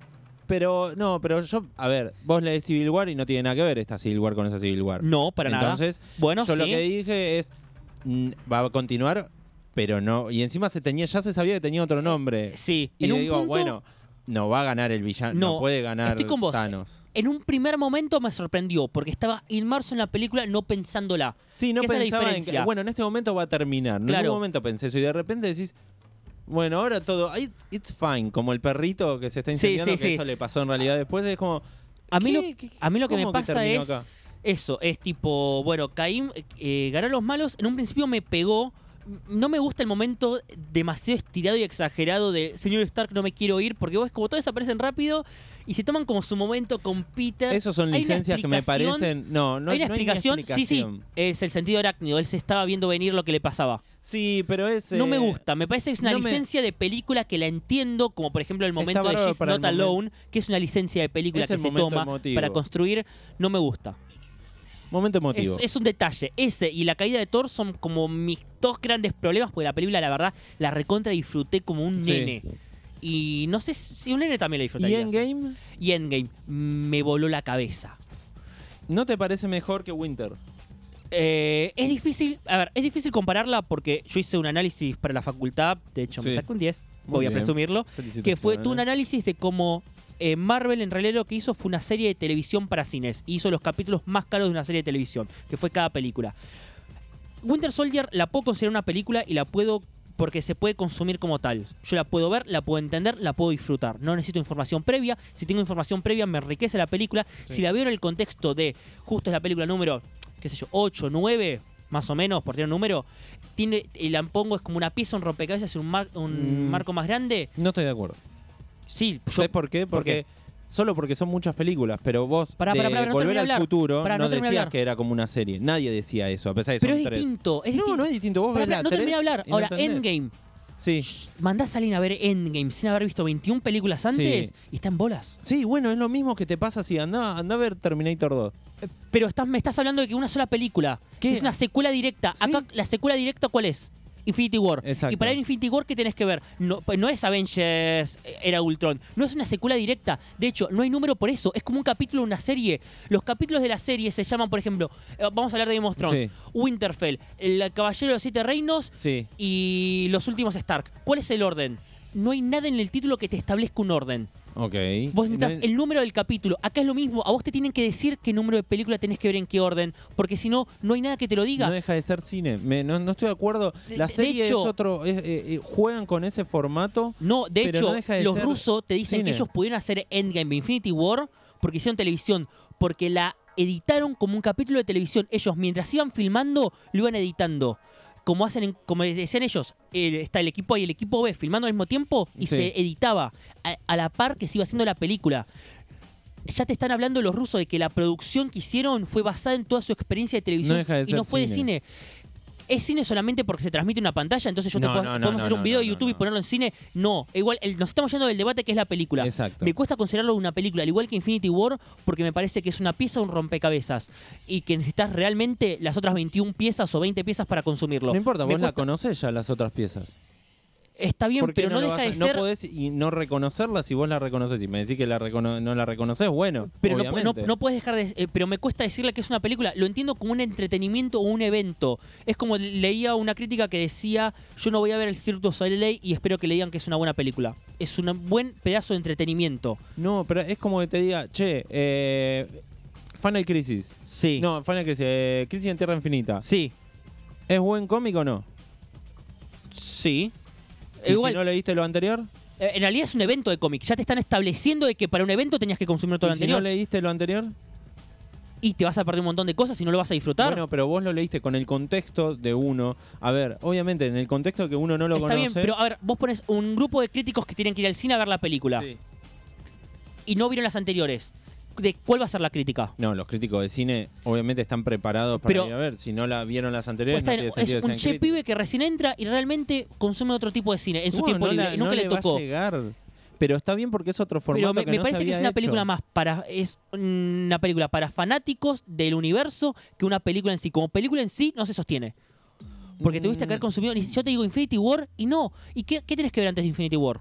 [SPEAKER 4] Pero, no, pero yo, a ver, vos lees Civil War y no tiene nada que ver esta Civil War con esa Civil War.
[SPEAKER 3] No, para
[SPEAKER 4] Entonces,
[SPEAKER 3] nada. Bueno,
[SPEAKER 4] yo lo
[SPEAKER 3] sí.
[SPEAKER 4] que dije es, mm, va a continuar, pero no. Y encima se tenía, ya se sabía que tenía otro nombre.
[SPEAKER 3] Sí, Eh,
[SPEAKER 4] Y
[SPEAKER 3] en
[SPEAKER 4] le
[SPEAKER 3] un
[SPEAKER 4] digo,
[SPEAKER 3] punto-
[SPEAKER 4] bueno, no va a ganar el villano, no,
[SPEAKER 3] No,
[SPEAKER 4] puede ganar
[SPEAKER 3] estoy con vos.
[SPEAKER 4] Thanos.
[SPEAKER 3] En un primer momento me sorprendió porque estaba inmerso en la película no pensándola.
[SPEAKER 4] Sí, no
[SPEAKER 3] ¿Qué es la
[SPEAKER 4] pensaba en que,
[SPEAKER 3] diferencia?
[SPEAKER 4] bueno, en este momento va a terminar. En
[SPEAKER 3] Claro.
[SPEAKER 4] algún momento pensé eso y de repente decís, bueno, ahora todo, it- it's fine, como el perrito que se está
[SPEAKER 3] Sí,
[SPEAKER 4] incendiando,
[SPEAKER 3] sí,
[SPEAKER 4] que
[SPEAKER 3] sí.
[SPEAKER 4] eso le pasó en realidad después, es como,
[SPEAKER 3] A mí,
[SPEAKER 4] ¿qué?
[SPEAKER 3] lo,
[SPEAKER 4] ¿Qué-
[SPEAKER 3] a mí lo que me
[SPEAKER 4] cómo
[SPEAKER 3] pasa
[SPEAKER 4] terminó
[SPEAKER 3] es
[SPEAKER 4] acá?
[SPEAKER 3] eso, es tipo, bueno, Caín eh, ganó a los malos, en un principio me pegó, no me gusta el momento demasiado estirado y exagerado de señor Stark no me quiero ir, porque vos como todos aparecen rápido y se toman como su momento con Peter.
[SPEAKER 4] Esos son
[SPEAKER 3] Hay una
[SPEAKER 4] licencias que me
[SPEAKER 3] explicación-
[SPEAKER 4] parecen, no, no
[SPEAKER 3] hay una
[SPEAKER 4] no ni
[SPEAKER 3] explicación, sí, sí,
[SPEAKER 4] explicación.
[SPEAKER 3] es el sentido arácnido, él se estaba viendo venir lo que le pasaba.
[SPEAKER 4] Sí, pero eh, ese...
[SPEAKER 3] No me gusta, me parece que es una
[SPEAKER 4] no me-
[SPEAKER 3] licencia de película que la entiendo, como por ejemplo el momento de
[SPEAKER 4] bárbaro
[SPEAKER 3] She's
[SPEAKER 4] para el
[SPEAKER 3] Not
[SPEAKER 4] momento.
[SPEAKER 3] Alone, que es una licencia de película
[SPEAKER 4] Es
[SPEAKER 3] que
[SPEAKER 4] el
[SPEAKER 3] se
[SPEAKER 4] momento
[SPEAKER 3] toma
[SPEAKER 4] emotivo.
[SPEAKER 3] para construir, no me gusta.
[SPEAKER 4] Momento
[SPEAKER 3] Es,
[SPEAKER 4] emotivo.
[SPEAKER 3] es un detalle. Ese y la caída de Thor son como mis dos grandes problemas, porque la película, la verdad, la recontra disfruté como un
[SPEAKER 4] Sí.
[SPEAKER 3] nene. Y no sé si un nene también la
[SPEAKER 4] ¿Y
[SPEAKER 3] disfrutaría. sí.
[SPEAKER 4] Endgame?
[SPEAKER 3] Y Endgame. Me voló la cabeza.
[SPEAKER 4] ¿No te parece mejor que Winter?
[SPEAKER 3] Eh, es difícil, a ver, es difícil compararla porque yo hice un análisis para la facultad, de hecho me
[SPEAKER 4] Sí.
[SPEAKER 3] sacó un 10,
[SPEAKER 4] Muy
[SPEAKER 3] voy a
[SPEAKER 4] bien.
[SPEAKER 3] presumirlo, que
[SPEAKER 4] ¿eh?
[SPEAKER 3] fue tuvo un análisis de cómo eh, Marvel en realidad lo que hizo fue una serie de televisión para cines, hizo los capítulos más caros de una serie de televisión, que fue cada película. Winter Soldier la puedo considerar una película y la puedo porque se puede consumir como tal. Yo la puedo ver, la puedo entender, la puedo disfrutar. No necesito información previa. Si tengo información previa me enriquece la película. Si la veo en el contexto de justo es la película número, qué sé yo, 8, 9, más o menos, por tener un número, tiene, el ampongo es como una pieza, un rompecabezas y un, mar- un
[SPEAKER 4] Mm.
[SPEAKER 3] marco más grande.
[SPEAKER 4] No estoy de acuerdo.
[SPEAKER 3] Sí, yo-
[SPEAKER 4] ¿Sabes por qué? Porque solo porque son muchas películas, pero vos
[SPEAKER 3] Pará,
[SPEAKER 4] de
[SPEAKER 3] pará, pará, no
[SPEAKER 4] volver
[SPEAKER 3] terminé de
[SPEAKER 4] al
[SPEAKER 3] hablar.
[SPEAKER 4] futuro
[SPEAKER 3] Pará, no
[SPEAKER 4] no,
[SPEAKER 3] terminé de
[SPEAKER 4] decías
[SPEAKER 3] hablar.
[SPEAKER 4] que era como una serie. Nadie decía eso, a pesar de que
[SPEAKER 3] pero es
[SPEAKER 4] son tres.
[SPEAKER 3] distinto, es
[SPEAKER 4] no,
[SPEAKER 3] distinto.
[SPEAKER 4] no es distinto. Vos
[SPEAKER 3] Pará,
[SPEAKER 4] ves
[SPEAKER 3] pará,
[SPEAKER 4] la
[SPEAKER 3] no terminé de
[SPEAKER 4] tres
[SPEAKER 3] hablar.
[SPEAKER 4] y no
[SPEAKER 3] Ahora,
[SPEAKER 4] entendés.
[SPEAKER 3] Endgame.
[SPEAKER 4] Sí.
[SPEAKER 3] Mandás a alguien a ver Endgame sin haber visto 21 películas antes
[SPEAKER 4] Sí.
[SPEAKER 3] y está en bolas.
[SPEAKER 4] Sí, bueno, es lo mismo que te pasa si andá, andá a ver Terminator 2.
[SPEAKER 3] Eh, Pero estás, me estás hablando de que una sola película, que
[SPEAKER 4] ¿Qué?
[SPEAKER 3] es una secuela directa.
[SPEAKER 4] Sí.
[SPEAKER 3] Acá, ¿la secuela directa cuál es? Infinity War.
[SPEAKER 4] Exacto.
[SPEAKER 3] Y para ver Infinity War, ¿qué tenés que ver? No, pues no es Avengers eh, Era Ultron. No es una secuela directa. De hecho, no hay número por eso. Es como un capítulo de una serie. Los capítulos de la serie se llaman, por ejemplo, eh, vamos a hablar de Game of Thrones,
[SPEAKER 4] Sí.
[SPEAKER 3] Winterfell, El Caballero de los Siete Reinos
[SPEAKER 4] Sí.
[SPEAKER 3] y Los Últimos Stark. ¿Cuál es el orden? No hay nada en el título que te establezca un orden.
[SPEAKER 4] Ok.
[SPEAKER 3] Vos necesitas
[SPEAKER 4] No-
[SPEAKER 3] el número del capítulo. Acá es lo mismo. A vos te tienen que decir qué número de película tenés que ver en qué orden. Porque si no, no hay nada que te lo diga.
[SPEAKER 4] No deja de ser cine. Me- no, no estoy de acuerdo.
[SPEAKER 3] De-
[SPEAKER 4] la
[SPEAKER 3] de- de
[SPEAKER 4] serie
[SPEAKER 3] hecho-
[SPEAKER 4] es otro. es- eh, eh, juegan con ese formato.
[SPEAKER 3] No, de
[SPEAKER 4] Pero
[SPEAKER 3] hecho,
[SPEAKER 4] no deja de
[SPEAKER 3] los
[SPEAKER 4] ser
[SPEAKER 3] rusos te dicen
[SPEAKER 4] cine.
[SPEAKER 3] que ellos pudieron hacer Endgame e Infinity War porque hicieron televisión, porque la editaron como un capítulo de televisión. Ellos, mientras iban filmando, lo iban editando. Como hacen, en- como decían ellos, el- está el equipo A y el equipo B filmando al mismo tiempo y
[SPEAKER 4] Sí.
[SPEAKER 3] se editaba a, a la par que se iba haciendo la película. Ya te están hablando los rusos de que la producción que hicieron fue basada en toda su experiencia de televisión
[SPEAKER 4] deja de
[SPEAKER 3] y
[SPEAKER 4] ser
[SPEAKER 3] no fue de
[SPEAKER 4] cine.
[SPEAKER 3] cine. Es cine solamente porque se transmite en una pantalla, entonces yo te
[SPEAKER 4] No,
[SPEAKER 3] puedo,
[SPEAKER 4] no, no,
[SPEAKER 3] podemos
[SPEAKER 4] no,
[SPEAKER 3] hacer un
[SPEAKER 4] no,
[SPEAKER 3] video de
[SPEAKER 4] no,
[SPEAKER 3] YouTube y
[SPEAKER 4] no.
[SPEAKER 3] ponerlo en cine. No, E igual el- nos estamos yendo del debate que es la película.
[SPEAKER 4] Exacto.
[SPEAKER 3] Me cuesta considerarlo una película, al igual que Infinity War, porque me parece que es una pieza, un rompecabezas, y que necesitas realmente las otras 21 piezas o 20 piezas para consumirlo.
[SPEAKER 4] No importa,
[SPEAKER 3] Me
[SPEAKER 4] vos la
[SPEAKER 3] cuesta-
[SPEAKER 4] conocés ya las otras piezas.
[SPEAKER 3] Está bien,
[SPEAKER 4] ¿Por qué
[SPEAKER 3] pero no,
[SPEAKER 4] lo
[SPEAKER 3] deja
[SPEAKER 4] vas a-
[SPEAKER 3] de ser...
[SPEAKER 4] No podés y no reconocerla si vos la reconoces. Si me decís que la recono- no la reconoces, bueno.
[SPEAKER 3] pero no,
[SPEAKER 4] obviamente.
[SPEAKER 3] no, no puedes dejar de. eh, pero me cuesta decirle que es una película. Lo entiendo como un entretenimiento o un evento. Es como leía una crítica que decía: Yo no voy a ver el Cirque du Soleil y espero que le digan que es una buena película. Es un buen pedazo de entretenimiento.
[SPEAKER 4] No, pero es como que te diga, che, eh, Final Crisis.
[SPEAKER 3] Sí.
[SPEAKER 4] No, Final Crisis, eh, Crisis en Tierra Infinita.
[SPEAKER 3] Sí.
[SPEAKER 4] ¿Es buen cómic o no?
[SPEAKER 3] Sí.
[SPEAKER 4] ¿Y
[SPEAKER 3] Igual,
[SPEAKER 4] si no leíste lo anterior?
[SPEAKER 3] eh, en realidad es un evento de cómic. Ya te están estableciendo de que para un evento tenías que consumir todo
[SPEAKER 4] ¿Y
[SPEAKER 3] lo
[SPEAKER 4] si no
[SPEAKER 3] anterior.
[SPEAKER 4] leíste lo anterior?
[SPEAKER 3] y te vas a perder un montón de cosas y no lo vas a disfrutar.
[SPEAKER 4] Bueno, pero vos lo leíste con el contexto de uno. A ver, obviamente, en el contexto que uno no lo
[SPEAKER 3] Está
[SPEAKER 4] conoce.
[SPEAKER 3] bien, pero a ver, vos pones un grupo de críticos que tienen que ir al cine a ver la película
[SPEAKER 4] Sí.
[SPEAKER 3] y no vieron las anteriores. ¿De cuál va a ser la crítica?
[SPEAKER 4] No, los críticos de cine obviamente están preparados para
[SPEAKER 3] Pero-
[SPEAKER 4] ir a ver. Si no la vieron las
[SPEAKER 3] Pues
[SPEAKER 4] anteriores,
[SPEAKER 3] está
[SPEAKER 4] no
[SPEAKER 3] bien,
[SPEAKER 4] tiene sentido
[SPEAKER 3] es
[SPEAKER 4] que
[SPEAKER 3] un
[SPEAKER 4] sean
[SPEAKER 3] che pibe que recién entra y realmente consume otro tipo de cine en su
[SPEAKER 4] Bueno,
[SPEAKER 3] tiempo
[SPEAKER 4] no
[SPEAKER 3] libre
[SPEAKER 4] la-
[SPEAKER 3] y nunca
[SPEAKER 4] no
[SPEAKER 3] le,
[SPEAKER 4] va a
[SPEAKER 3] tocó.
[SPEAKER 4] llegar. Pero está bien porque es otro formato
[SPEAKER 3] Pero me,
[SPEAKER 4] que
[SPEAKER 3] me
[SPEAKER 4] no se
[SPEAKER 3] parece que es
[SPEAKER 4] había
[SPEAKER 3] una película
[SPEAKER 4] hecho.
[SPEAKER 3] más para. Es una película para fanáticos del universo que una película en sí. Como película en sí no se sostiene. Porque te
[SPEAKER 4] Mm.
[SPEAKER 3] tuviste que haber consumido. ni- Yo te digo Infinity War y no. ¿Y qué, qué tenés que ver antes de Infinity War?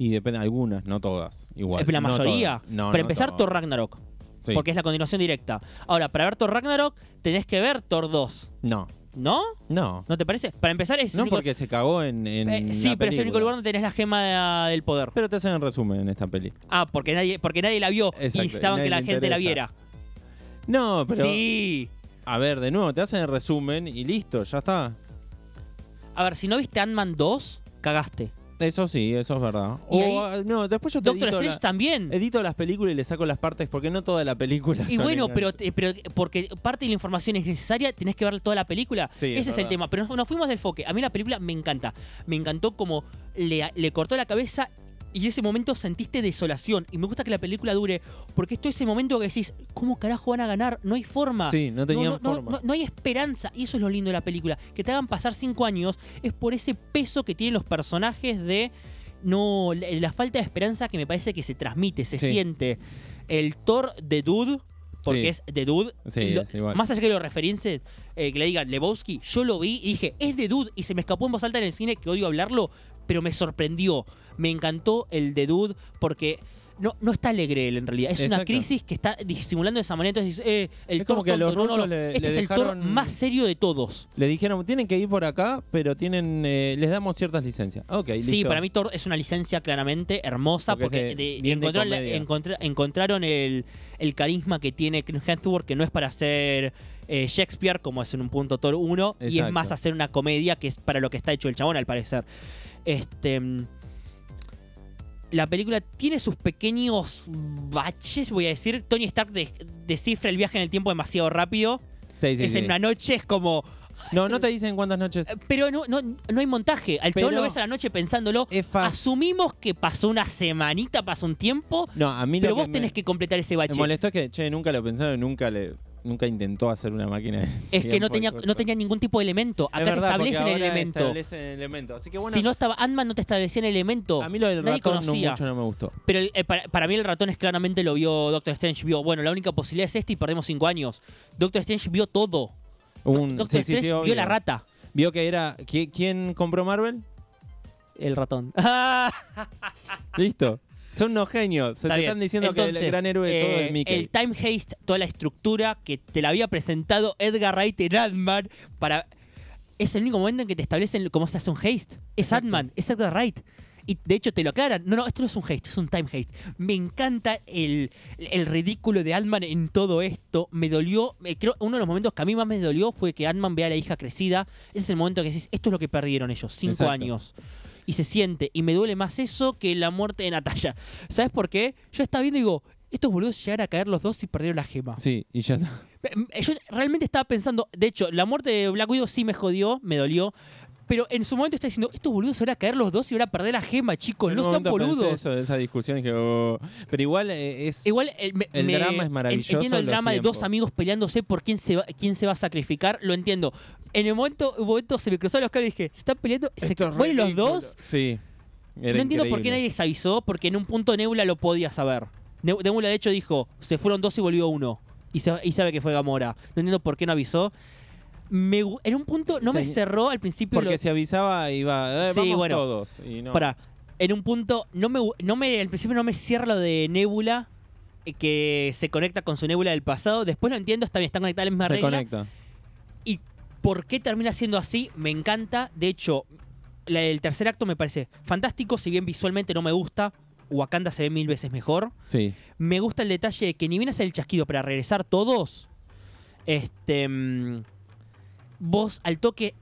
[SPEAKER 4] Y depende, algunas, no todas. Igual.
[SPEAKER 3] la
[SPEAKER 4] no
[SPEAKER 3] mayoría.
[SPEAKER 4] todas. No,
[SPEAKER 3] para
[SPEAKER 4] no
[SPEAKER 3] empezar,
[SPEAKER 4] todas.
[SPEAKER 3] Thor Ragnarok.
[SPEAKER 4] Sí.
[SPEAKER 3] Porque es la continuación directa. Ahora, para ver Thor Ragnarok, tenés que ver Thor 2.
[SPEAKER 4] No,
[SPEAKER 3] ¿No?
[SPEAKER 4] no.
[SPEAKER 3] ¿No te parece? Para empezar, es. el
[SPEAKER 4] No
[SPEAKER 3] único-
[SPEAKER 4] porque se cagó en. en
[SPEAKER 3] Eh,
[SPEAKER 4] la
[SPEAKER 3] sí, pero es el único
[SPEAKER 4] película.
[SPEAKER 3] lugar donde tenés la gema de- del poder.
[SPEAKER 4] Pero te hacen el resumen en esta peli.
[SPEAKER 3] Ah, porque nadie, porque nadie la vio
[SPEAKER 4] Exacto,
[SPEAKER 3] y
[SPEAKER 4] y
[SPEAKER 3] necesitaban que
[SPEAKER 4] nadie
[SPEAKER 3] la
[SPEAKER 4] le
[SPEAKER 3] gente la viera.
[SPEAKER 4] interesa. No, pero.
[SPEAKER 3] Sí.
[SPEAKER 4] A ver, de nuevo, te hacen el resumen y listo, ya está.
[SPEAKER 3] A ver, si no viste Ant-Man 2, cagaste.
[SPEAKER 4] Eso sí, eso es verdad.
[SPEAKER 3] Y
[SPEAKER 4] O,
[SPEAKER 3] ahí-
[SPEAKER 4] ah, no, después yo te
[SPEAKER 3] Doctor
[SPEAKER 4] edito,
[SPEAKER 3] Strange
[SPEAKER 4] la-
[SPEAKER 3] también.
[SPEAKER 4] edito las películas y le saco las partes porque no toda la película.
[SPEAKER 3] Y
[SPEAKER 4] son
[SPEAKER 3] bueno, pero,
[SPEAKER 4] enganchos.
[SPEAKER 3] te- pero porque parte de la información es necesaria, tenés que ver toda la película.
[SPEAKER 4] Sí,
[SPEAKER 3] Ese
[SPEAKER 4] es
[SPEAKER 3] es, el
[SPEAKER 4] verdad.
[SPEAKER 3] tema. Pero nos, nos fuimos del foque. A mí la película me encanta. Me encantó como le, le cortó la cabeza y en ese momento sentiste desolación. Y me gusta que la película dure porque esto es ese momento que decís, ¿cómo carajo van a ganar? No hay forma.
[SPEAKER 4] Sí, no tenían
[SPEAKER 3] no,
[SPEAKER 4] forma.
[SPEAKER 3] no- no hay esperanza. Y eso es lo lindo de la película. Que te hagan pasar cinco años es por ese peso que tienen los personajes de. No, la, la falta de esperanza que me parece que se transmite, se
[SPEAKER 4] Sí.
[SPEAKER 3] siente. El Thor de Dude, porque
[SPEAKER 4] Sí.
[SPEAKER 3] es de Dude.
[SPEAKER 4] Sí,
[SPEAKER 3] lo-
[SPEAKER 4] es igual.
[SPEAKER 3] Más allá que lo referencien, eh, que le digan Lebowski, yo lo vi y dije, es de Dude. Y se me escapó en voz alta en el cine, que odio hablarlo, pero me sorprendió. Me encantó el de Dude porque. No, no está alegre él en realidad. Es una
[SPEAKER 4] Exacto.
[SPEAKER 3] crisis que está disimulando de esa manera. Entonces, eh, el
[SPEAKER 4] Es
[SPEAKER 3] Thor
[SPEAKER 4] como que a los
[SPEAKER 3] tonto, no, no,
[SPEAKER 4] rusos
[SPEAKER 3] no.
[SPEAKER 4] le-
[SPEAKER 3] este
[SPEAKER 4] le
[SPEAKER 3] es el Thor
[SPEAKER 4] dejaron-
[SPEAKER 3] más serio de todos.
[SPEAKER 4] Le dijeron, tienen que ir por acá, pero tienen eh, les damos ciertas licencias. Ok, listo.
[SPEAKER 3] Sí, para mí Thor es una licencia claramente hermosa porque,
[SPEAKER 4] Porque es de-
[SPEAKER 3] de-
[SPEAKER 4] bien de
[SPEAKER 3] encontraron, la-
[SPEAKER 4] comedia.
[SPEAKER 3] encontra- encontraron el, el carisma que tiene Chris Hemsworth, que no es para hacer eh, Shakespeare, como es en un punto Thor 1, y es
[SPEAKER 4] Exacto.
[SPEAKER 3] más hacer una comedia que es para lo que está hecho el chabón, al parecer. Este. mm, La película tiene sus pequeños baches, voy a decir. Tony Stark de- descifra el viaje en el tiempo demasiado rápido.
[SPEAKER 4] Sí, sí,
[SPEAKER 3] es
[SPEAKER 4] sí.
[SPEAKER 3] en Eh, una noche, es como.
[SPEAKER 4] No, no te dicen cuántas noches.
[SPEAKER 3] Pero no, no, no hay montaje. Al chabón
[SPEAKER 4] Pero
[SPEAKER 3] lo ves a la noche pensándolo.
[SPEAKER 4] es fácil.
[SPEAKER 3] Asumimos que pasó una semanita, pasó un tiempo.
[SPEAKER 4] No, a mí lo
[SPEAKER 3] pero
[SPEAKER 4] que
[SPEAKER 3] vos
[SPEAKER 4] me-
[SPEAKER 3] tenés que completar ese bache.
[SPEAKER 4] Me molestó es que, che, nunca lo pensaron, nunca le nunca intentó hacer una máquina. de
[SPEAKER 3] Es que no
[SPEAKER 4] tiempo
[SPEAKER 3] tenía,
[SPEAKER 4] corto.
[SPEAKER 3] no tenía ningún tipo de elemento. Acá
[SPEAKER 4] Es
[SPEAKER 3] te
[SPEAKER 4] verdad, porque
[SPEAKER 3] establecen el
[SPEAKER 4] ahora
[SPEAKER 3] elemento.
[SPEAKER 4] establecen el elemento. Así que bueno,
[SPEAKER 3] si no estaba Ant-Man, no te establecía el elemento.
[SPEAKER 4] a mí lo del
[SPEAKER 3] Nadie
[SPEAKER 4] ratón no
[SPEAKER 3] conocía.
[SPEAKER 4] mucho no me gustó.
[SPEAKER 3] Pero el- eh, para, para mí el ratón es claramente lo vio Doctor Strange. Vio, bueno, la única posibilidad es esta y perdemos cinco años. Doctor Strange vio todo.
[SPEAKER 4] Un-
[SPEAKER 3] Doctor
[SPEAKER 4] sí, sí, sí,
[SPEAKER 3] Strange vio
[SPEAKER 4] obvio.
[SPEAKER 3] la rata.
[SPEAKER 4] Vio que era. ¿qui- ¿Quién compró Marvel?
[SPEAKER 3] El ratón. Ah,
[SPEAKER 4] Listo. Son unos genios. Se
[SPEAKER 3] está
[SPEAKER 4] te
[SPEAKER 3] bien.
[SPEAKER 4] están diciendo que
[SPEAKER 3] Entonces,
[SPEAKER 4] el gran héroe de todo
[SPEAKER 3] eh,
[SPEAKER 4] es Mickey.
[SPEAKER 3] El time haste, toda la estructura que te la había presentado Edgar Wright en Ant-Man para... Es el único momento en que te establecen cómo se hace un haste. Es Ant-Man, es Edgar Wright. Y de hecho te lo aclaran. No, no, esto no es un haste, es un time haste. Me encanta el, el ridículo de Ant-Man en todo esto. Me dolió, me- creo uno de los momentos que a mí más me dolió fue que Ant-Man vea a la hija crecida. Ese es el momento que decís, esto es lo que perdieron ellos, cinco
[SPEAKER 4] Exacto.
[SPEAKER 3] años. Y se siente, y me duele más eso que la muerte de Natalia. ¿Sabes por qué? Yo estaba viendo y digo, estos boludos llegaron a caer los dos y perdieron la gema.
[SPEAKER 4] Sí, y ya está.
[SPEAKER 3] Eh, Yo realmente estaba pensando, de hecho, la muerte de Black Widow sí me jodió, me dolió. Pero en su momento está diciendo, estos boludos se van a caer los dos y van a perder la gema, chicos.
[SPEAKER 4] En
[SPEAKER 3] No
[SPEAKER 4] un
[SPEAKER 3] sean
[SPEAKER 4] momento pensé
[SPEAKER 3] boludos.
[SPEAKER 4] Eso, esa discusión y dije, "Oh". Pero igual eh, es.
[SPEAKER 3] Igual eh, me-
[SPEAKER 4] El
[SPEAKER 3] me-
[SPEAKER 4] drama es maravilloso
[SPEAKER 3] Entiendo el
[SPEAKER 4] en los
[SPEAKER 3] drama de dos
[SPEAKER 4] tiempos.
[SPEAKER 3] amigos peleándose por quién se va, quién se va a sacrificar, lo entiendo. En el momento, un momento se me cruzaron los cables y dije, se están peleando, se
[SPEAKER 4] Esto es
[SPEAKER 3] mueren los
[SPEAKER 4] ridículo.
[SPEAKER 3] dos.
[SPEAKER 4] Sí. Era
[SPEAKER 3] no entiendo por qué
[SPEAKER 4] increíble.
[SPEAKER 3] nadie les avisó, porque en un punto Nebula lo podía saber. Ne- Nebula de hecho dijo, se fueron dos y volvió uno. Y, sa- y sabe que fue Gamora. No entiendo por qué no avisó. Me gu- en un punto no me
[SPEAKER 4] Ten-
[SPEAKER 3] cerró al principio.
[SPEAKER 4] Porque
[SPEAKER 3] lo-
[SPEAKER 4] se avisaba, iba. "Eh,
[SPEAKER 3] Sí,
[SPEAKER 4] vamos
[SPEAKER 3] bueno.
[SPEAKER 4] todos. Y no.
[SPEAKER 3] Pará. en un punto no me, gu- no me al principio no me cierra lo de Nebula eh, que se conecta con su Nebula del pasado. Después lo entiendo, está bien, están conectadas a la misma
[SPEAKER 4] se
[SPEAKER 3] regla.
[SPEAKER 4] conecta.
[SPEAKER 3] ¿Y por qué termina siendo así? Me encanta. De hecho, la- el tercer acto me parece fantástico, si bien visualmente no me gusta. Wakanda se ve mil veces mejor.
[SPEAKER 4] Sí.
[SPEAKER 3] Me gusta el detalle de que ni bien hace el chasquido para regresar todos. Este. mm, Vos al toque.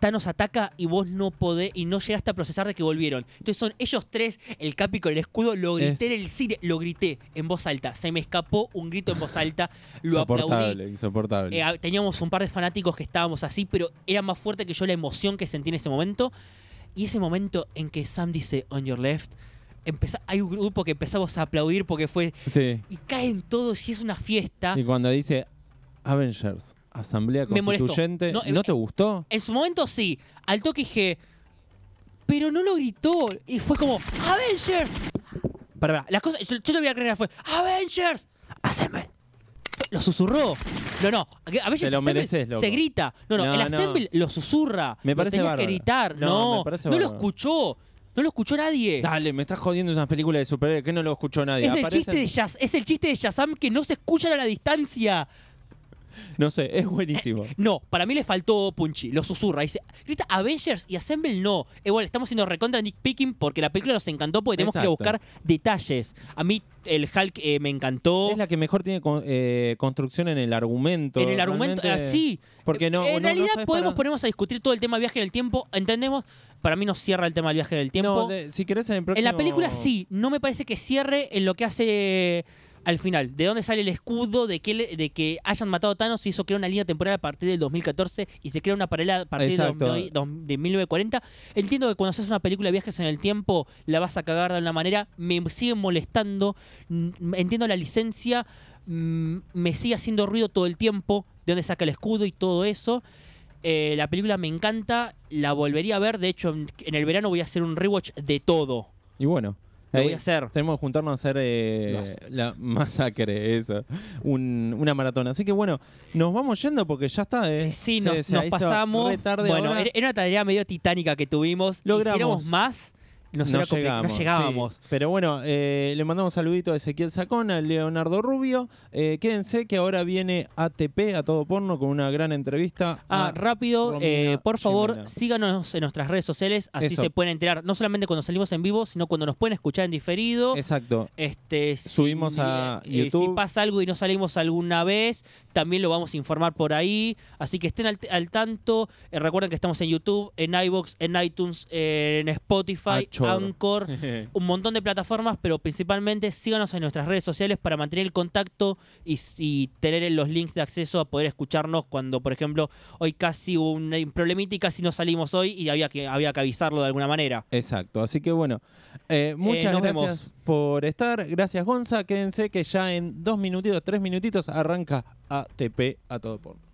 [SPEAKER 3] Thanos ataca y vos no podés y no llegaste a procesar de que volvieron. Entonces son ellos tres, el Capi con el escudo, lo grité en
[SPEAKER 4] Es-
[SPEAKER 3] el cine, lo grité en voz alta. Se me escapó un grito en voz alta, lo aplaudí.
[SPEAKER 4] Insoportable, insoportable.
[SPEAKER 3] Eh, a- teníamos un par de fanáticos que estábamos así, pero era más fuerte que yo la emoción que sentí en ese momento. Y ese momento en que Sam dice On Your Left, empeza- hay un grupo que empezamos a aplaudir porque fue.
[SPEAKER 4] sí.
[SPEAKER 3] Y caen todos y es una fiesta.
[SPEAKER 4] Y cuando dice Avengers, Asamblea
[SPEAKER 3] Me molestó.
[SPEAKER 4] Constituyente,
[SPEAKER 3] No,
[SPEAKER 4] ¿no,
[SPEAKER 3] eh,
[SPEAKER 4] te gustó?
[SPEAKER 3] En su momento sí, al toque dije. Pero no lo gritó. Y fue como ¡Avengers! Perdón, las cosas. Yo, yo lo voy a creer, fue ¡Avengers! ¡Assemble! Lo susurró. No, no. A veces
[SPEAKER 4] Te lo
[SPEAKER 3] Assemble
[SPEAKER 4] mereces, loco.
[SPEAKER 3] se grita. No, no.
[SPEAKER 4] No,
[SPEAKER 3] el
[SPEAKER 4] no.
[SPEAKER 3] Assemble lo susurra.
[SPEAKER 4] Me parece
[SPEAKER 3] lo tenías
[SPEAKER 4] bárbaro.
[SPEAKER 3] que gritar.
[SPEAKER 4] No,
[SPEAKER 3] No,
[SPEAKER 4] me parece
[SPEAKER 3] no lo
[SPEAKER 4] bárbaro.
[SPEAKER 3] escuchó. No lo escuchó nadie.
[SPEAKER 4] Dale, me estás jodiendo esas películas de superhéroes que no lo escuchó nadie.
[SPEAKER 3] Es el,
[SPEAKER 4] Aparecen-
[SPEAKER 3] chiste de Yaz- es el chiste de Shazam que no se escuchan a la distancia.
[SPEAKER 4] No sé, es buenísimo.
[SPEAKER 3] No, para mí le faltó Punchy, lo susurra. Dice, grita Avengers y Assemble no. Igual, estamos siendo recontra Nick Picking porque la película nos encantó porque tenemos
[SPEAKER 4] Exacto.
[SPEAKER 3] que ir a buscar detalles. A mí el Hulk eh, me encantó.
[SPEAKER 4] Es la que mejor tiene con- eh, construcción en el argumento.
[SPEAKER 3] en el argumento,
[SPEAKER 4] realmente.
[SPEAKER 3] así.
[SPEAKER 4] Porque no.
[SPEAKER 3] en
[SPEAKER 4] no- no
[SPEAKER 3] realidad
[SPEAKER 4] sabes
[SPEAKER 3] podemos
[SPEAKER 4] para-
[SPEAKER 3] ponernos a discutir todo el tema viaje en el tiempo. ¿Entendemos? Para mí no cierra el tema del viaje en el tiempo.
[SPEAKER 4] No, de- si querés en el
[SPEAKER 3] En
[SPEAKER 4] próximo.
[SPEAKER 3] la película sí, no me parece que cierre en lo que hace eh, al final. ¿De dónde sale el escudo? ¿De que, le- de que hayan matado a Thanos? Y eso crea una línea temporal a partir del 2014 y se crea una paralela a partir de,
[SPEAKER 4] Exacto.
[SPEAKER 3] 2000 dos- de 1940. Entiendo que cuando haces una película de viajes en el tiempo la vas a cagar de una manera. Me sigue molestando. Mm, Entiendo la licencia. Mm, Me sigue haciendo ruido todo el tiempo. ¿De dónde saca el escudo y todo eso? Eh, la película me encanta, la volvería a ver. De hecho, en en el verano voy a hacer un rewatch de todo.
[SPEAKER 4] Y bueno.
[SPEAKER 3] Lo
[SPEAKER 4] ahí
[SPEAKER 3] voy a hacer.
[SPEAKER 4] Tenemos que juntarnos a hacer eh,
[SPEAKER 3] Lo haces.
[SPEAKER 4] la masacre, eso. Un- una maratón. Así que bueno, nos vamos yendo porque ya está. eh.
[SPEAKER 3] Sí,
[SPEAKER 4] Se-
[SPEAKER 3] nos,
[SPEAKER 4] se
[SPEAKER 3] nos
[SPEAKER 4] hizo
[SPEAKER 3] pasamos.
[SPEAKER 4] re tarde
[SPEAKER 3] bueno,
[SPEAKER 4] ahora.
[SPEAKER 3] era- era una tarea medio titánica que tuvimos.
[SPEAKER 4] Logramos.
[SPEAKER 3] Hiciéramos más, nos era compli- no llegábamos.
[SPEAKER 4] sí. Pero bueno, eh, le mandamos un saludito a Ezequiel Sacón, a Leonardo Rubio. Eh, quédense que ahora viene ATP, a todo porno, con una gran entrevista.
[SPEAKER 3] Ah,
[SPEAKER 4] a
[SPEAKER 3] rápido,
[SPEAKER 4] Romina
[SPEAKER 3] eh, por favor,
[SPEAKER 4] Jimena.
[SPEAKER 3] síganos en nuestras redes sociales, así
[SPEAKER 4] Eso.
[SPEAKER 3] se pueden enterar, no solamente cuando salimos en vivo, sino cuando nos pueden escuchar en diferido.
[SPEAKER 4] Exacto.
[SPEAKER 3] Este, si-
[SPEAKER 4] Subimos a
[SPEAKER 3] eh,
[SPEAKER 4] YouTube.
[SPEAKER 3] Si pasa algo y no salimos alguna vez, También lo vamos a informar por ahí. Así que estén al, al tanto. Eh, recuerden que estamos en YouTube, en iBox, en iTunes, en Spotify,
[SPEAKER 4] Achor.
[SPEAKER 3] Anchor, un montón de plataformas, pero principalmente síganos en nuestras redes sociales para mantener el contacto y, y tener los links de acceso a poder escucharnos cuando, por ejemplo, hoy casi hubo un problemita y casi no salimos hoy y había que, había que avisarlo de alguna manera.
[SPEAKER 4] Exacto, así que bueno, eh, muchas
[SPEAKER 3] nos
[SPEAKER 4] gracias
[SPEAKER 3] vemos.
[SPEAKER 4] por estar, gracias Gonza, quédense que ya en dos minutitos, tres minutitos arranca ATP a todo por.